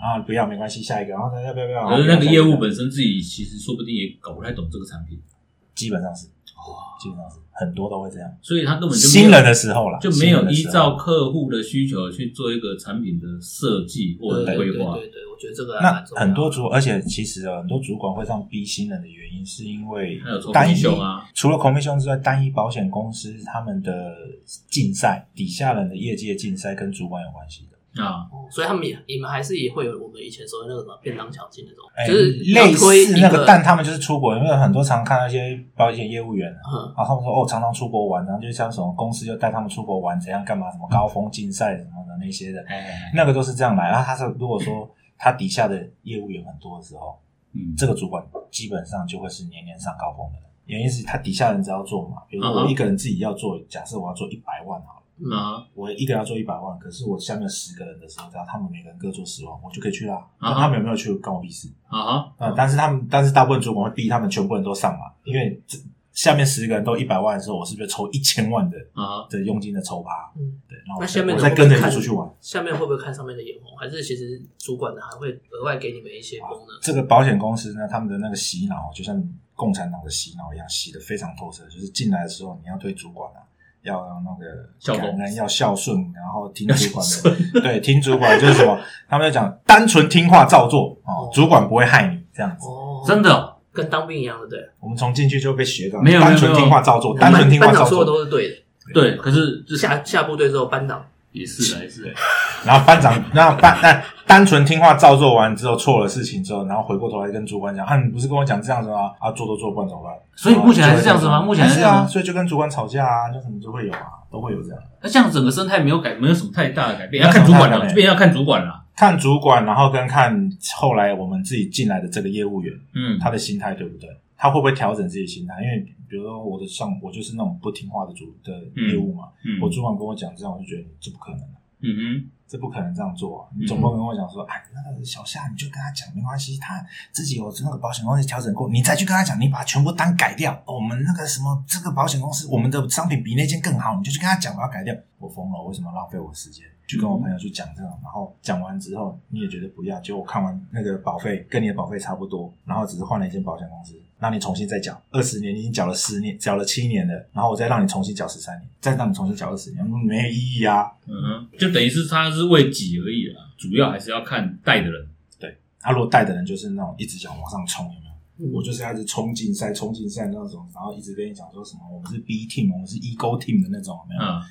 [SPEAKER 2] 啊，不要没关系，下一个，然后要不要不要，
[SPEAKER 3] 嗯可是那
[SPEAKER 2] 不
[SPEAKER 3] 个
[SPEAKER 2] 要
[SPEAKER 3] 业
[SPEAKER 2] 下一
[SPEAKER 3] 务本身自己其实说不定也搞不太懂这个产品，
[SPEAKER 2] 基本上是，基本上是很多都会这样，
[SPEAKER 3] 所以他哦根本就没有
[SPEAKER 2] 新人的时候啦，
[SPEAKER 3] 就没
[SPEAKER 2] 新人
[SPEAKER 3] 有
[SPEAKER 2] 的
[SPEAKER 3] 依
[SPEAKER 2] 时候
[SPEAKER 3] 照客户的需求去做一个产品的设计或者
[SPEAKER 1] 对对
[SPEAKER 3] 规
[SPEAKER 1] 对
[SPEAKER 3] 划。
[SPEAKER 1] 对对，我觉得这个还
[SPEAKER 2] 那
[SPEAKER 1] 蛮重要的
[SPEAKER 2] 很多主，而且其实啊，很多主管会这样逼新人的原因，是因为
[SPEAKER 3] 还有抽
[SPEAKER 2] 单一
[SPEAKER 3] 皮熊啊，
[SPEAKER 2] 除了孔明兄之外，单一保险公司他们的竞赛，底下人的业界竞赛跟主管有关系的，
[SPEAKER 3] 啊，
[SPEAKER 1] 哦所以他们也你们还是也会有我们以前说的那个什么便当强劲那种，
[SPEAKER 2] 哎
[SPEAKER 1] 就是要
[SPEAKER 2] 类
[SPEAKER 1] 推
[SPEAKER 2] 似
[SPEAKER 1] 一
[SPEAKER 2] 那个，但他们就是出国，因为很多常看到一些保险业务员啊。
[SPEAKER 1] 嗯，
[SPEAKER 2] 然后他们说哦，常常出国玩，然后就像什么公司就带他们出国玩，怎样干嘛，什么高峰竞赛什么的那些的，
[SPEAKER 3] 哎，
[SPEAKER 2] 那个都是这样来。然后他是如果说他底下的业务员很多的时候，
[SPEAKER 3] 嗯，
[SPEAKER 2] 这个主管基本上就会是年年上高峰的人。原因是他底下人只要做嘛，比如说
[SPEAKER 3] 嗯
[SPEAKER 2] 我
[SPEAKER 3] 哼
[SPEAKER 2] 一个人自己要做，假设我要做一百万好了，
[SPEAKER 3] 啊
[SPEAKER 2] 我一个人要做一百万，可是我下面十个人的时候，只要他们每个人各做十万，我就可以去啦。
[SPEAKER 3] 嗯哼
[SPEAKER 2] 那他们有没有去关我屁事？
[SPEAKER 3] 啊哈，
[SPEAKER 2] 啊、但是他们，但是大部分主管会逼他们全部人都上嘛，因为这下面十个人都一百万的时候，我是不是抽一千万的
[SPEAKER 3] 啊哈，
[SPEAKER 2] 的佣金的抽趴？
[SPEAKER 1] 嗯，
[SPEAKER 2] 对，然后我
[SPEAKER 1] 那
[SPEAKER 2] 再
[SPEAKER 1] 下面的
[SPEAKER 2] 我再
[SPEAKER 1] 会不
[SPEAKER 2] 跟着
[SPEAKER 1] 会
[SPEAKER 2] 你们
[SPEAKER 1] 看
[SPEAKER 2] 出去玩。
[SPEAKER 1] 下面会不会看上面的眼红？还是其实主管呢还会额外给你们一些功能？
[SPEAKER 2] 这个保险公司呢，他们的那个洗脑就像共产党的洗脑一样，洗的非常透彻。就是进来的时候，你要对主管啊，要那个
[SPEAKER 3] 效
[SPEAKER 2] 感
[SPEAKER 3] 忠
[SPEAKER 2] 恩，要孝顺，然后听
[SPEAKER 3] 啊
[SPEAKER 2] 主管的，对，听主管就是什么？他们就讲单纯听话照做哦
[SPEAKER 1] 哦，
[SPEAKER 2] 主管不会害你这样子。
[SPEAKER 1] 哦，
[SPEAKER 4] 真的哦
[SPEAKER 1] 跟当兵一样的，对，
[SPEAKER 2] 我们从进去就被学到，
[SPEAKER 4] 没有没有
[SPEAKER 2] 单纯听话照做，单纯听话
[SPEAKER 1] 班
[SPEAKER 2] 照
[SPEAKER 1] 长说的
[SPEAKER 2] 做。
[SPEAKER 1] 都是对的，
[SPEAKER 4] 对，可是就
[SPEAKER 1] 就是下下部队之后班长
[SPEAKER 4] 也是啊，也是啊。
[SPEAKER 2] 然后班长，然后班那单纯听话照做完之后，错了事情之后，然后回过头来跟主管讲啊，你不是跟我讲这样子吗？啊，做都做不然怎么办？
[SPEAKER 4] 所以目前还是这样子吗？目前还
[SPEAKER 2] 还
[SPEAKER 4] 是这
[SPEAKER 2] 是
[SPEAKER 4] 样
[SPEAKER 2] 啊，
[SPEAKER 4] 子。
[SPEAKER 2] 所以就跟主管吵架啊，那什么就会有啊，都会有这样。
[SPEAKER 4] 那这样整个生态没有改，没有什么太大的改变，要看
[SPEAKER 2] 没有
[SPEAKER 4] 主
[SPEAKER 2] 什么
[SPEAKER 4] 管
[SPEAKER 2] 太大
[SPEAKER 4] 了
[SPEAKER 2] 的改。
[SPEAKER 3] 这边要看主管啦，
[SPEAKER 2] 看主管，然后跟看后来我们自己进来的这个业务员，
[SPEAKER 3] 嗯，
[SPEAKER 2] 他的心态对不对？他会不会调整自己的心态？因为比如说我的上，我就是那种不听话的主的业务嘛，
[SPEAKER 3] 嗯
[SPEAKER 2] 我主管跟我讲这样，我就觉得这不可能啊、
[SPEAKER 3] 嗯
[SPEAKER 2] 这不可能这样做、啊。你总不能跟我讲说，哎，那个小夏，你就跟他讲没关系，他自己有那个保险公司调整过，你再去跟他讲，你把全部单改掉。哦我们那个什么，这个保险公司，我们的商品比那间更好，你就去跟他讲，把它改掉。我疯了，为什么浪费我时间？去跟我朋友去讲这种，然后讲完之后你也觉得不要，结果我看完那个保费跟你的保费差不多，然后只是换了一间保险公司，让你重新再缴二十年，你已经缴了十年，缴了七年了，然后我再让你重新缴十三年，再让你重新缴二十年，没有意义啊！
[SPEAKER 3] 哼，嗯哼，就等于是他是为己而已啦，主要还是要看带的人，
[SPEAKER 2] 啊，如果带的人就是那种一直想往上冲，有没有？
[SPEAKER 1] 嗯
[SPEAKER 2] 我就是要一直冲竞赛、冲竞赛那种，然后一直跟你讲说什么我们是 B team，我们是 Ego team 的那种，有没有？
[SPEAKER 3] 嗯，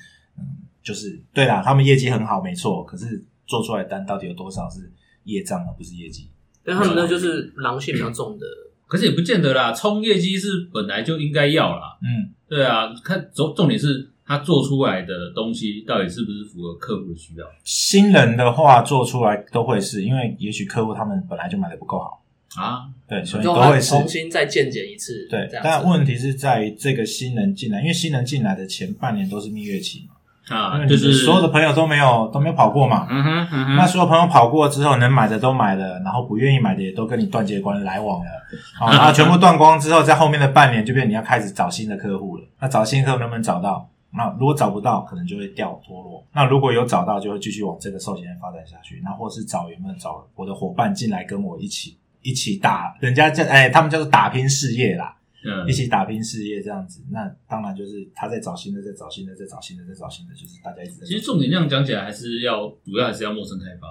[SPEAKER 2] 就是对啦，他们业绩很好，没错，可是做出来的单到底有多少是业障而不是业绩？
[SPEAKER 1] 但他们那就是狼性比较重的，
[SPEAKER 3] 可是也不见得啦，冲业绩是本来就应该要啦。
[SPEAKER 2] 嗯，
[SPEAKER 3] 对啊，看重重点是他做出来的东西到底是不是符合客户的需要。
[SPEAKER 2] 新人的话做出来都会是因为也许客户他们本来就买的不够好，
[SPEAKER 3] 啊，
[SPEAKER 2] 对，所以
[SPEAKER 1] 就
[SPEAKER 2] 都
[SPEAKER 1] 他
[SPEAKER 2] 会是
[SPEAKER 1] 重新再鉴检一次，
[SPEAKER 2] 对
[SPEAKER 1] 这。样子
[SPEAKER 2] 但问题是在于这个新人进来，因为新人进来的前半年都是蜜月期嘛，因
[SPEAKER 3] 啊，
[SPEAKER 1] 哎
[SPEAKER 2] 为
[SPEAKER 3] 就是
[SPEAKER 2] 你所有的，朋友都没有都没有跑过嘛，
[SPEAKER 3] 嗯哼嗯
[SPEAKER 2] 那
[SPEAKER 3] 哼，
[SPEAKER 2] 所有朋友跑过之后，能买的都买了，然后不愿意买的也都跟你断绝关来往了，
[SPEAKER 3] 嗯
[SPEAKER 2] 好，然后全部断光之后，在后面的半年就变你要开始找新的客户了。那找新客户能不能找到？那如果找不到，可能就会掉脱落。那如果有找到，就会继续往这个寿险业发展下去。那或是找有没有找我的伙伴进来跟我一起一起打，人家叫哎，他们叫做打拼事业啦，
[SPEAKER 3] 嗯
[SPEAKER 2] 一起打拼事业这样子。那当然就是他在找新的，在找新的，在找新的，在找新的，就是大家一直在找
[SPEAKER 3] 其实重点这样讲起来，还是要主要还是要陌生开发。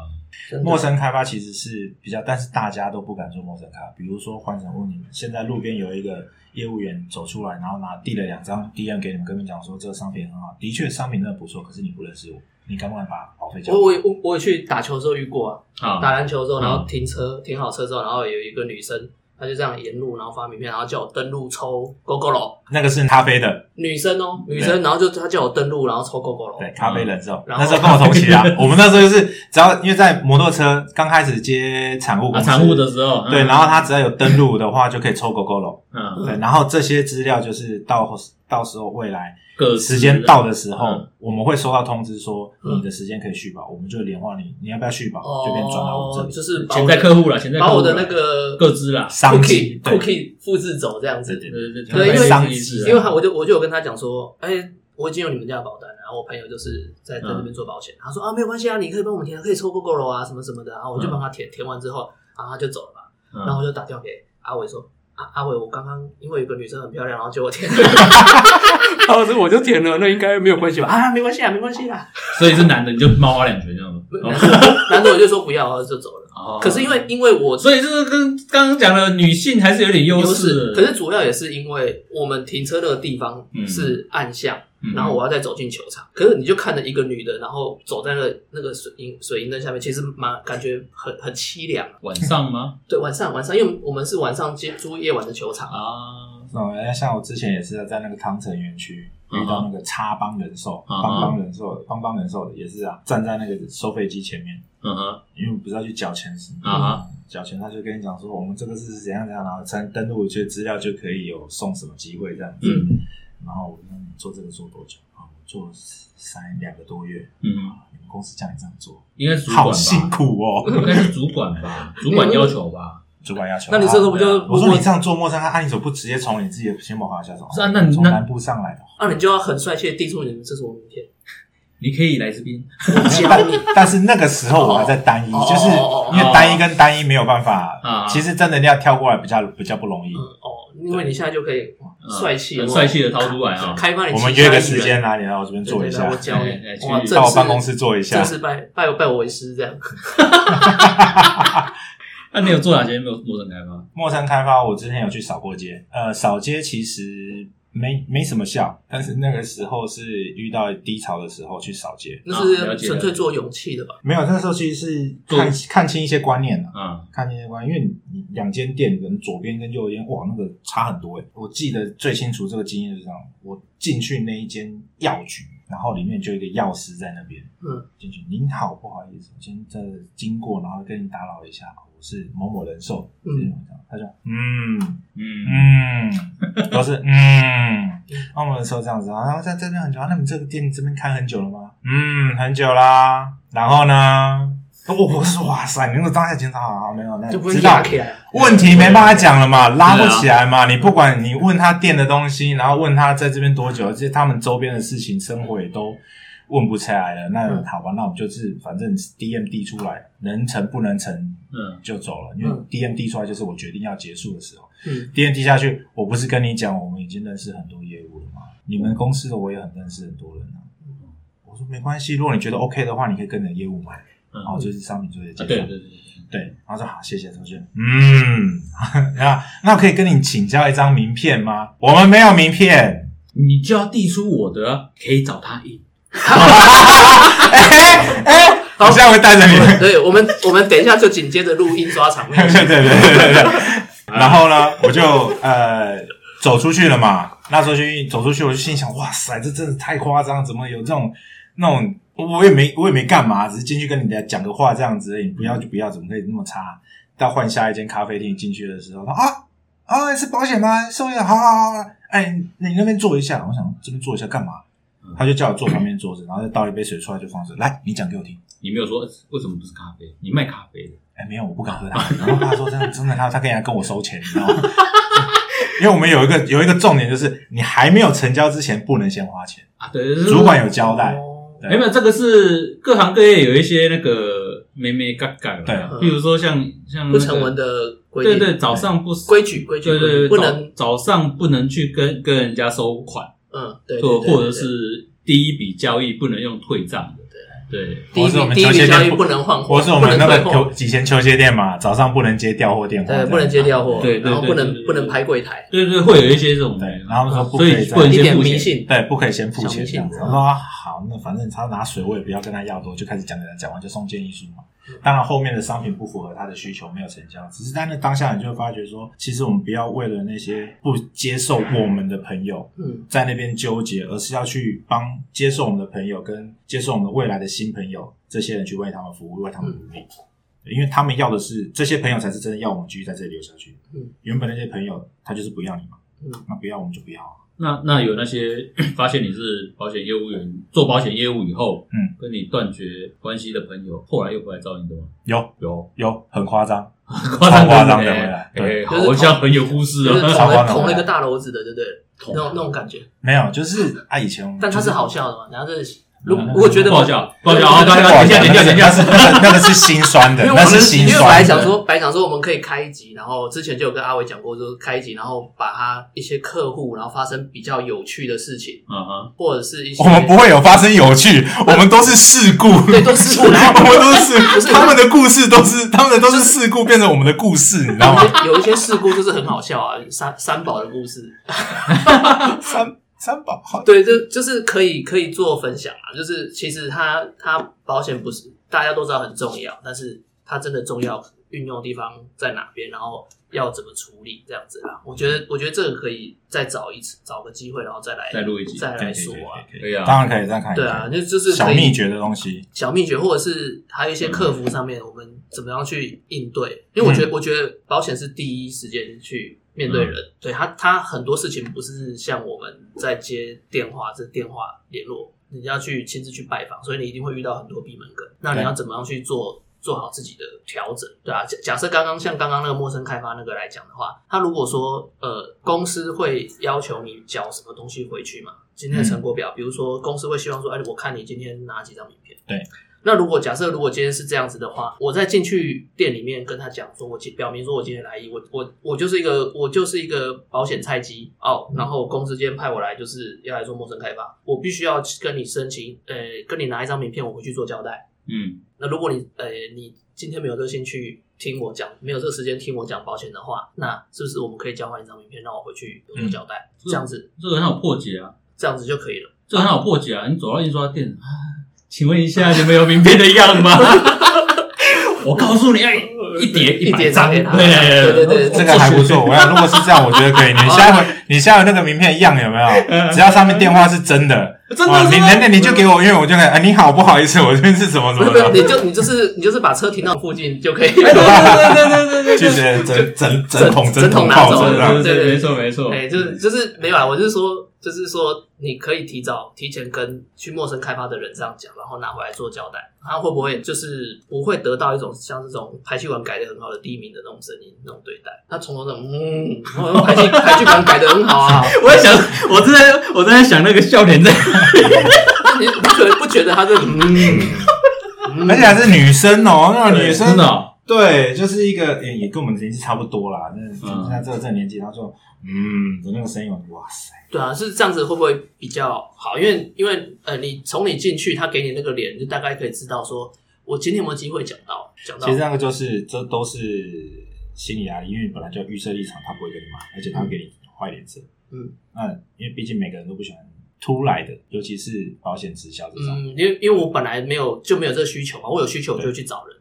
[SPEAKER 1] 真的
[SPEAKER 2] 陌生开发其实是比较，但是大家都不敢做陌生开发。比如说，换成问你们，现在路边有一个业务员走出来，然后拿递了两张 DM 给你们，跟你们讲说这个商品很好，的确商品真的不错，可是你不认识我，你敢不敢把保费交
[SPEAKER 1] 我
[SPEAKER 2] 给我？
[SPEAKER 1] 我也我我也去打球的时候遇过啊，
[SPEAKER 3] 好，
[SPEAKER 1] 打篮球的时候，然后停车停好车之后，然后有一个女生，她就这样沿路，然后发名片，然后叫我登录抽 GoGo 楼，
[SPEAKER 2] 那个是咖啡的，
[SPEAKER 1] 女生哦，女生，然后就她叫我登录，然后抽 GoGo 楼，
[SPEAKER 3] 嗯
[SPEAKER 2] 对，咖啡人寿。
[SPEAKER 1] 然后
[SPEAKER 2] 那时候跟我同期 啊，我们那时候就是只要因为在摩托车刚开始接产物
[SPEAKER 3] 啊，
[SPEAKER 2] 公司
[SPEAKER 3] 产物的。时候，嗯
[SPEAKER 2] 对，然后他只要有登录的话，就可以抽狗狗楼。
[SPEAKER 3] 嗯，
[SPEAKER 2] 对，然后这些资料就是到到时候未来
[SPEAKER 3] 各自
[SPEAKER 2] 时间到的时候，
[SPEAKER 3] 嗯
[SPEAKER 2] 我们会收到通知说
[SPEAKER 1] 嗯
[SPEAKER 2] 你的时间可以续保，我们就联话你，你要不要续保，
[SPEAKER 1] 哦，
[SPEAKER 2] 就变转到我这里。
[SPEAKER 1] 就是把
[SPEAKER 3] 潜
[SPEAKER 1] 我
[SPEAKER 3] 在
[SPEAKER 1] 的
[SPEAKER 3] 客户啦，潜在客户
[SPEAKER 1] 把
[SPEAKER 3] 啦
[SPEAKER 1] 我的那个
[SPEAKER 3] 各自啦，
[SPEAKER 2] 商机
[SPEAKER 1] cookie
[SPEAKER 2] 对
[SPEAKER 1] cookie 复制走这样子，
[SPEAKER 2] 对
[SPEAKER 3] 对对
[SPEAKER 1] 对因为
[SPEAKER 2] 商
[SPEAKER 3] 机
[SPEAKER 2] 机
[SPEAKER 3] 啊
[SPEAKER 2] 对
[SPEAKER 1] 因为他我就我就有跟他讲说，哎、我已经有你们家的保单了，然后我朋友就是在在这边做保险，他说啊没有关系啊，你可以帮我们填，可以抽 GoGo 楼啊什么什么的，然后我就帮他填，填完之后，然后他就走了嘛，
[SPEAKER 3] 嗯
[SPEAKER 1] 然后我就打电话给阿伟说。啊阿阿伟，我刚刚因为有个女生很漂亮，然后结果填了，然后哦说我就填了，那应该没有关系吧？啊，没关系啊，没关系 啦。
[SPEAKER 3] 所以是男的你就猫花两拳这样吗？
[SPEAKER 1] 然后我就说不要，然后就走了。
[SPEAKER 3] 哦
[SPEAKER 1] 可是因为因为我
[SPEAKER 3] 所以这个跟刚刚讲的女性还是有点优
[SPEAKER 1] 优
[SPEAKER 3] 势
[SPEAKER 1] 势，
[SPEAKER 3] 的，
[SPEAKER 1] 可是主要也是因为我们停车那个地方是暗巷，
[SPEAKER 3] 嗯
[SPEAKER 1] 然后我要再走进球场，可是你就看着一个女的，然后走在那那个水银水银灯下面，其实蛮感觉很很凄凉、啊。
[SPEAKER 3] 晚 上吗？
[SPEAKER 1] 对，晚上晚上，因为我们是晚上接租夜晚的球场，
[SPEAKER 3] 啊，
[SPEAKER 2] 哦，哎像我之前也是在那个汤臣园区
[SPEAKER 1] 嗯
[SPEAKER 2] 遇到那个插帮人寿、
[SPEAKER 3] 嗯哼
[SPEAKER 2] 帮帮人寿、帮帮人寿的也是啊，站在那个收费机前面，
[SPEAKER 3] 嗯哼，
[SPEAKER 2] 因为我不是要去缴钱
[SPEAKER 1] 嗯
[SPEAKER 2] 是吗
[SPEAKER 3] 啊哈
[SPEAKER 2] 缴钱他就跟你讲说我们这个是怎样怎样，然后登登录这些资料就可以有送什么机会这样子。
[SPEAKER 1] 嗯
[SPEAKER 2] 然后我就说你做这个做多久啊？我做了三两个多月，啊
[SPEAKER 3] 嗯，
[SPEAKER 2] 你们公司叫你这样做，
[SPEAKER 3] 应该是主管
[SPEAKER 2] 好辛
[SPEAKER 3] 吧，
[SPEAKER 2] 苦哦。
[SPEAKER 3] 应该是主管吧，主管要求吧。
[SPEAKER 2] 主管要求，
[SPEAKER 1] 那你这时候不就
[SPEAKER 2] 啊我
[SPEAKER 1] 如
[SPEAKER 2] 说
[SPEAKER 1] 果
[SPEAKER 2] 你这样做陌生，他按你手不直接从你自己的先谋划下手？
[SPEAKER 3] 是啊那你
[SPEAKER 2] 从
[SPEAKER 3] 那
[SPEAKER 2] 南部上来的，
[SPEAKER 1] 那、啊你就要很帅气的递出你的这是我名片，
[SPEAKER 3] 你可以来这边，
[SPEAKER 2] 但但是那个时候我还在单一，
[SPEAKER 1] 哦
[SPEAKER 2] 就是
[SPEAKER 1] 哦哦哦
[SPEAKER 2] 因为单一跟单一没有办法，
[SPEAKER 3] 啊
[SPEAKER 2] 其实真的要跳过来比较比较不容易
[SPEAKER 1] 嗯。哦，因为你现在就可以哇
[SPEAKER 3] 嗯
[SPEAKER 1] 帅气、
[SPEAKER 3] 很帅气的掏出来啊，
[SPEAKER 1] 开发你
[SPEAKER 2] 我
[SPEAKER 1] 旗下
[SPEAKER 2] 们
[SPEAKER 1] 艺人，
[SPEAKER 2] 约个时间来，你来我这边
[SPEAKER 1] 对
[SPEAKER 2] 坐
[SPEAKER 1] 对
[SPEAKER 2] 一
[SPEAKER 1] 对
[SPEAKER 2] 下
[SPEAKER 1] 我，教你
[SPEAKER 3] 哎哎去
[SPEAKER 1] 哇，正
[SPEAKER 2] 到我
[SPEAKER 1] 式
[SPEAKER 2] 办公室坐一下
[SPEAKER 1] 正。式拜拜拜我为师这样。
[SPEAKER 3] 啊那啊你有做哪些陌陌生开发？
[SPEAKER 2] 陌生开发，我之前有去扫过街，呃，扫街其实没没什么效，但是那个时候是遇到低潮的时候去扫街，
[SPEAKER 1] 那
[SPEAKER 3] 啊
[SPEAKER 1] 是
[SPEAKER 3] 了解
[SPEAKER 1] 纯粹做勇气的吧？
[SPEAKER 2] 没有，那时候其实是看看清一些观念了、
[SPEAKER 3] 啊，
[SPEAKER 2] 看清一些观念，因为你你两间店，可能左边跟右边，哇，那个差很多诶、欸我记得最清楚这个经验是这样，我进去那一间药局，然后里面就有一个药师在那边，
[SPEAKER 1] 嗯，
[SPEAKER 2] 进去，您好，不好意思，我先这经过，然后跟你打扰一下，我是某某人寿，
[SPEAKER 1] 嗯
[SPEAKER 2] 这种这样，他就嗯。
[SPEAKER 3] 嗯，
[SPEAKER 2] 嗯，都 是嗯。那我们说这样子啊，然后在这边很久啊，那你这个店这边开很久了吗？嗯，很久啦。然后呢？我我是哇塞，你那个当下检查好啊没有？那
[SPEAKER 1] 就不
[SPEAKER 2] 知
[SPEAKER 1] 是
[SPEAKER 2] 道
[SPEAKER 1] 压起来，
[SPEAKER 2] 问题没办法讲了
[SPEAKER 1] 啊
[SPEAKER 2] 嘛，拉不起来嘛。你不管你问他店的东西，然后问他在这边多久，这些他们周边的事情、生活也都问不起来了。那
[SPEAKER 1] 嗯
[SPEAKER 2] 好吧，那我们就是反正 DM 递出来，能成不能成
[SPEAKER 3] 嗯，
[SPEAKER 2] 就走了，因为
[SPEAKER 1] 嗯
[SPEAKER 2] DM 递出来就是我决定要结束的时候。
[SPEAKER 1] 嗯，
[SPEAKER 2] 第二低下去，我不是跟你讲，我们已经认识很多业务了吗？你们公司的我也很认识很多人啊。我说没关系，如果你觉得 OK 的话，你可以跟你的业务买。
[SPEAKER 3] 嗯
[SPEAKER 2] 哦，就是商品作业
[SPEAKER 3] 啊
[SPEAKER 2] 介
[SPEAKER 3] 对
[SPEAKER 2] 绍
[SPEAKER 3] 对。对对，
[SPEAKER 2] 对，然后说好，谢谢同学。嗯， 那那我可以跟你请教一张名片吗？我们没有名片。
[SPEAKER 3] 你就要递出我的啊，可以找他印。
[SPEAKER 2] 哎哎，
[SPEAKER 1] 好
[SPEAKER 2] 好像会带着 你。
[SPEAKER 1] 对，我们我们等一下就紧接着录音抓场面
[SPEAKER 2] 对。 对对对对对。然后呢，我就呃走出去了嘛。那时候就走出去，我就心想：哇塞，这真的太夸张！怎么有这种那种？我也没我也没干嘛，只是进去跟你家讲个话这样子而已。你不要就不要，怎么可以那么差？到换下一间咖啡厅进去的时候，啊啊，是保险吗？收一下，好好好。哎，你那边坐一下。我想这边坐一下干嘛？他就叫我坐旁边桌子，然后再倒一杯水出来就放着。来，你讲给我听。
[SPEAKER 3] 你没有说呃为什么不是咖啡？你卖咖啡的，
[SPEAKER 2] 哎，没有，我不敢喝他。然后他说真的，真的，他他跟人家跟我收钱，你知道吗？ 因为我们有一个有一个重点就是，你还没有成交之前不能先花钱，
[SPEAKER 3] 啊，对，就是
[SPEAKER 2] 主管有交代。
[SPEAKER 1] 哦
[SPEAKER 2] 对啊
[SPEAKER 3] 没有，这个是各行各业有一些那个咩咩嘎嘎啦，
[SPEAKER 2] 对啊
[SPEAKER 3] 比如说像像
[SPEAKER 1] 不
[SPEAKER 3] 那个
[SPEAKER 1] 成文，的规
[SPEAKER 3] 对
[SPEAKER 1] 定，
[SPEAKER 3] 对，早上不
[SPEAKER 1] 规矩规矩
[SPEAKER 3] 对对对，
[SPEAKER 1] 不能
[SPEAKER 3] 早早上不能去跟跟人家收款，
[SPEAKER 1] 嗯，对，对
[SPEAKER 3] 或
[SPEAKER 1] 对对
[SPEAKER 3] 或者是第一笔交易不能用退账的，对
[SPEAKER 1] 第一
[SPEAKER 2] 或是我
[SPEAKER 1] 笔
[SPEAKER 2] 们
[SPEAKER 1] 第一
[SPEAKER 2] 球鞋
[SPEAKER 1] 笔交易
[SPEAKER 2] 店
[SPEAKER 1] 不能换货，
[SPEAKER 2] 或是我们那
[SPEAKER 1] 不能
[SPEAKER 2] 个
[SPEAKER 1] 退货
[SPEAKER 2] 球以前球鞋店嘛，早上不能接调货电话，
[SPEAKER 1] 对，呃不能接掉货，
[SPEAKER 3] 对对对
[SPEAKER 1] 然后不
[SPEAKER 3] 对对
[SPEAKER 1] 能
[SPEAKER 3] 对
[SPEAKER 1] 不能排柜台，
[SPEAKER 3] 对对，会有一些这种
[SPEAKER 2] 对然后他们说不
[SPEAKER 3] 所
[SPEAKER 2] 可以
[SPEAKER 3] 以
[SPEAKER 2] 这样
[SPEAKER 3] 不能
[SPEAKER 1] 一
[SPEAKER 3] 先
[SPEAKER 1] 点
[SPEAKER 3] 付
[SPEAKER 1] 迷
[SPEAKER 3] 钱，
[SPEAKER 1] 信，
[SPEAKER 2] 对，不可以先付
[SPEAKER 1] 小
[SPEAKER 2] 钱
[SPEAKER 1] 明
[SPEAKER 2] 这样子。
[SPEAKER 1] 信
[SPEAKER 2] 我说、啊、好，那反正他拿水我也不要跟他要多，就开始讲讲讲完就送建议书嘛。
[SPEAKER 1] 嗯
[SPEAKER 2] 当然后面的商品不符合他的需求，没有成交，只是在那当下你就会发觉说，其实我们不要为了那些不接受我们的朋友，
[SPEAKER 1] 嗯，
[SPEAKER 2] 在那边纠结，而是要去帮接受我们的朋友跟接受我们未来的新朋友这些人去为他们服务，为他们努力。
[SPEAKER 1] 嗯
[SPEAKER 2] 因为他们要的是这些朋友才是真的要我们继续在这里留下去。
[SPEAKER 1] 嗯，
[SPEAKER 2] 原本那些朋友他就是不要你嘛，
[SPEAKER 1] 嗯，
[SPEAKER 2] 那不要我们就不要啊。
[SPEAKER 3] 那那有那些 发现你是保险业务员，做保险业务以后，
[SPEAKER 2] 嗯，
[SPEAKER 3] 跟你断绝关系的朋友，后来又回来找你的吗？
[SPEAKER 2] 有
[SPEAKER 3] 有，
[SPEAKER 2] 有很夸张，
[SPEAKER 3] 夸
[SPEAKER 2] 张的
[SPEAKER 3] 夸张
[SPEAKER 2] 回
[SPEAKER 3] 的，
[SPEAKER 2] 来
[SPEAKER 3] 哎
[SPEAKER 2] 对
[SPEAKER 3] 哎，好
[SPEAKER 1] 就是
[SPEAKER 3] 我像很有故事
[SPEAKER 1] 就是
[SPEAKER 3] 啊，
[SPEAKER 1] 捅
[SPEAKER 2] 超
[SPEAKER 1] 了
[SPEAKER 2] 棒的
[SPEAKER 1] 捅了一个大篓子的，对不对？
[SPEAKER 3] 捅
[SPEAKER 1] 那种那种感觉，
[SPEAKER 2] 没有就是啊，以前我们
[SPEAKER 1] 但它
[SPEAKER 2] 就是
[SPEAKER 1] 好笑的嘛，然后这是如
[SPEAKER 2] 嗯
[SPEAKER 1] 如果觉得
[SPEAKER 3] 不好笑，不好笑，
[SPEAKER 1] 对
[SPEAKER 3] 好，
[SPEAKER 1] 对
[SPEAKER 3] 大
[SPEAKER 1] 对
[SPEAKER 3] 家
[SPEAKER 2] 不好
[SPEAKER 3] 等
[SPEAKER 2] 意
[SPEAKER 3] 一
[SPEAKER 2] 思
[SPEAKER 3] 下，等一下，等
[SPEAKER 2] 那
[SPEAKER 3] 一下，
[SPEAKER 2] 是那个那个是心酸 的，
[SPEAKER 1] 因为
[SPEAKER 2] 那
[SPEAKER 1] 我
[SPEAKER 2] 是
[SPEAKER 1] 们
[SPEAKER 2] 心
[SPEAKER 1] 因为本来
[SPEAKER 2] 酸
[SPEAKER 1] 想
[SPEAKER 2] 的。
[SPEAKER 1] 说，本来想说我们可以开一集，然后之前就有跟阿伟讲过，就是开一集，然后把他一些客户，然后发生比较有趣的事情，
[SPEAKER 3] 嗯哼，
[SPEAKER 1] 或者是一些
[SPEAKER 2] 我们不会有发生有趣，我们都是事故，
[SPEAKER 1] 对都是事故然
[SPEAKER 2] 我
[SPEAKER 1] 后
[SPEAKER 2] 们都是
[SPEAKER 1] 不是
[SPEAKER 2] 事故，他们的故事都是他们的都是事故变成我们的故事，你知道吗？
[SPEAKER 1] 有一些事故就是很好笑啊，三三宝的故事，
[SPEAKER 2] 三三宝好，
[SPEAKER 1] 对，就就是可以可以做分享啊，就是其实它它保险不是大家都知道很重要，但是它真的重要运用的地方在哪边，然后要怎么处理这样子啦。我觉得
[SPEAKER 2] 嗯
[SPEAKER 1] 我觉得这个可以再找一次，找个机会，然后再来
[SPEAKER 3] 再录一集
[SPEAKER 1] 再来说啊。
[SPEAKER 2] 可以可以可以可以
[SPEAKER 3] 对啊，
[SPEAKER 2] 当然可以这样看一看。
[SPEAKER 1] 对啊，就就是
[SPEAKER 2] 小
[SPEAKER 1] 可以
[SPEAKER 2] 秘诀的东西，
[SPEAKER 1] 小秘诀，或者是还有一些客服上面，我们怎么样去应对？因为我觉得，我觉得保险是第一时间去面对人，对他，他很多事情不是像我们在接电话，这电话联络，你要去亲自去拜访，所以你一定会遇到很多闭门羹。那你
[SPEAKER 2] 对
[SPEAKER 1] 要怎么样去做？做好自己的调整，对啊，假假设刚刚像刚刚那个陌生开发那个来讲的话，他如果说呃，公司会要求你缴什么东西回去嘛？今天的成果表，比如说公司会希望说，哎，我看你今天拿几张名片。那如果假设如果今天是这样子的话，我再进去店里面跟他讲说，我今表明说我今天来意，我我我就是一个我就是一个保险菜鸡
[SPEAKER 3] 嗯
[SPEAKER 1] 哦，然后公司今天派我来就是要来做陌生开发，我必须要跟你申请，呃，跟你拿一张名片，我回去做交代。
[SPEAKER 3] 嗯，
[SPEAKER 1] 那如果你呃你今天没有这个兴趣听我讲，没有这个时间听我讲保险的话，那是不是我们可以交换一张名片，让我回去做交代？
[SPEAKER 3] 嗯
[SPEAKER 1] 这样子
[SPEAKER 3] 这个很好破解啊，
[SPEAKER 1] 这样子就可以 了。
[SPEAKER 3] 这个很好破解啊，你走到印刷店，啊请问一下，你们有名片的样吗？我告诉你，哎，一叠
[SPEAKER 1] 一叠
[SPEAKER 3] 百张，
[SPEAKER 1] 给他对对
[SPEAKER 3] 对
[SPEAKER 1] 对
[SPEAKER 2] 这个还不错。我要如果是这样，我觉得可以。你下回你下回那个名片样有没
[SPEAKER 1] 嗯
[SPEAKER 2] 有？ 只要上面电话是真的，
[SPEAKER 3] 真
[SPEAKER 2] 哦
[SPEAKER 3] 的，
[SPEAKER 2] 你
[SPEAKER 3] 真
[SPEAKER 2] 那
[SPEAKER 3] 的
[SPEAKER 2] 那你就给我，因为我就可以。哎，你好，不好意思，我这边是什么什
[SPEAKER 1] 不是
[SPEAKER 2] 么
[SPEAKER 1] 不是，
[SPEAKER 2] 的，
[SPEAKER 1] 你就你就是你就是把车停到附近就可以。
[SPEAKER 3] 哎对对对对对对 对
[SPEAKER 2] 就直接整整整桶整桶
[SPEAKER 1] 整桶拿
[SPEAKER 2] 抱
[SPEAKER 1] 走
[SPEAKER 2] 着这样
[SPEAKER 1] 对
[SPEAKER 3] 对
[SPEAKER 1] 对
[SPEAKER 3] 对，
[SPEAKER 1] 对
[SPEAKER 3] 没错没错，
[SPEAKER 1] 哎、就是
[SPEAKER 2] 嗯
[SPEAKER 1] 就是没有啊，我是说，就是说，你可以提早提前跟去陌生开发的人这样讲，然后拿回来做交代，他会不会就是不会得到一种像这种排气管改的很好的第一名的那种声音那种对待？他从头那种嗯，我用排气排气管改的很好啊，
[SPEAKER 3] 我在想，我正在我正在想那个笑脸在，
[SPEAKER 1] 你不觉得不觉得他是嗯？嗯
[SPEAKER 2] 而且还是女生哦，那种女
[SPEAKER 3] 真
[SPEAKER 2] 生
[SPEAKER 3] 的哦，
[SPEAKER 2] 对，就是一个也也跟我们年纪差不多啦，那
[SPEAKER 3] 嗯
[SPEAKER 2] 现在这个这个年纪，他说嗯的那个声音，哇塞，
[SPEAKER 1] 对啊，是这样子会不会比较好？因为因为呃，你从你进去，他给你那个脸，就大概可以知道说，我今天有没有机会讲到？讲到
[SPEAKER 2] 其实那个就是这都是心理压力，因为你本来就预设立场，他不会跟你买，而且他会给你坏脸色。
[SPEAKER 1] 嗯，
[SPEAKER 2] 那因为毕竟每个人都不喜欢突来的，尤其是保险直销这种。
[SPEAKER 1] 嗯，因为因为我本来没有就没有这个需求嘛，我有需求我就去找人。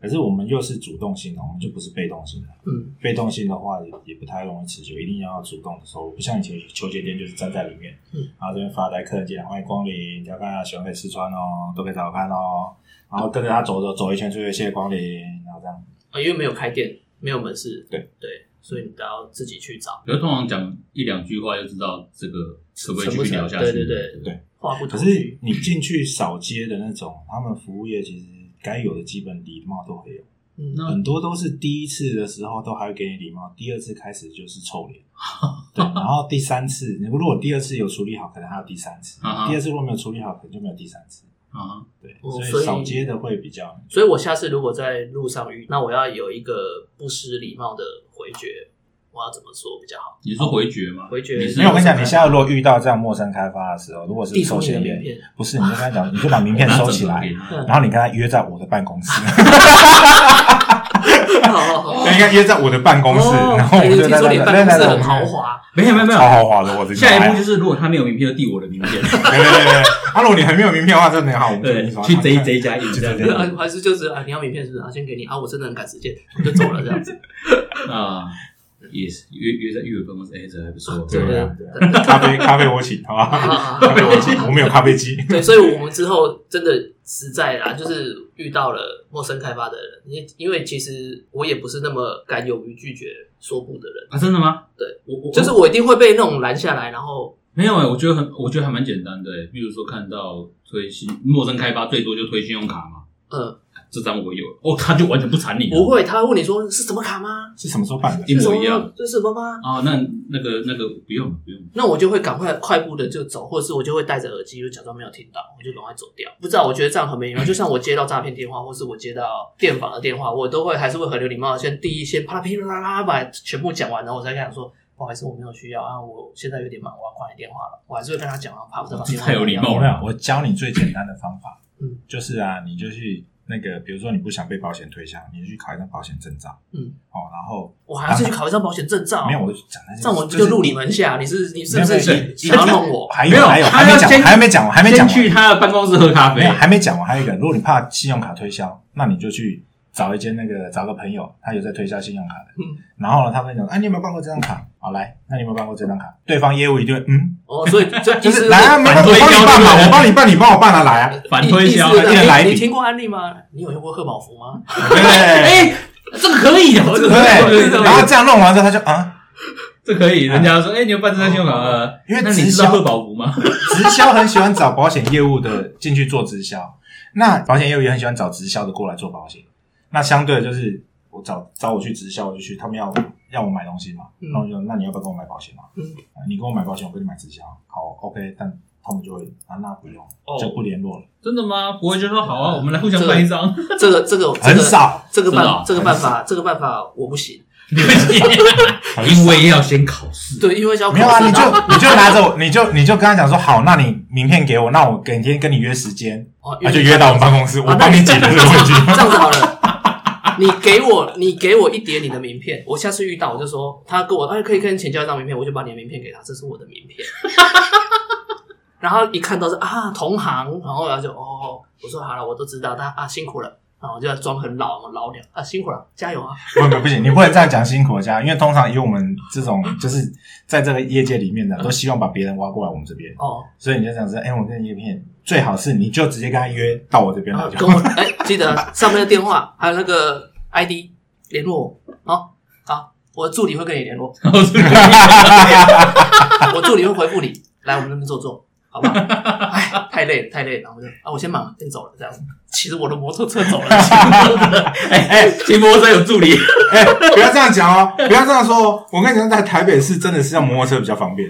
[SPEAKER 2] 可是我们又是主动性的，我们就不是被动性的。
[SPEAKER 1] 嗯
[SPEAKER 2] 被动性的话也也不太容易持久，一定要主动的收入。不像以前球鞋店就是站在里面，
[SPEAKER 1] 嗯，
[SPEAKER 2] 然后这边发呆，客人进来欢迎光临，要看啊，喜欢可以试穿哦，都可以找我看哦。然后跟着他走走走一圈出去，谢谢光临，然后这样。
[SPEAKER 1] 啊，因为没有开店，没有门市，
[SPEAKER 2] 对
[SPEAKER 1] 对，所以你都要自己去找。
[SPEAKER 3] 可是通常讲一两句话就知道这个可不可以继续聊下去。
[SPEAKER 1] 成不成对对对
[SPEAKER 2] 对
[SPEAKER 1] 话不
[SPEAKER 2] 可
[SPEAKER 1] 投
[SPEAKER 2] 是
[SPEAKER 1] 机，
[SPEAKER 2] 你进去扫街的那种，他们服务业其实该有的基本礼貌都会有，
[SPEAKER 1] 嗯，
[SPEAKER 3] 那
[SPEAKER 2] 很多都是第一次的时候都还会给你礼貌，第二次开始就是臭脸。对，然后第三次，如果第二次有处理好，可能还有第三次；
[SPEAKER 3] 啊哈
[SPEAKER 2] 第二次如果没有处理好，可能就没有第三次。
[SPEAKER 3] 啊，
[SPEAKER 2] 对，
[SPEAKER 1] 哦
[SPEAKER 2] 所
[SPEAKER 1] 所以
[SPEAKER 2] 以扫街的会比较。
[SPEAKER 1] 所以我下次如果在路上遇，那我要有一个不失礼貌的回绝，我要怎么说比较好？
[SPEAKER 3] 你是说回绝吗？
[SPEAKER 1] 回绝
[SPEAKER 3] 你是
[SPEAKER 2] 没有，我跟你讲，你下次如果遇到这样陌生开发的时候，如果是
[SPEAKER 1] 递出
[SPEAKER 2] 寿
[SPEAKER 1] 你的
[SPEAKER 2] 险
[SPEAKER 1] 名
[SPEAKER 2] 业，
[SPEAKER 1] 片，哦
[SPEAKER 2] 不是，你就跟他讲，你就把名 片收起来，
[SPEAKER 1] 嗯
[SPEAKER 2] 然后你跟他约在我的办公 室，
[SPEAKER 1] 好好好。
[SPEAKER 2] 应该约在我的办公室，
[SPEAKER 1] 哦
[SPEAKER 2] 然后我们就
[SPEAKER 1] 听
[SPEAKER 2] 在
[SPEAKER 1] 说
[SPEAKER 2] 那
[SPEAKER 1] 你
[SPEAKER 2] 那
[SPEAKER 1] 办
[SPEAKER 2] 那
[SPEAKER 1] 公室
[SPEAKER 2] 那
[SPEAKER 1] 很豪，华，
[SPEAKER 3] 没有没有没有
[SPEAKER 2] 超，豪华的，我的。
[SPEAKER 3] 下一步就是是如果他没有名片，就递我的名
[SPEAKER 2] 对
[SPEAKER 3] 片。
[SPEAKER 2] 对对对，啊，如果你还没有名片的话，真的很好， 我们就
[SPEAKER 3] 对
[SPEAKER 2] 你说，
[SPEAKER 3] 去贼贼家印这 样
[SPEAKER 2] 对
[SPEAKER 3] 子
[SPEAKER 2] 对
[SPEAKER 1] 还是就是啊，你要名片是不是？啊，先给你啊，我真的很赶时间，我就走了这样 子。
[SPEAKER 3] 啊，也是约约在育儿办公室，哎，这还不错。
[SPEAKER 2] 对
[SPEAKER 1] 对
[SPEAKER 2] 对
[SPEAKER 1] 啊
[SPEAKER 2] 啊， 咖啡咖啡我请，好
[SPEAKER 1] 啊
[SPEAKER 2] 吧？
[SPEAKER 1] 啊啊
[SPEAKER 2] 咖啡我请，我们有咖啡 机。
[SPEAKER 1] 对，所以我们之后真的实在啦，就是遇到了陌生开发的人，因因为其实我也不是那么敢勇于拒绝说不的人，
[SPEAKER 3] 啊，真的吗？
[SPEAKER 1] 对，
[SPEAKER 3] 我我
[SPEAKER 1] 就是我一定会被那种拦下来，然后
[SPEAKER 3] 没有哎、我觉得很，我觉得还蛮简单的、欸。比如说看到推信陌生开发，最多就推信用卡嘛，
[SPEAKER 1] 呃
[SPEAKER 3] 这张我有，哦，他就完全不缠你了，
[SPEAKER 1] 不会，他会问你说是什么卡吗？
[SPEAKER 2] 是什么时候办的？
[SPEAKER 3] 一模一样
[SPEAKER 1] 这是什么吗？
[SPEAKER 3] 啊。那那个那个不用不用，
[SPEAKER 1] 那我就会赶快快步的就走，或者是我就会戴着耳机就假装没有听到，我就赶快走掉。不知道，我觉得这样很没礼貌。就像我接到诈骗电话，或是我接到电访的电话，我都会还是会很有礼貌，先第一先啪啦噼里啪啦啦把全部讲完，然后我再跟他说。不好意思，我没有需要啊，我现在有点忙，我要挂你电话了。我还是会跟他讲啊，怕我再把
[SPEAKER 3] 这
[SPEAKER 1] 电话
[SPEAKER 3] 太有礼貌
[SPEAKER 2] 我没有
[SPEAKER 3] 了，。
[SPEAKER 2] 我教你最简单的方法，
[SPEAKER 1] 嗯
[SPEAKER 2] 就是啊，你就去那个，比如说你不想被保险推销，你就去考一张保险证照，
[SPEAKER 1] 嗯，
[SPEAKER 2] 哦，然后
[SPEAKER 1] 我还要再去考一张保险证照。
[SPEAKER 2] 没有，我就讲那些，
[SPEAKER 1] 这样我
[SPEAKER 2] 是
[SPEAKER 1] 就入你门下。你是你是不
[SPEAKER 2] 没有没
[SPEAKER 1] 是
[SPEAKER 2] 有
[SPEAKER 1] 想要弄我？
[SPEAKER 2] 还
[SPEAKER 3] 没有
[SPEAKER 2] 有还有
[SPEAKER 3] 他
[SPEAKER 2] 还
[SPEAKER 3] 要
[SPEAKER 2] 没讲
[SPEAKER 3] 先
[SPEAKER 2] 完，还没讲完，还没
[SPEAKER 3] 先
[SPEAKER 2] 讲
[SPEAKER 3] 去
[SPEAKER 2] 完，
[SPEAKER 3] 他的办公室喝咖啡
[SPEAKER 2] 没有，还没讲完，还有一个，如果你怕信用卡推销，那你就去找一间那个找个朋友，他有在推销信用卡的，
[SPEAKER 1] 嗯，
[SPEAKER 2] 然后呢，他跟你讲，哎，你有没有办过这张卡？好，来，那你有没有办过这张卡？对方业务一定会嗯，
[SPEAKER 1] 哦，所以就
[SPEAKER 2] 就
[SPEAKER 1] 意思
[SPEAKER 2] 是来啊，没关系，我帮你办嘛，我帮你办，你帮我办啊，来啊，
[SPEAKER 3] 反推销
[SPEAKER 1] 意。思
[SPEAKER 2] 一人来一
[SPEAKER 1] 你
[SPEAKER 2] 笔
[SPEAKER 1] 你听过案例吗？你有用过贺宝福吗？
[SPEAKER 2] 对。
[SPEAKER 3] 哎、这个可以的，哦这个可以
[SPEAKER 2] 对，
[SPEAKER 3] 的
[SPEAKER 2] 然后这样弄完之后，他就啊，
[SPEAKER 3] 这可以。人家说，哎、你有办这张信用卡？呃
[SPEAKER 2] 因为
[SPEAKER 3] 那你
[SPEAKER 2] 直
[SPEAKER 3] 知道
[SPEAKER 2] 销
[SPEAKER 3] 贺宝福吗？
[SPEAKER 2] 直销很喜欢找保险业务的进去做直销，那保险业务也很喜欢找直销的过来做保险。那相对的就是我找找我去直销，我就去，他们要要我买东西嘛，
[SPEAKER 1] 嗯
[SPEAKER 2] 那我就说那你要不要跟我买保险嘛？
[SPEAKER 1] 嗯
[SPEAKER 2] 啊你跟我买保险，我跟你买直销，好，OK，但他们就会啊，那不用，
[SPEAKER 1] 哦
[SPEAKER 2] 就不联络了，
[SPEAKER 3] 真的吗？不会就说好啊，我们来互相办一张。
[SPEAKER 1] 这个这个
[SPEAKER 2] 很，少，
[SPEAKER 1] 这个这个
[SPEAKER 3] 真的
[SPEAKER 1] 办
[SPEAKER 3] 哦
[SPEAKER 1] 这个办法这个办法我不行。
[SPEAKER 3] 你们因为要先考试，
[SPEAKER 1] 对，因为是要考
[SPEAKER 2] 没有啊，
[SPEAKER 1] 试
[SPEAKER 2] 你就
[SPEAKER 1] 然后
[SPEAKER 2] 你就拿着我，你就你就跟他讲说好，那你名片给我，那我改天跟你约时间，
[SPEAKER 1] 哦
[SPEAKER 2] 那啊就约到我们办公室，我
[SPEAKER 1] 啊那
[SPEAKER 2] 帮你解 决这个问题。
[SPEAKER 1] 这样子好了。你给我，你给我一叠你的名片，我下次遇到我就说，他跟我，哎，可以跟你请教一张名片，我就把你的名片给他，这是我的名片。 然后一看到是啊同行，然后他就哦，我说好了，我都知道，他啊辛苦了，然后我就要装很老老鸟啊辛苦了，加油啊，
[SPEAKER 2] 不不不行，你不能这样讲辛苦的家，因为通常以我们这种就是在这个业界里面
[SPEAKER 1] 嗯
[SPEAKER 2] 的，都希望把别人挖过来我们这边，
[SPEAKER 1] 哦，
[SPEAKER 2] 所以你就想说，哎、我跟叶片最好是你就直接跟他约到我这边
[SPEAKER 1] 然
[SPEAKER 2] 来
[SPEAKER 1] 后
[SPEAKER 2] 就
[SPEAKER 1] 跟
[SPEAKER 2] 好。
[SPEAKER 1] 我哎、记得上面的电话还有那个 ID 联络我，好、好，我的助理会跟你联 络，
[SPEAKER 3] 然后是
[SPEAKER 1] 啊我助理会回复你，来我们那边坐坐，好 吧？哎，太累了，太累了，然后我就啊，我先忙，先走了，这样子。骑着我的摩托车走了，
[SPEAKER 3] 哎哎，骑摩托车有助理，
[SPEAKER 2] 哎、不要这样讲哦，不要这样说哦。我跟你讲，在台北市真的是要摩托车比较方便，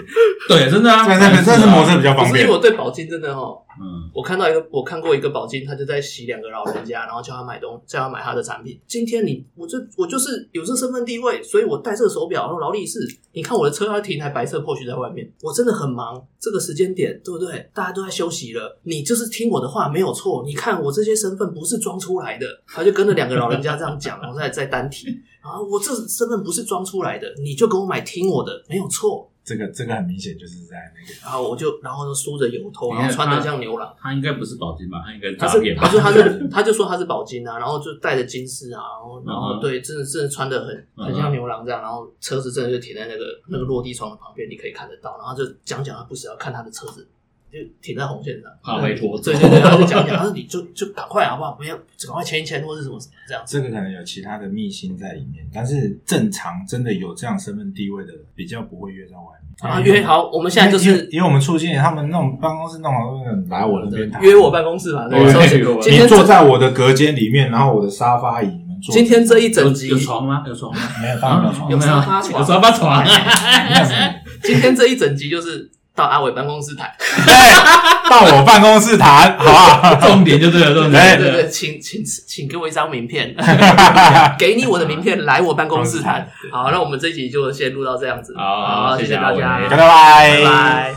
[SPEAKER 3] 对，真的啊，
[SPEAKER 2] 在那边真的是摩托车比较
[SPEAKER 1] 不
[SPEAKER 2] 方
[SPEAKER 1] 是因
[SPEAKER 2] 便
[SPEAKER 1] 为。我对宝金真的哦，
[SPEAKER 3] 嗯，
[SPEAKER 1] 我看到一个，我看过一个宝金，他就在洗两个老人家，然后叫他买东，叫他买他的产品。今天你，我这我就是有这身份地位，所以我戴这个手表，然后劳力士。你看我的车要停台白色 Porsche 在外面，我真的很忙，这个时间点对不对？大家都在休息了，你就是听我的话没有错。你看我这些些身份不是装出来的。他就跟着两个老人家这样讲，然后再再单提啊，我这身份不是装出来的，你就给我买听我的，没有错。
[SPEAKER 2] 这个这个很明显就是在那个
[SPEAKER 1] 然后我就然后就梳着油头，
[SPEAKER 3] 你
[SPEAKER 1] 然
[SPEAKER 3] 看
[SPEAKER 1] 后穿的
[SPEAKER 3] 他
[SPEAKER 1] 像牛郎。
[SPEAKER 3] 他应该不是保金吧？他应该是
[SPEAKER 1] 他
[SPEAKER 3] 诈
[SPEAKER 1] 是
[SPEAKER 3] 骗吧？
[SPEAKER 1] 他说他是他就说他是宝金啊，然后就戴着金饰啊，然后然
[SPEAKER 3] 嗯
[SPEAKER 1] 后
[SPEAKER 3] 哼
[SPEAKER 1] 对，真的真的穿的很
[SPEAKER 3] 嗯哼
[SPEAKER 1] 很像牛郎这样，然后车子真的就停在那个那个落地窗的旁边，你可以看得到，然后就讲讲他不是要看他的车子。就停在红线上，
[SPEAKER 3] 怕被拖走
[SPEAKER 1] 对对对，他就讲讲，他说你就就赶快好不好？不要赶快签一签或者什么什么这样子。
[SPEAKER 2] 这个可能有其他的秘辛在里面，但是正常真的有这样身份地位的人，比较不会约在外面
[SPEAKER 1] 啊，约。好，我们现在就
[SPEAKER 2] 因为
[SPEAKER 1] 是
[SPEAKER 2] 因为我们促进他们那种办公室弄好，那种来我那边谈，
[SPEAKER 1] 约我办公室嘛，对，
[SPEAKER 3] 对
[SPEAKER 1] 收拾
[SPEAKER 3] 约我
[SPEAKER 1] 今
[SPEAKER 2] 你
[SPEAKER 1] 天
[SPEAKER 2] 坐在我的隔间里面，然后我的沙发椅，你们坐。
[SPEAKER 1] 今天这一嗯整集
[SPEAKER 3] 有有床吗？有床吗？
[SPEAKER 2] 没有，当然没有床
[SPEAKER 1] 有
[SPEAKER 3] 没
[SPEAKER 1] 沙发床
[SPEAKER 3] 有沙发床。
[SPEAKER 2] 没有什么
[SPEAKER 1] 今天这一整集就是到阿伟办公室谈，
[SPEAKER 2] 对，到我办公室谈，好不好？
[SPEAKER 3] 重点就对了，重
[SPEAKER 2] 哎
[SPEAKER 3] 点就
[SPEAKER 1] 对
[SPEAKER 3] 对
[SPEAKER 1] 对，
[SPEAKER 3] 了。
[SPEAKER 1] 请请请给我一张名 片，给你我的名片，来我办公室谈。好，那我们这一集就先录到这样子。
[SPEAKER 3] 好
[SPEAKER 1] 谢
[SPEAKER 3] 谢谢
[SPEAKER 1] 大
[SPEAKER 3] 阿
[SPEAKER 1] 家
[SPEAKER 3] 伟，
[SPEAKER 2] 拜拜
[SPEAKER 1] 拜拜。